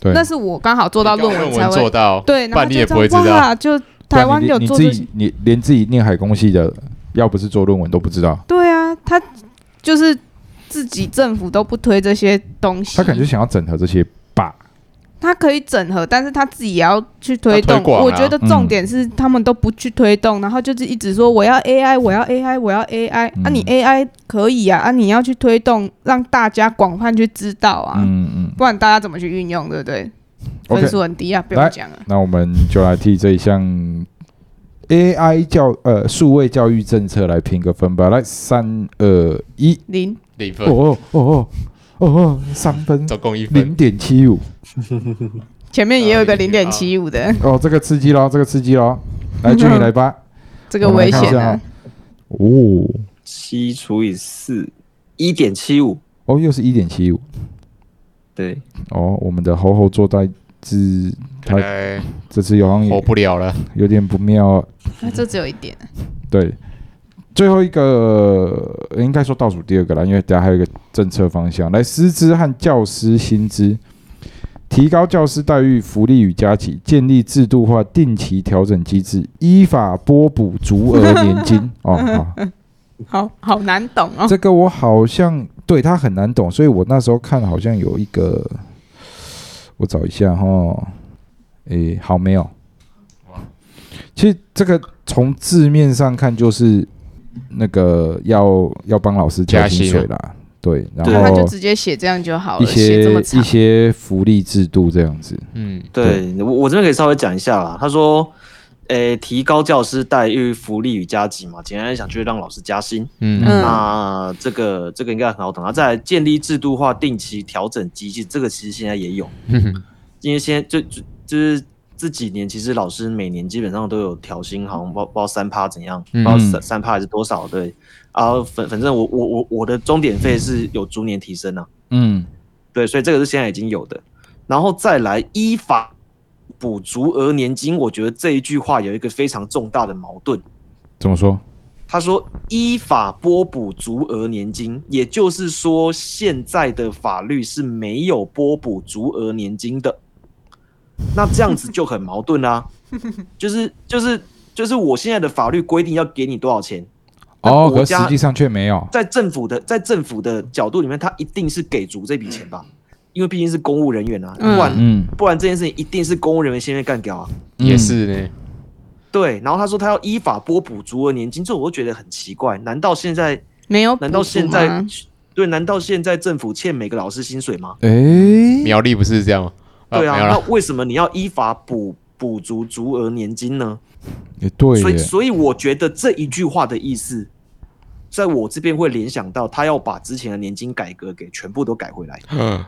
S1: 对，
S2: 那是我刚好做到论
S3: 论
S2: 才
S3: 文做
S2: 会
S3: 到，
S2: 对，然
S3: 不
S2: 后
S3: 然你也
S2: 就
S3: 不会知
S2: 样
S3: 道。
S2: 哇，就
S1: 不然
S2: 台湾
S1: 你
S2: 有
S1: 你
S2: 做
S1: 自
S2: 这些
S1: 己，你连自己念海工系的，要不是做论文都不知道。
S2: 对啊，他就是自己政府都不推这些东西，
S1: 他可能就想要整合这些吧。
S2: 他可以整合，但是他自己也要去推动。
S3: 要推广啊
S2: 我觉得重点是他们都不去推动，然后就是一直说我要 AI，我要 AI，我要 AI、
S1: 嗯
S2: 啊，你 AI 可以啊，啊，你要去推动，让大家广泛去知道啊，
S1: 嗯嗯
S2: 不然大家怎么去运用，对不对？
S1: ，OK
S2: 分。数很低啊，不用讲了。
S1: 那我们就来替这一项 AI 教呃数位教育政策来评个分吧。来，三二一，
S2: 零，
S3: 零分，
S1: 哦哦哦哦哦，三分，
S3: 总共一分
S1: 零，点七五。
S2: 前面也有一个
S3: 啊
S2: 零
S3: 零
S2: 点
S3: 点
S2: 七
S3: 七
S2: 五的，
S1: 哦，这个刺激咯，这个刺激咯。来，俊宇来吧，
S2: 这个
S1: 我们来
S2: 危
S1: 看一
S2: 险
S1: 下啊
S2: 啊！。
S1: 哦
S4: 七除以四，一点七五，
S1: 哦，又是一点七五。
S4: 对，
S1: 哦，我们的猴猴坐在自
S3: 看来
S1: 这次好像
S3: 哎活
S1: 也
S3: 不了了。
S1: 有点不妙。哦
S2: 啊这只有一点，
S1: 对，最后一个呃应该说倒数第二个啦，因为等下还有一个政策方向，来师资和教师薪资，提高教师待遇、福利与加给，建立制度化定期调整机制，依法拨补足额年金。哦， 好，
S2: 好好难懂哦。
S1: 这个我好像对它很难懂，所以我那时候看好像有一个，我找一下哈，诶，好没有。其实这个从字面上看就是那个要要帮老师加
S3: 加
S1: 薪啊
S3: 薪
S1: 水啦，对，然
S4: 对
S2: 那他就
S1: 后
S2: 直接写这样就好
S1: 一
S2: 了，写这
S1: 些
S2: 么
S1: 一
S2: 长。
S1: 些福利制度这样子，
S3: 嗯，
S4: 对我我这边可以稍微讲一下啦。他说，诶、提高教师待遇、福利与加给嘛，简单来讲就是让老师加薪。
S3: 嗯
S2: 嗯
S4: 那这个这个应该很好懂啊。再来建立制度化、定期调整机制，这个其实现在也有，
S3: 嗯，
S4: 因为现在就就就是这几年，其实老师每年基本上都有调薪，好像不知道不知道三趴怎样，不
S3: 嗯
S4: 知道三三趴还是多少，对。啊，反反正我我我我的钟点费是有逐年提升啊。
S1: 嗯
S4: 对，所以这个是现在已经有的，然后再来依法补足额年金，我觉得这一句话有一个非常重大的矛盾。
S1: 怎么说？
S4: 他说依法拨补足额年金，也就是说现在的法律是没有拨补足额年金的。那这样子就很矛盾啦、就是就是就是我现在的法律规定要给你多少钱，那
S1: 哦，
S4: 国
S1: 可
S4: 家
S1: 实际上却没有。
S4: 在政府的在政府的角度里面，他一定是给足这笔钱吧，因为毕竟是公务人员啊，不
S2: 嗯
S4: 然、
S1: 嗯，
S4: 不然这件事情一定是公务人员先被干掉啊。
S3: 也是呢。
S4: 对，然后他说他要依法拨补足额年金，这我就觉得很奇怪，难道现在
S2: 没哦有补
S4: 难道
S2: 助
S4: 现在
S2: 吗
S4: 对？难道现在政府欠每个老师薪水吗？
S1: 诶，
S3: 苗栗不是这样吗？
S4: 对啊，
S3: 没有
S4: 那
S3: 了。
S4: 为什么你要依法补补足足额年金呢？
S1: 也对
S4: 所以，
S1: 耶，
S4: 所以我觉得这一句话的意思，在我这边会联想到他要把之前的年金改革给全部都改回来。
S3: 嗯，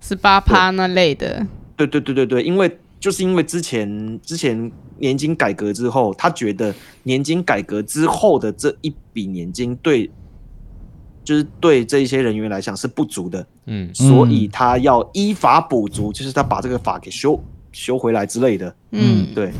S2: 十八趴那类的？
S4: 对对对对对，因为就是因为之前之前年金改革之后，他觉得年金改革之后的这一笔年金对，就是对这一些人员来讲是不足的，
S3: 嗯，
S4: 所以他要依法补足，就是他把这个法给修修回来之类的。
S1: 嗯
S2: 嗯，
S4: 对，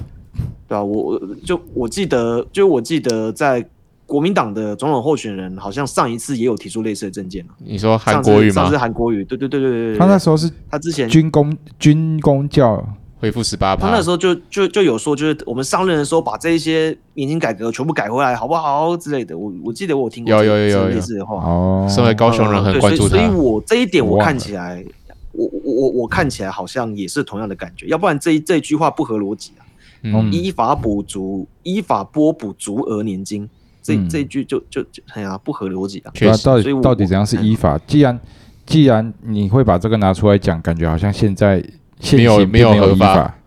S4: 对啊，我我就我记得，就我记得在国民党的总统候选人，好像上一次也有提出类似的证件啊
S3: 你说韩国语
S4: 上次上
S3: 吗
S4: 次？韩国瑜，对对对对对对，
S1: 他那时候是
S4: 他之前
S1: 军工军工教，
S3: 恢复十八
S4: 他
S3: 趴，
S4: 那时候就就就有说，就是我们上任的时候把这一些年金改革全部改回来，好不好之类的。我我记得我有听过
S3: 有
S4: 这
S3: 有有
S4: 这
S3: 有
S4: 类
S3: 有
S4: 似的话，
S1: 哦，
S3: 身为高雄人很
S4: 呃对
S3: 关注
S4: 所以
S3: 他
S4: 所以，我这一点
S1: 我
S4: 我
S1: 忘
S4: 看
S1: 了
S4: 起来，我我我我看起来好像也是同样的感觉，要不然这一这一句话不合逻辑啊。
S1: 嗯
S4: 依法补足，依法拨补足额年金，这、
S1: 嗯
S4: 这一句就就就哎呀、不合逻辑啊。
S1: 对
S3: 确
S1: 啊，
S3: 实，
S1: 到
S4: 所以
S1: 底
S4: 我
S1: 到底怎样是依法？既然既然你会把这个拿出来讲，感觉好像现在现
S3: 没有
S1: 行并
S3: 没
S1: 没
S3: 有合
S1: 依
S3: 法
S1: 法。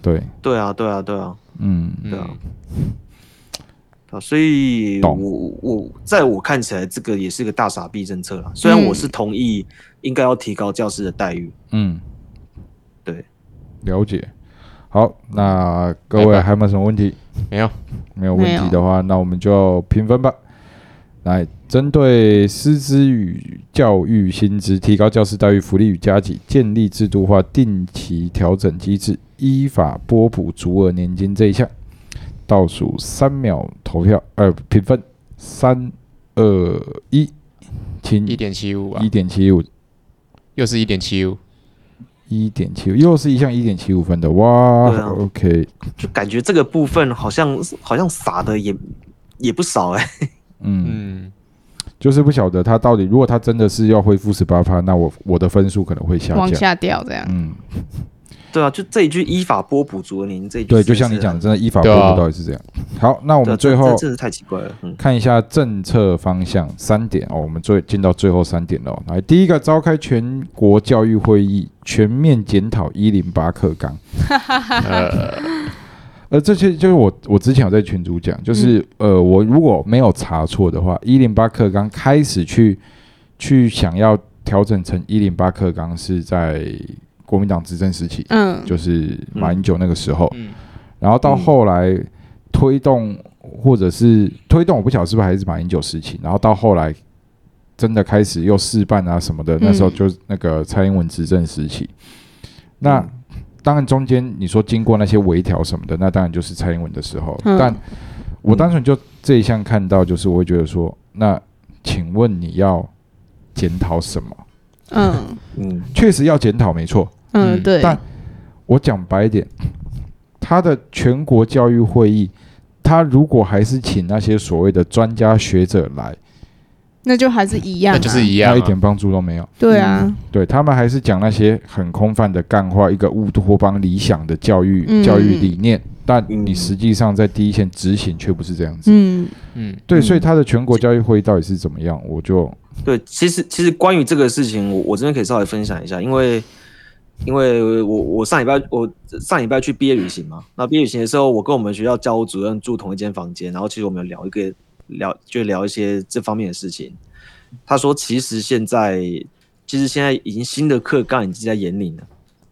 S1: 对，
S4: 对啊，对啊，对啊，
S1: 嗯，
S4: 对啊
S3: 嗯，
S4: 啊所以我
S1: 懂
S4: 我在我看起来，这个也是个大傻逼政策啦。虽然
S2: 嗯
S4: 我是同意应该要提高教师的待遇，
S1: 嗯，
S4: 对，
S1: 了解。好，那各
S3: 拜
S1: 位
S3: 拜
S1: 还有没有什么问题？
S3: 没有，
S1: 没有问
S2: 没有
S1: 题的话，那我们就评分吧。来，针对师资与教育薪资提高、教师待遇、福利与加给，建立制度化、定期调整机制，依法拨补足额年金这一项，倒数三秒投票，呃，评分，三二一，请
S3: 一点七五啊
S1: 一，点七五，
S3: 又是一点七五，
S1: 一点七五，又是一项一点七五分的，哇、
S4: 对啊
S1: o k
S4: 就感觉这个部分好像好像傻的也也不少哎、
S1: 嗯
S3: 嗯，
S1: 就是不晓得他到底，如果他真的是要恢复十八趴，那我我的分数可能会下
S2: 往
S1: 降。
S2: 下掉这样。
S1: 嗯，
S4: 对啊，就这一句依法拨补足额年金这一句，
S1: 对，就像你讲，的，
S4: 对
S1: 真
S4: 啊，
S1: 的依法
S3: 对
S1: 恢
S3: 啊
S1: 复到底是这样。好，那哦我
S4: 我
S1: 们最后
S4: 啊这真的太奇怪了，嗯，
S1: 看一下政策方向三点哦，我们最进到最后三点了哦。来，第一个，召开全国教育会议，全面检讨一零八课纲。
S3: 呃，
S1: 呃，这些就是我我之前有在群组讲，就是、呃，我如果没有查错的话，一零八课纲开始去去想要调整成一零八课纲是在国民党执政时期，
S2: 嗯，
S1: 就是马英九那个时候，
S3: 嗯，
S1: 然后到后来
S2: 嗯
S1: 推动或者是推动，我不晓得是不是还是马英九时期，然后到后来真的开始又试办啊什么的，那时候
S2: 嗯
S1: 就是那个蔡英文执政时期。那当然中间你说经过那些微调什么的，那当然就是蔡英文的时候。
S2: 嗯
S1: 但我单纯就这一项看到，就是我会觉得说，那请问你要检讨什么？
S2: 嗯
S4: 嗯，
S1: 确实要检讨，没错。
S2: 嗯，
S3: 嗯
S2: 对，
S1: 但我讲白一点，他的全国教育会议，他如果还是请那些所谓的专家学者来，
S2: 那就还是一样啊，
S3: 那就是一
S1: 他
S3: 样
S1: 一
S3: 啊，
S1: 点帮助都没有。
S2: 对啊，
S4: 嗯
S1: 对他们还是讲那些很空泛的干话，一个乌托邦理想的教育、
S2: 嗯
S1: 教育理念，但
S4: 嗯
S1: 你实际上在第一线执行却不是这样子。
S2: 嗯
S3: 嗯，
S1: 对，
S4: 嗯
S1: 所以他的全国教育会议到底是怎么样，我就
S4: 对，其实其实关于这个事情，我我真的可以稍微分享一下，因为因为我我上礼拜我上礼拜去毕业旅行嘛，那毕业旅行的时候，我跟我们学校教务主任住同一间房间，然后其实我们有聊一个聊就聊一些这方面的事情。他说，其实现在其实现在已经新的课纲已经在研领了，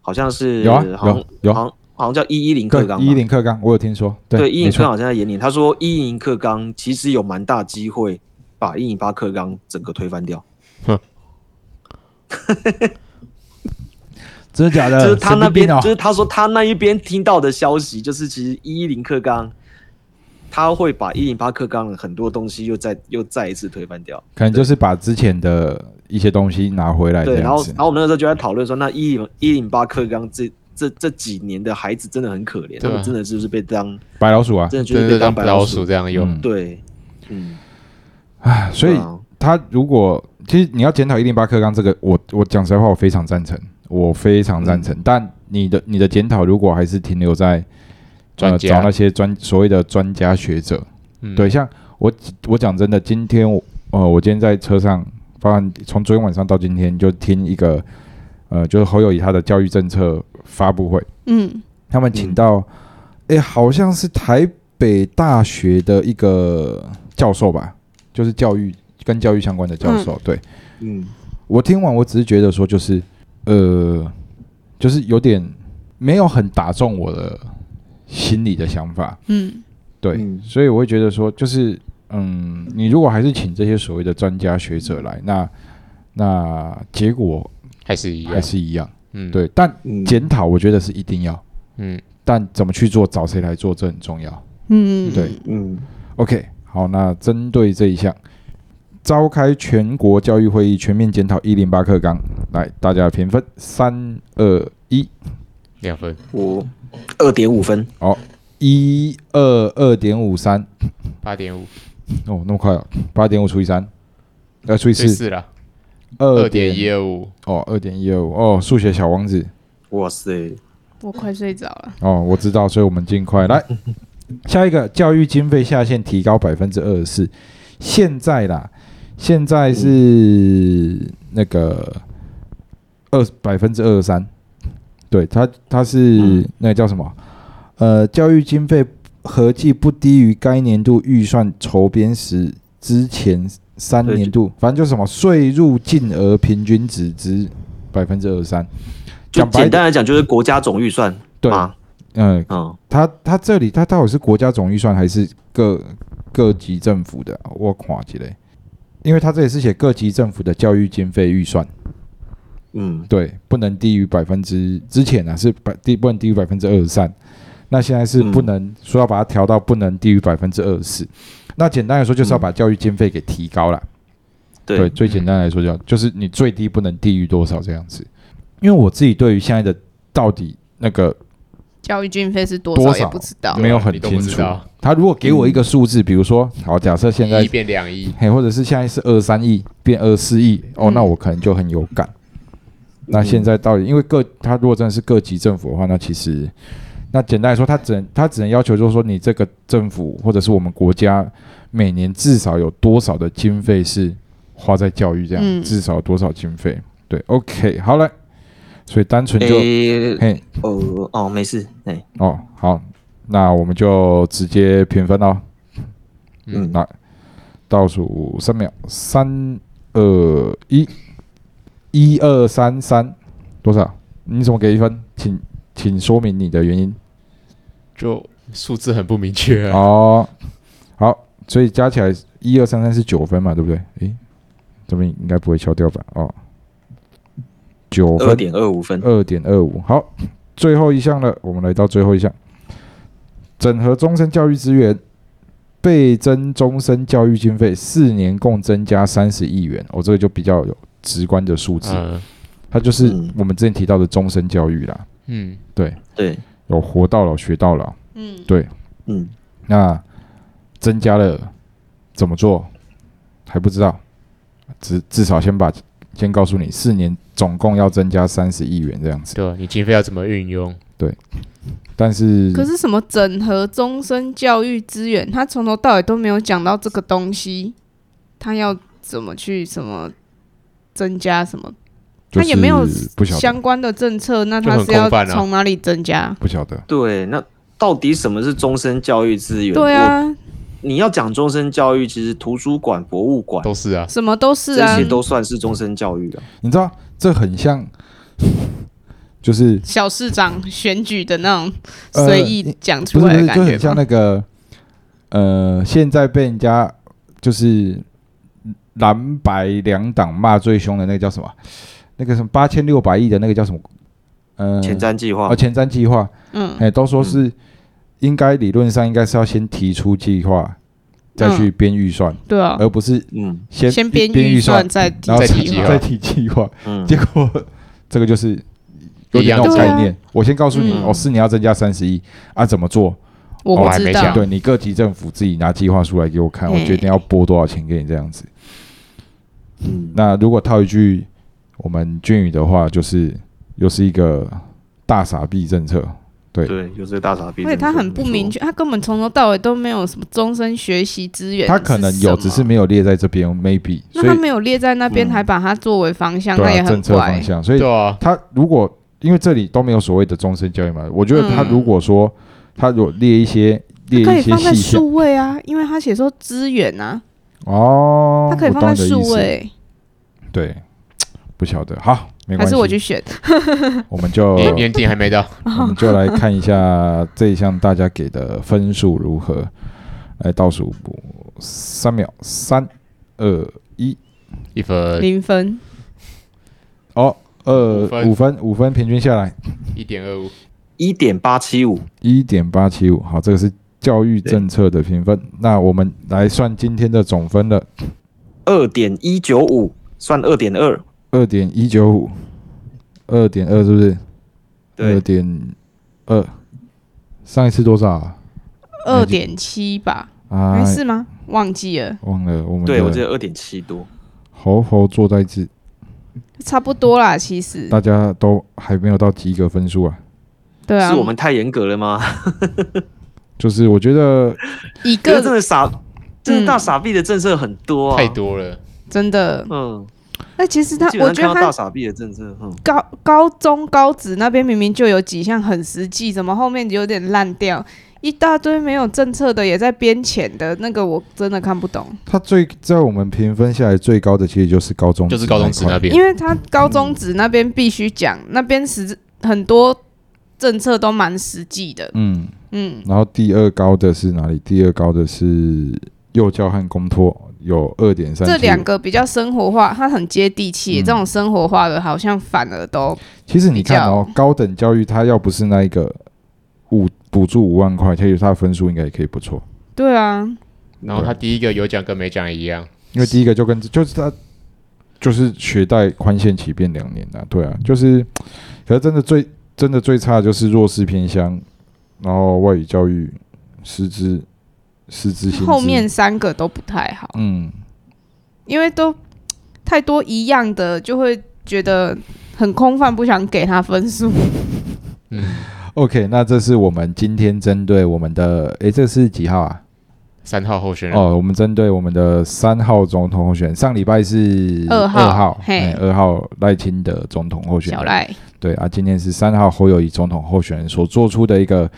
S4: 好像是
S1: 有啊
S4: 好像
S1: 有有
S4: 好像好像叫一一零课
S1: 对
S4: 纲吧，
S1: 一零课纲，我有听说，
S4: 对，
S1: 对，
S4: 伊
S1: 没
S4: 宁克
S1: 错，
S4: 好像在眼里，他说伊宁克刚其实有蛮大机会把伊宁巴克刚整个推翻掉
S3: 哼。
S1: 真的假的？
S4: 就是他
S1: 神
S4: 那
S1: 经病
S4: 边，
S1: 哦
S4: 就是他说他那一边听到的消息，就是其实一一零课纲，他会把一零八课纲的很多东西又再又再一次推翻掉。
S1: 可能就是把之前的一些东西拿回哎来这
S4: 对，然
S1: 样
S4: 后
S1: 子
S4: 然。后我们那个时候就在讨论说，那一零一零八课纲这这这几年的孩子真的很可怜，
S3: 对
S4: 他
S3: 啊
S4: 们真的是不是被当
S1: 白老鼠啊，
S4: 真的就
S3: 就是是
S4: 被
S3: 当
S4: 当白
S3: 老
S4: 老
S3: 鼠？这样用。
S1: 嗯，
S4: 对，嗯，
S1: 啊，所以
S4: 对啊
S1: 他如果其实你要检讨一零八课纲这个，我我讲实在话，我非常赞成，我非常赞
S3: 嗯
S1: 成。但你的你的检讨如果还是停留在
S3: 专
S1: 呃
S3: 家
S1: 找那些专所谓的专家学者，
S3: 嗯
S1: 对，，像我我讲真的，今天我呃我今天在车上，包含从昨天晚上到今天就听一个呃就是侯友谊他的教育政策发布会，
S2: 嗯，
S1: 他们请到，诶，好像是台北大学的一个教授吧，就是教育跟教育相关的教授。对
S4: 嗯，
S1: 我听完，我只是觉得说，就是呃，就是有点没有很打中我的心里的想法。
S2: 嗯，
S1: 对，
S4: 嗯
S1: 所以我会觉得说，就是嗯，你如果还是请这些所谓的专家学者来，那那结果
S3: 还是一样
S1: 还，是一样。
S3: 嗯，，
S1: 对，但
S4: 嗯
S1: 检讨我觉得是一定要，
S3: 嗯，
S1: 但怎么去做，找谁来做，这很重要。
S2: 嗯，
S1: 对
S4: 嗯
S1: OK，好，那针对这一项，召开全国教育会议，全面检讨一零八课纲。来，大家评分，三二一，
S3: 两分，
S4: 我二点五分，
S1: 一二二点五三，
S3: 八点五，
S1: 哦，那么快哦，八点五除以三，呃，除以
S3: 最
S1: 四，
S3: 四了，
S1: 二
S3: 二点一，二五，
S1: 哦，二点一二五，哦，数学小王子，
S4: 哇塞，
S2: 我快睡着了。
S1: 哦，我知道，所以我们尽快 来。下一个教育经费下限提高百分之二十四，现在啦，现在是那个二百分之二十三，对它它是
S4: 嗯
S1: 那个叫什么？呃，教育经费合计不低于该年度预算筹编时之前三
S4: 对
S1: 年度，反正就是什么税入净额平均值之百分之二十三。
S4: 就
S1: 讲白
S4: 简单来讲就是国家总预算
S1: 对，
S4: 嘛，
S1: 嗯，
S4: 嗯，
S1: 他他这里他到底是国家总预算还是各各级政府的啊？我看起来，因为他这里是写各级政府的教育经费预算，
S4: 嗯
S1: 对，不能低于百分之之前啊是百低不能低于百分之二十三，那现在是不
S4: 嗯
S1: 能、说要把它调到不能低于百分之二十四，那简单来说就是要把教育经费给提高了。对，
S4: 嗯对，嗯
S1: 最简单来说就就是你最低不能低于多少这样子。因为我自己对于现在的到底那个
S2: 教育经费是多
S1: 多
S2: 少
S1: 少
S2: 也不知道
S1: 没，有很
S3: 啊你都不
S1: 清
S3: 知
S1: 楚
S3: 道。
S1: 他如果给我一个数字，比如说，好，假设现
S3: 一
S1: 在
S3: 亿，变两亿，
S1: 嘿，或者是现在是二三亿变二四亿，哦，
S2: 嗯
S1: 那我可能就很有感。那现在到底，因为各他如果真的是各级政府的话，那其实，那简单来说，他只能他只能要求就是说，你这个政府或者是我们国家每年至少有多少的经费是花在教育这样，
S2: 嗯
S1: 至少有多少经费？对，OK，好了，所以单纯就、
S4: 诶，
S1: 嘿
S4: 哦哦，没事，哎，
S1: 哦，好，那我们就直接评分哦。
S4: 嗯，
S1: 来，倒数三秒，三二一，一二三三，多少？你怎么给一分？请请说明你的原因。
S3: 就数字很不明确啊。
S1: 哦，好，所以加起来一二三三是九分嘛，对不对？诶，这边应该不会消掉吧？哦，九
S4: 二
S1: 分，
S4: 点二五分，
S1: 二点二五。好，最后一项了，我们来到最后一项，整合终身教育资源，倍增终身教育经费，四年共增加三十亿元。哦，这个就比较有直观的数字，
S3: 嗯
S1: 它就是
S4: 嗯
S1: 我们之前提到的终身教育啦，
S3: 嗯，
S4: 对，
S1: 有活到老学到老。
S2: 嗯，
S1: 对，
S4: 嗯，
S1: 那增加了怎么做还不知道，至至少先把先告诉你，四年总共要增加三十亿元这样子。
S3: 对啊，你经费要怎么运用？
S1: 但是
S2: 可是什么整合终身教育资源，他从头到尾都没有讲到这个东西，他要怎么去什么增加什么，
S1: 就
S2: 他也没有
S1: 是不晓得。
S2: 相关的政策，那
S3: 就
S2: 他
S3: 很
S2: 是要
S3: 空泛啊
S2: 从哪里增加？
S1: 不晓得。
S4: 对，那到底什么是终身教育资源？
S2: 对
S4: 我，
S2: 啊，
S4: 你要讲终身教育，其实图书馆、博物馆
S3: 都是啊，
S2: 什么都是
S4: 这
S2: 啊
S4: 些，都算是终身教育啊。
S1: 你知道这很像， 就是
S2: 小市长选举的那种
S1: 呃
S2: 随意讲
S1: 不
S2: 出
S1: 是不是
S2: 来的
S1: 就
S2: 感
S1: 很
S2: 觉
S1: 像
S2: 吧。
S1: 那个呃，现在被人家就是蓝白两党骂最凶的那个叫什么？那个什么八千六百亿的那个叫什么？呃
S4: 前瞻计划
S1: 啊，前瞻计划，
S2: 嗯，
S1: 哎，都说是应该理论上应该是要先提出计划，再去编预算，
S2: 对啊，
S1: 而不是
S4: 嗯
S1: 呃先
S2: 嗯先
S1: 编
S2: 编预
S1: 算
S2: 算，再提
S1: 然后
S3: 再提
S2: 计
S3: 计划
S2: 划
S1: 再，提计划，
S4: 嗯，
S1: 结果这个就是有点
S3: 一样
S1: 那种
S2: 对啊
S1: 概念。我先告诉你，
S2: 嗯
S1: 哦，是你要增加三十亿啊，怎么做？
S2: 我
S3: 我
S2: 不
S3: 还
S2: 知
S3: 没
S2: 道
S3: 讲，
S1: 对你各级政府自己拿计划书来给我看，我
S2: 嘿
S1: 决定要拨多少钱给你这样子。
S4: 嗯
S1: 那如果套一句我们俊宇的话，就是又是一个大傻逼政策。
S4: 对，有这个大傻逼，
S2: 而且他很不明确，他根本从头到尾都没有什么终身学习资源，
S1: 他可能
S2: 什
S1: 有，
S2: 么
S1: 只是没有列在这边，maybe。
S2: 那
S1: 所
S2: 他
S1: 以
S2: 没有列在那边，
S4: 嗯
S2: 还把它作为方向，
S1: 对
S2: 那也
S1: 啊，政
S2: 很
S1: 策方
S2: 怪。
S1: 向。所以
S3: 对啊，
S1: 他如果因为这里都没有所谓的终身教育嘛，我觉得他
S2: 嗯
S1: 如果说、他如果列一些列
S2: 可以
S1: 一些
S2: 放在
S1: 细项
S2: 数位啊，因为他写说资源啊，
S1: 哦，
S2: 它可以
S1: 我
S2: 放
S1: 懂
S2: 在
S1: 你的
S2: 数
S1: 意思，
S2: 位，
S1: 对，不晓得，好，没
S2: 还
S1: 关系，
S2: 是我去选？
S1: 我们 就
S3: 年年底还没到，
S1: 我们就来看一下这一项大家给的分数如何。 来倒数三秒，三、二、一，
S3: 一
S1: 呃
S3: 分
S2: 零分，
S1: 哦，
S3: 五
S1: 二
S3: 分
S1: 五分，五分平均下来
S3: 一点二五，
S4: 一点八七五，
S1: 一点八七五。好，这个是教育政策的评分。那我们来算今天的总分了，
S4: 二点一九五算二点二，
S1: 二点一九五，二点二是不是？二
S4: 对，
S1: 点二。上一次多少啊？
S2: 二点七吧，
S1: 啊
S2: 还，是吗？忘记了，
S1: 忘了我们
S4: 对我记
S1: 的
S4: 得二点七多，
S1: 猴猴坐在这，
S2: 差不多啦，其实。
S1: 大家都还没有到及格分数啊。
S2: 对啊，
S4: 是我们太严格了吗？
S1: 就是我觉得
S2: 一
S4: 可是真
S2: 个
S4: 的傻，真的大傻逼的政策很多啊，
S3: 太，多了，
S2: 真的，
S4: 嗯，
S2: 那其实他，
S4: 基
S2: 我
S4: 本上
S2: 觉
S4: 看
S2: 得
S4: 到大
S2: 他
S4: 傻逼的政策，嗯，
S2: 高高中高职那边明明就有几项很实际，怎么后面有点烂掉？一大堆没有政策的，也在编钱的那个，我真的看不懂。
S1: 他最在我们评分下来最高的，其实就是高中，
S3: 就是高中职那。边
S1: 哦
S2: 因，为他高中职那边必须讲，那边实很多政策都蛮实际的。
S1: 嗯，
S2: 嗯，
S1: 然后第二高的是哪里？第二高的是幼教和公托，有二点三。
S2: 这两，个比较生活化，它很接地气，
S1: 嗯
S2: 这种生活化的，好像反而都
S1: 其实你看哦，高等教育它要不是那一个五补助五万块，其实它的分数应该也可以不错。
S2: 对啊，
S3: 然后他第一个有奖跟没奖一样，
S1: 因为第一个就跟就是他就是学贷宽限期变两年了、对啊，就是，可是真的最真的最差的就是弱势偏乡，然后外语教育师资师资薪资
S2: 后面三个都不太好，
S1: 嗯
S2: 因为都太多一样的，就会觉得很空泛，不想给他分数。
S3: 嗯，
S1: OK，那这是我们今天针对我们的诶，这是几号啊？
S3: 三号候选人，
S1: 哦，我们针对我们的三号总统候选人，上礼拜是
S2: 二号
S1: 号，
S2: 嘿
S1: 哎二号赖清德总统候选
S2: 小
S1: 人，
S2: 赖，哎
S1: 对啊，今天是三号侯友谊总统候选人所做出的一个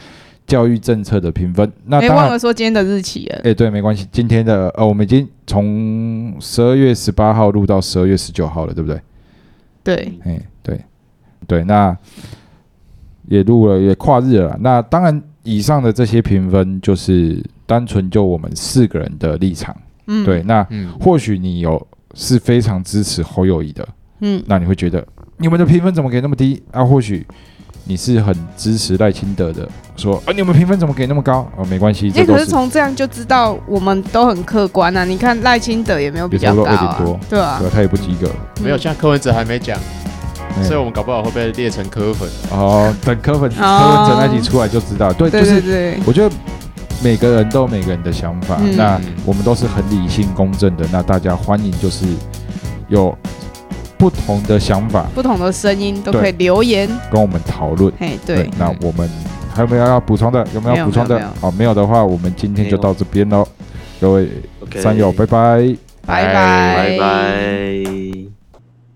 S1: 教育政策的评分。那
S2: 没
S1: 当
S2: 忘
S1: 然，
S2: 了说今天的日期了。
S1: 哎、对，没关系。今天的呃，我们已经从十二月十八号录到十二月十九号了，对不对？
S2: 对，
S1: 哎、对，对，那也录了，也跨日了啦。那当然，以上的这些评分就是单纯就我们四个人的立场。
S2: 嗯，
S1: 对，，那
S3: 嗯，
S1: 或许你有是非常支持侯友谊的，
S2: 嗯，
S1: 那你会觉得你们的评分怎么给那么低啊？或许你是很支持赖清德的，说啊，你们评分怎么给那么高？哦，没关系，
S2: 哎、
S1: 这都
S2: 可
S1: 是
S2: 是从这样就知道我们都很客观啊。你看赖清德也没有比较高、
S1: 也差
S2: 啊，
S1: 不多2.多
S2: 对啊
S1: 对，，他也不及格。
S2: 嗯
S3: 没有，像柯文哲还没讲，
S1: 嗯
S3: 所以我们搞不好会被列成柯粉，
S1: 哦，等柯粉柯文哲那集出来就知道。对，
S2: 对
S1: 就
S2: 哦
S1: 是
S2: 对对，
S1: 我觉得每个人都有每个人的想法，
S2: 嗯
S1: 那我们都是很理性公正的，那大家欢迎就是有不同的想法
S2: 不同的声音都可以留言。
S1: 跟我们讨论。
S2: 嘿，对，
S1: 那我们还有没有要补充的？有没有
S2: 没
S1: 要
S2: 有
S1: 补充
S2: 没有
S1: 的
S2: 没？有
S1: 好，没有的话，我们今天就到这边喽。各位
S4: OK
S1: 三友，拜拜。
S2: 拜
S4: 哎
S2: 拜
S4: 拜拜。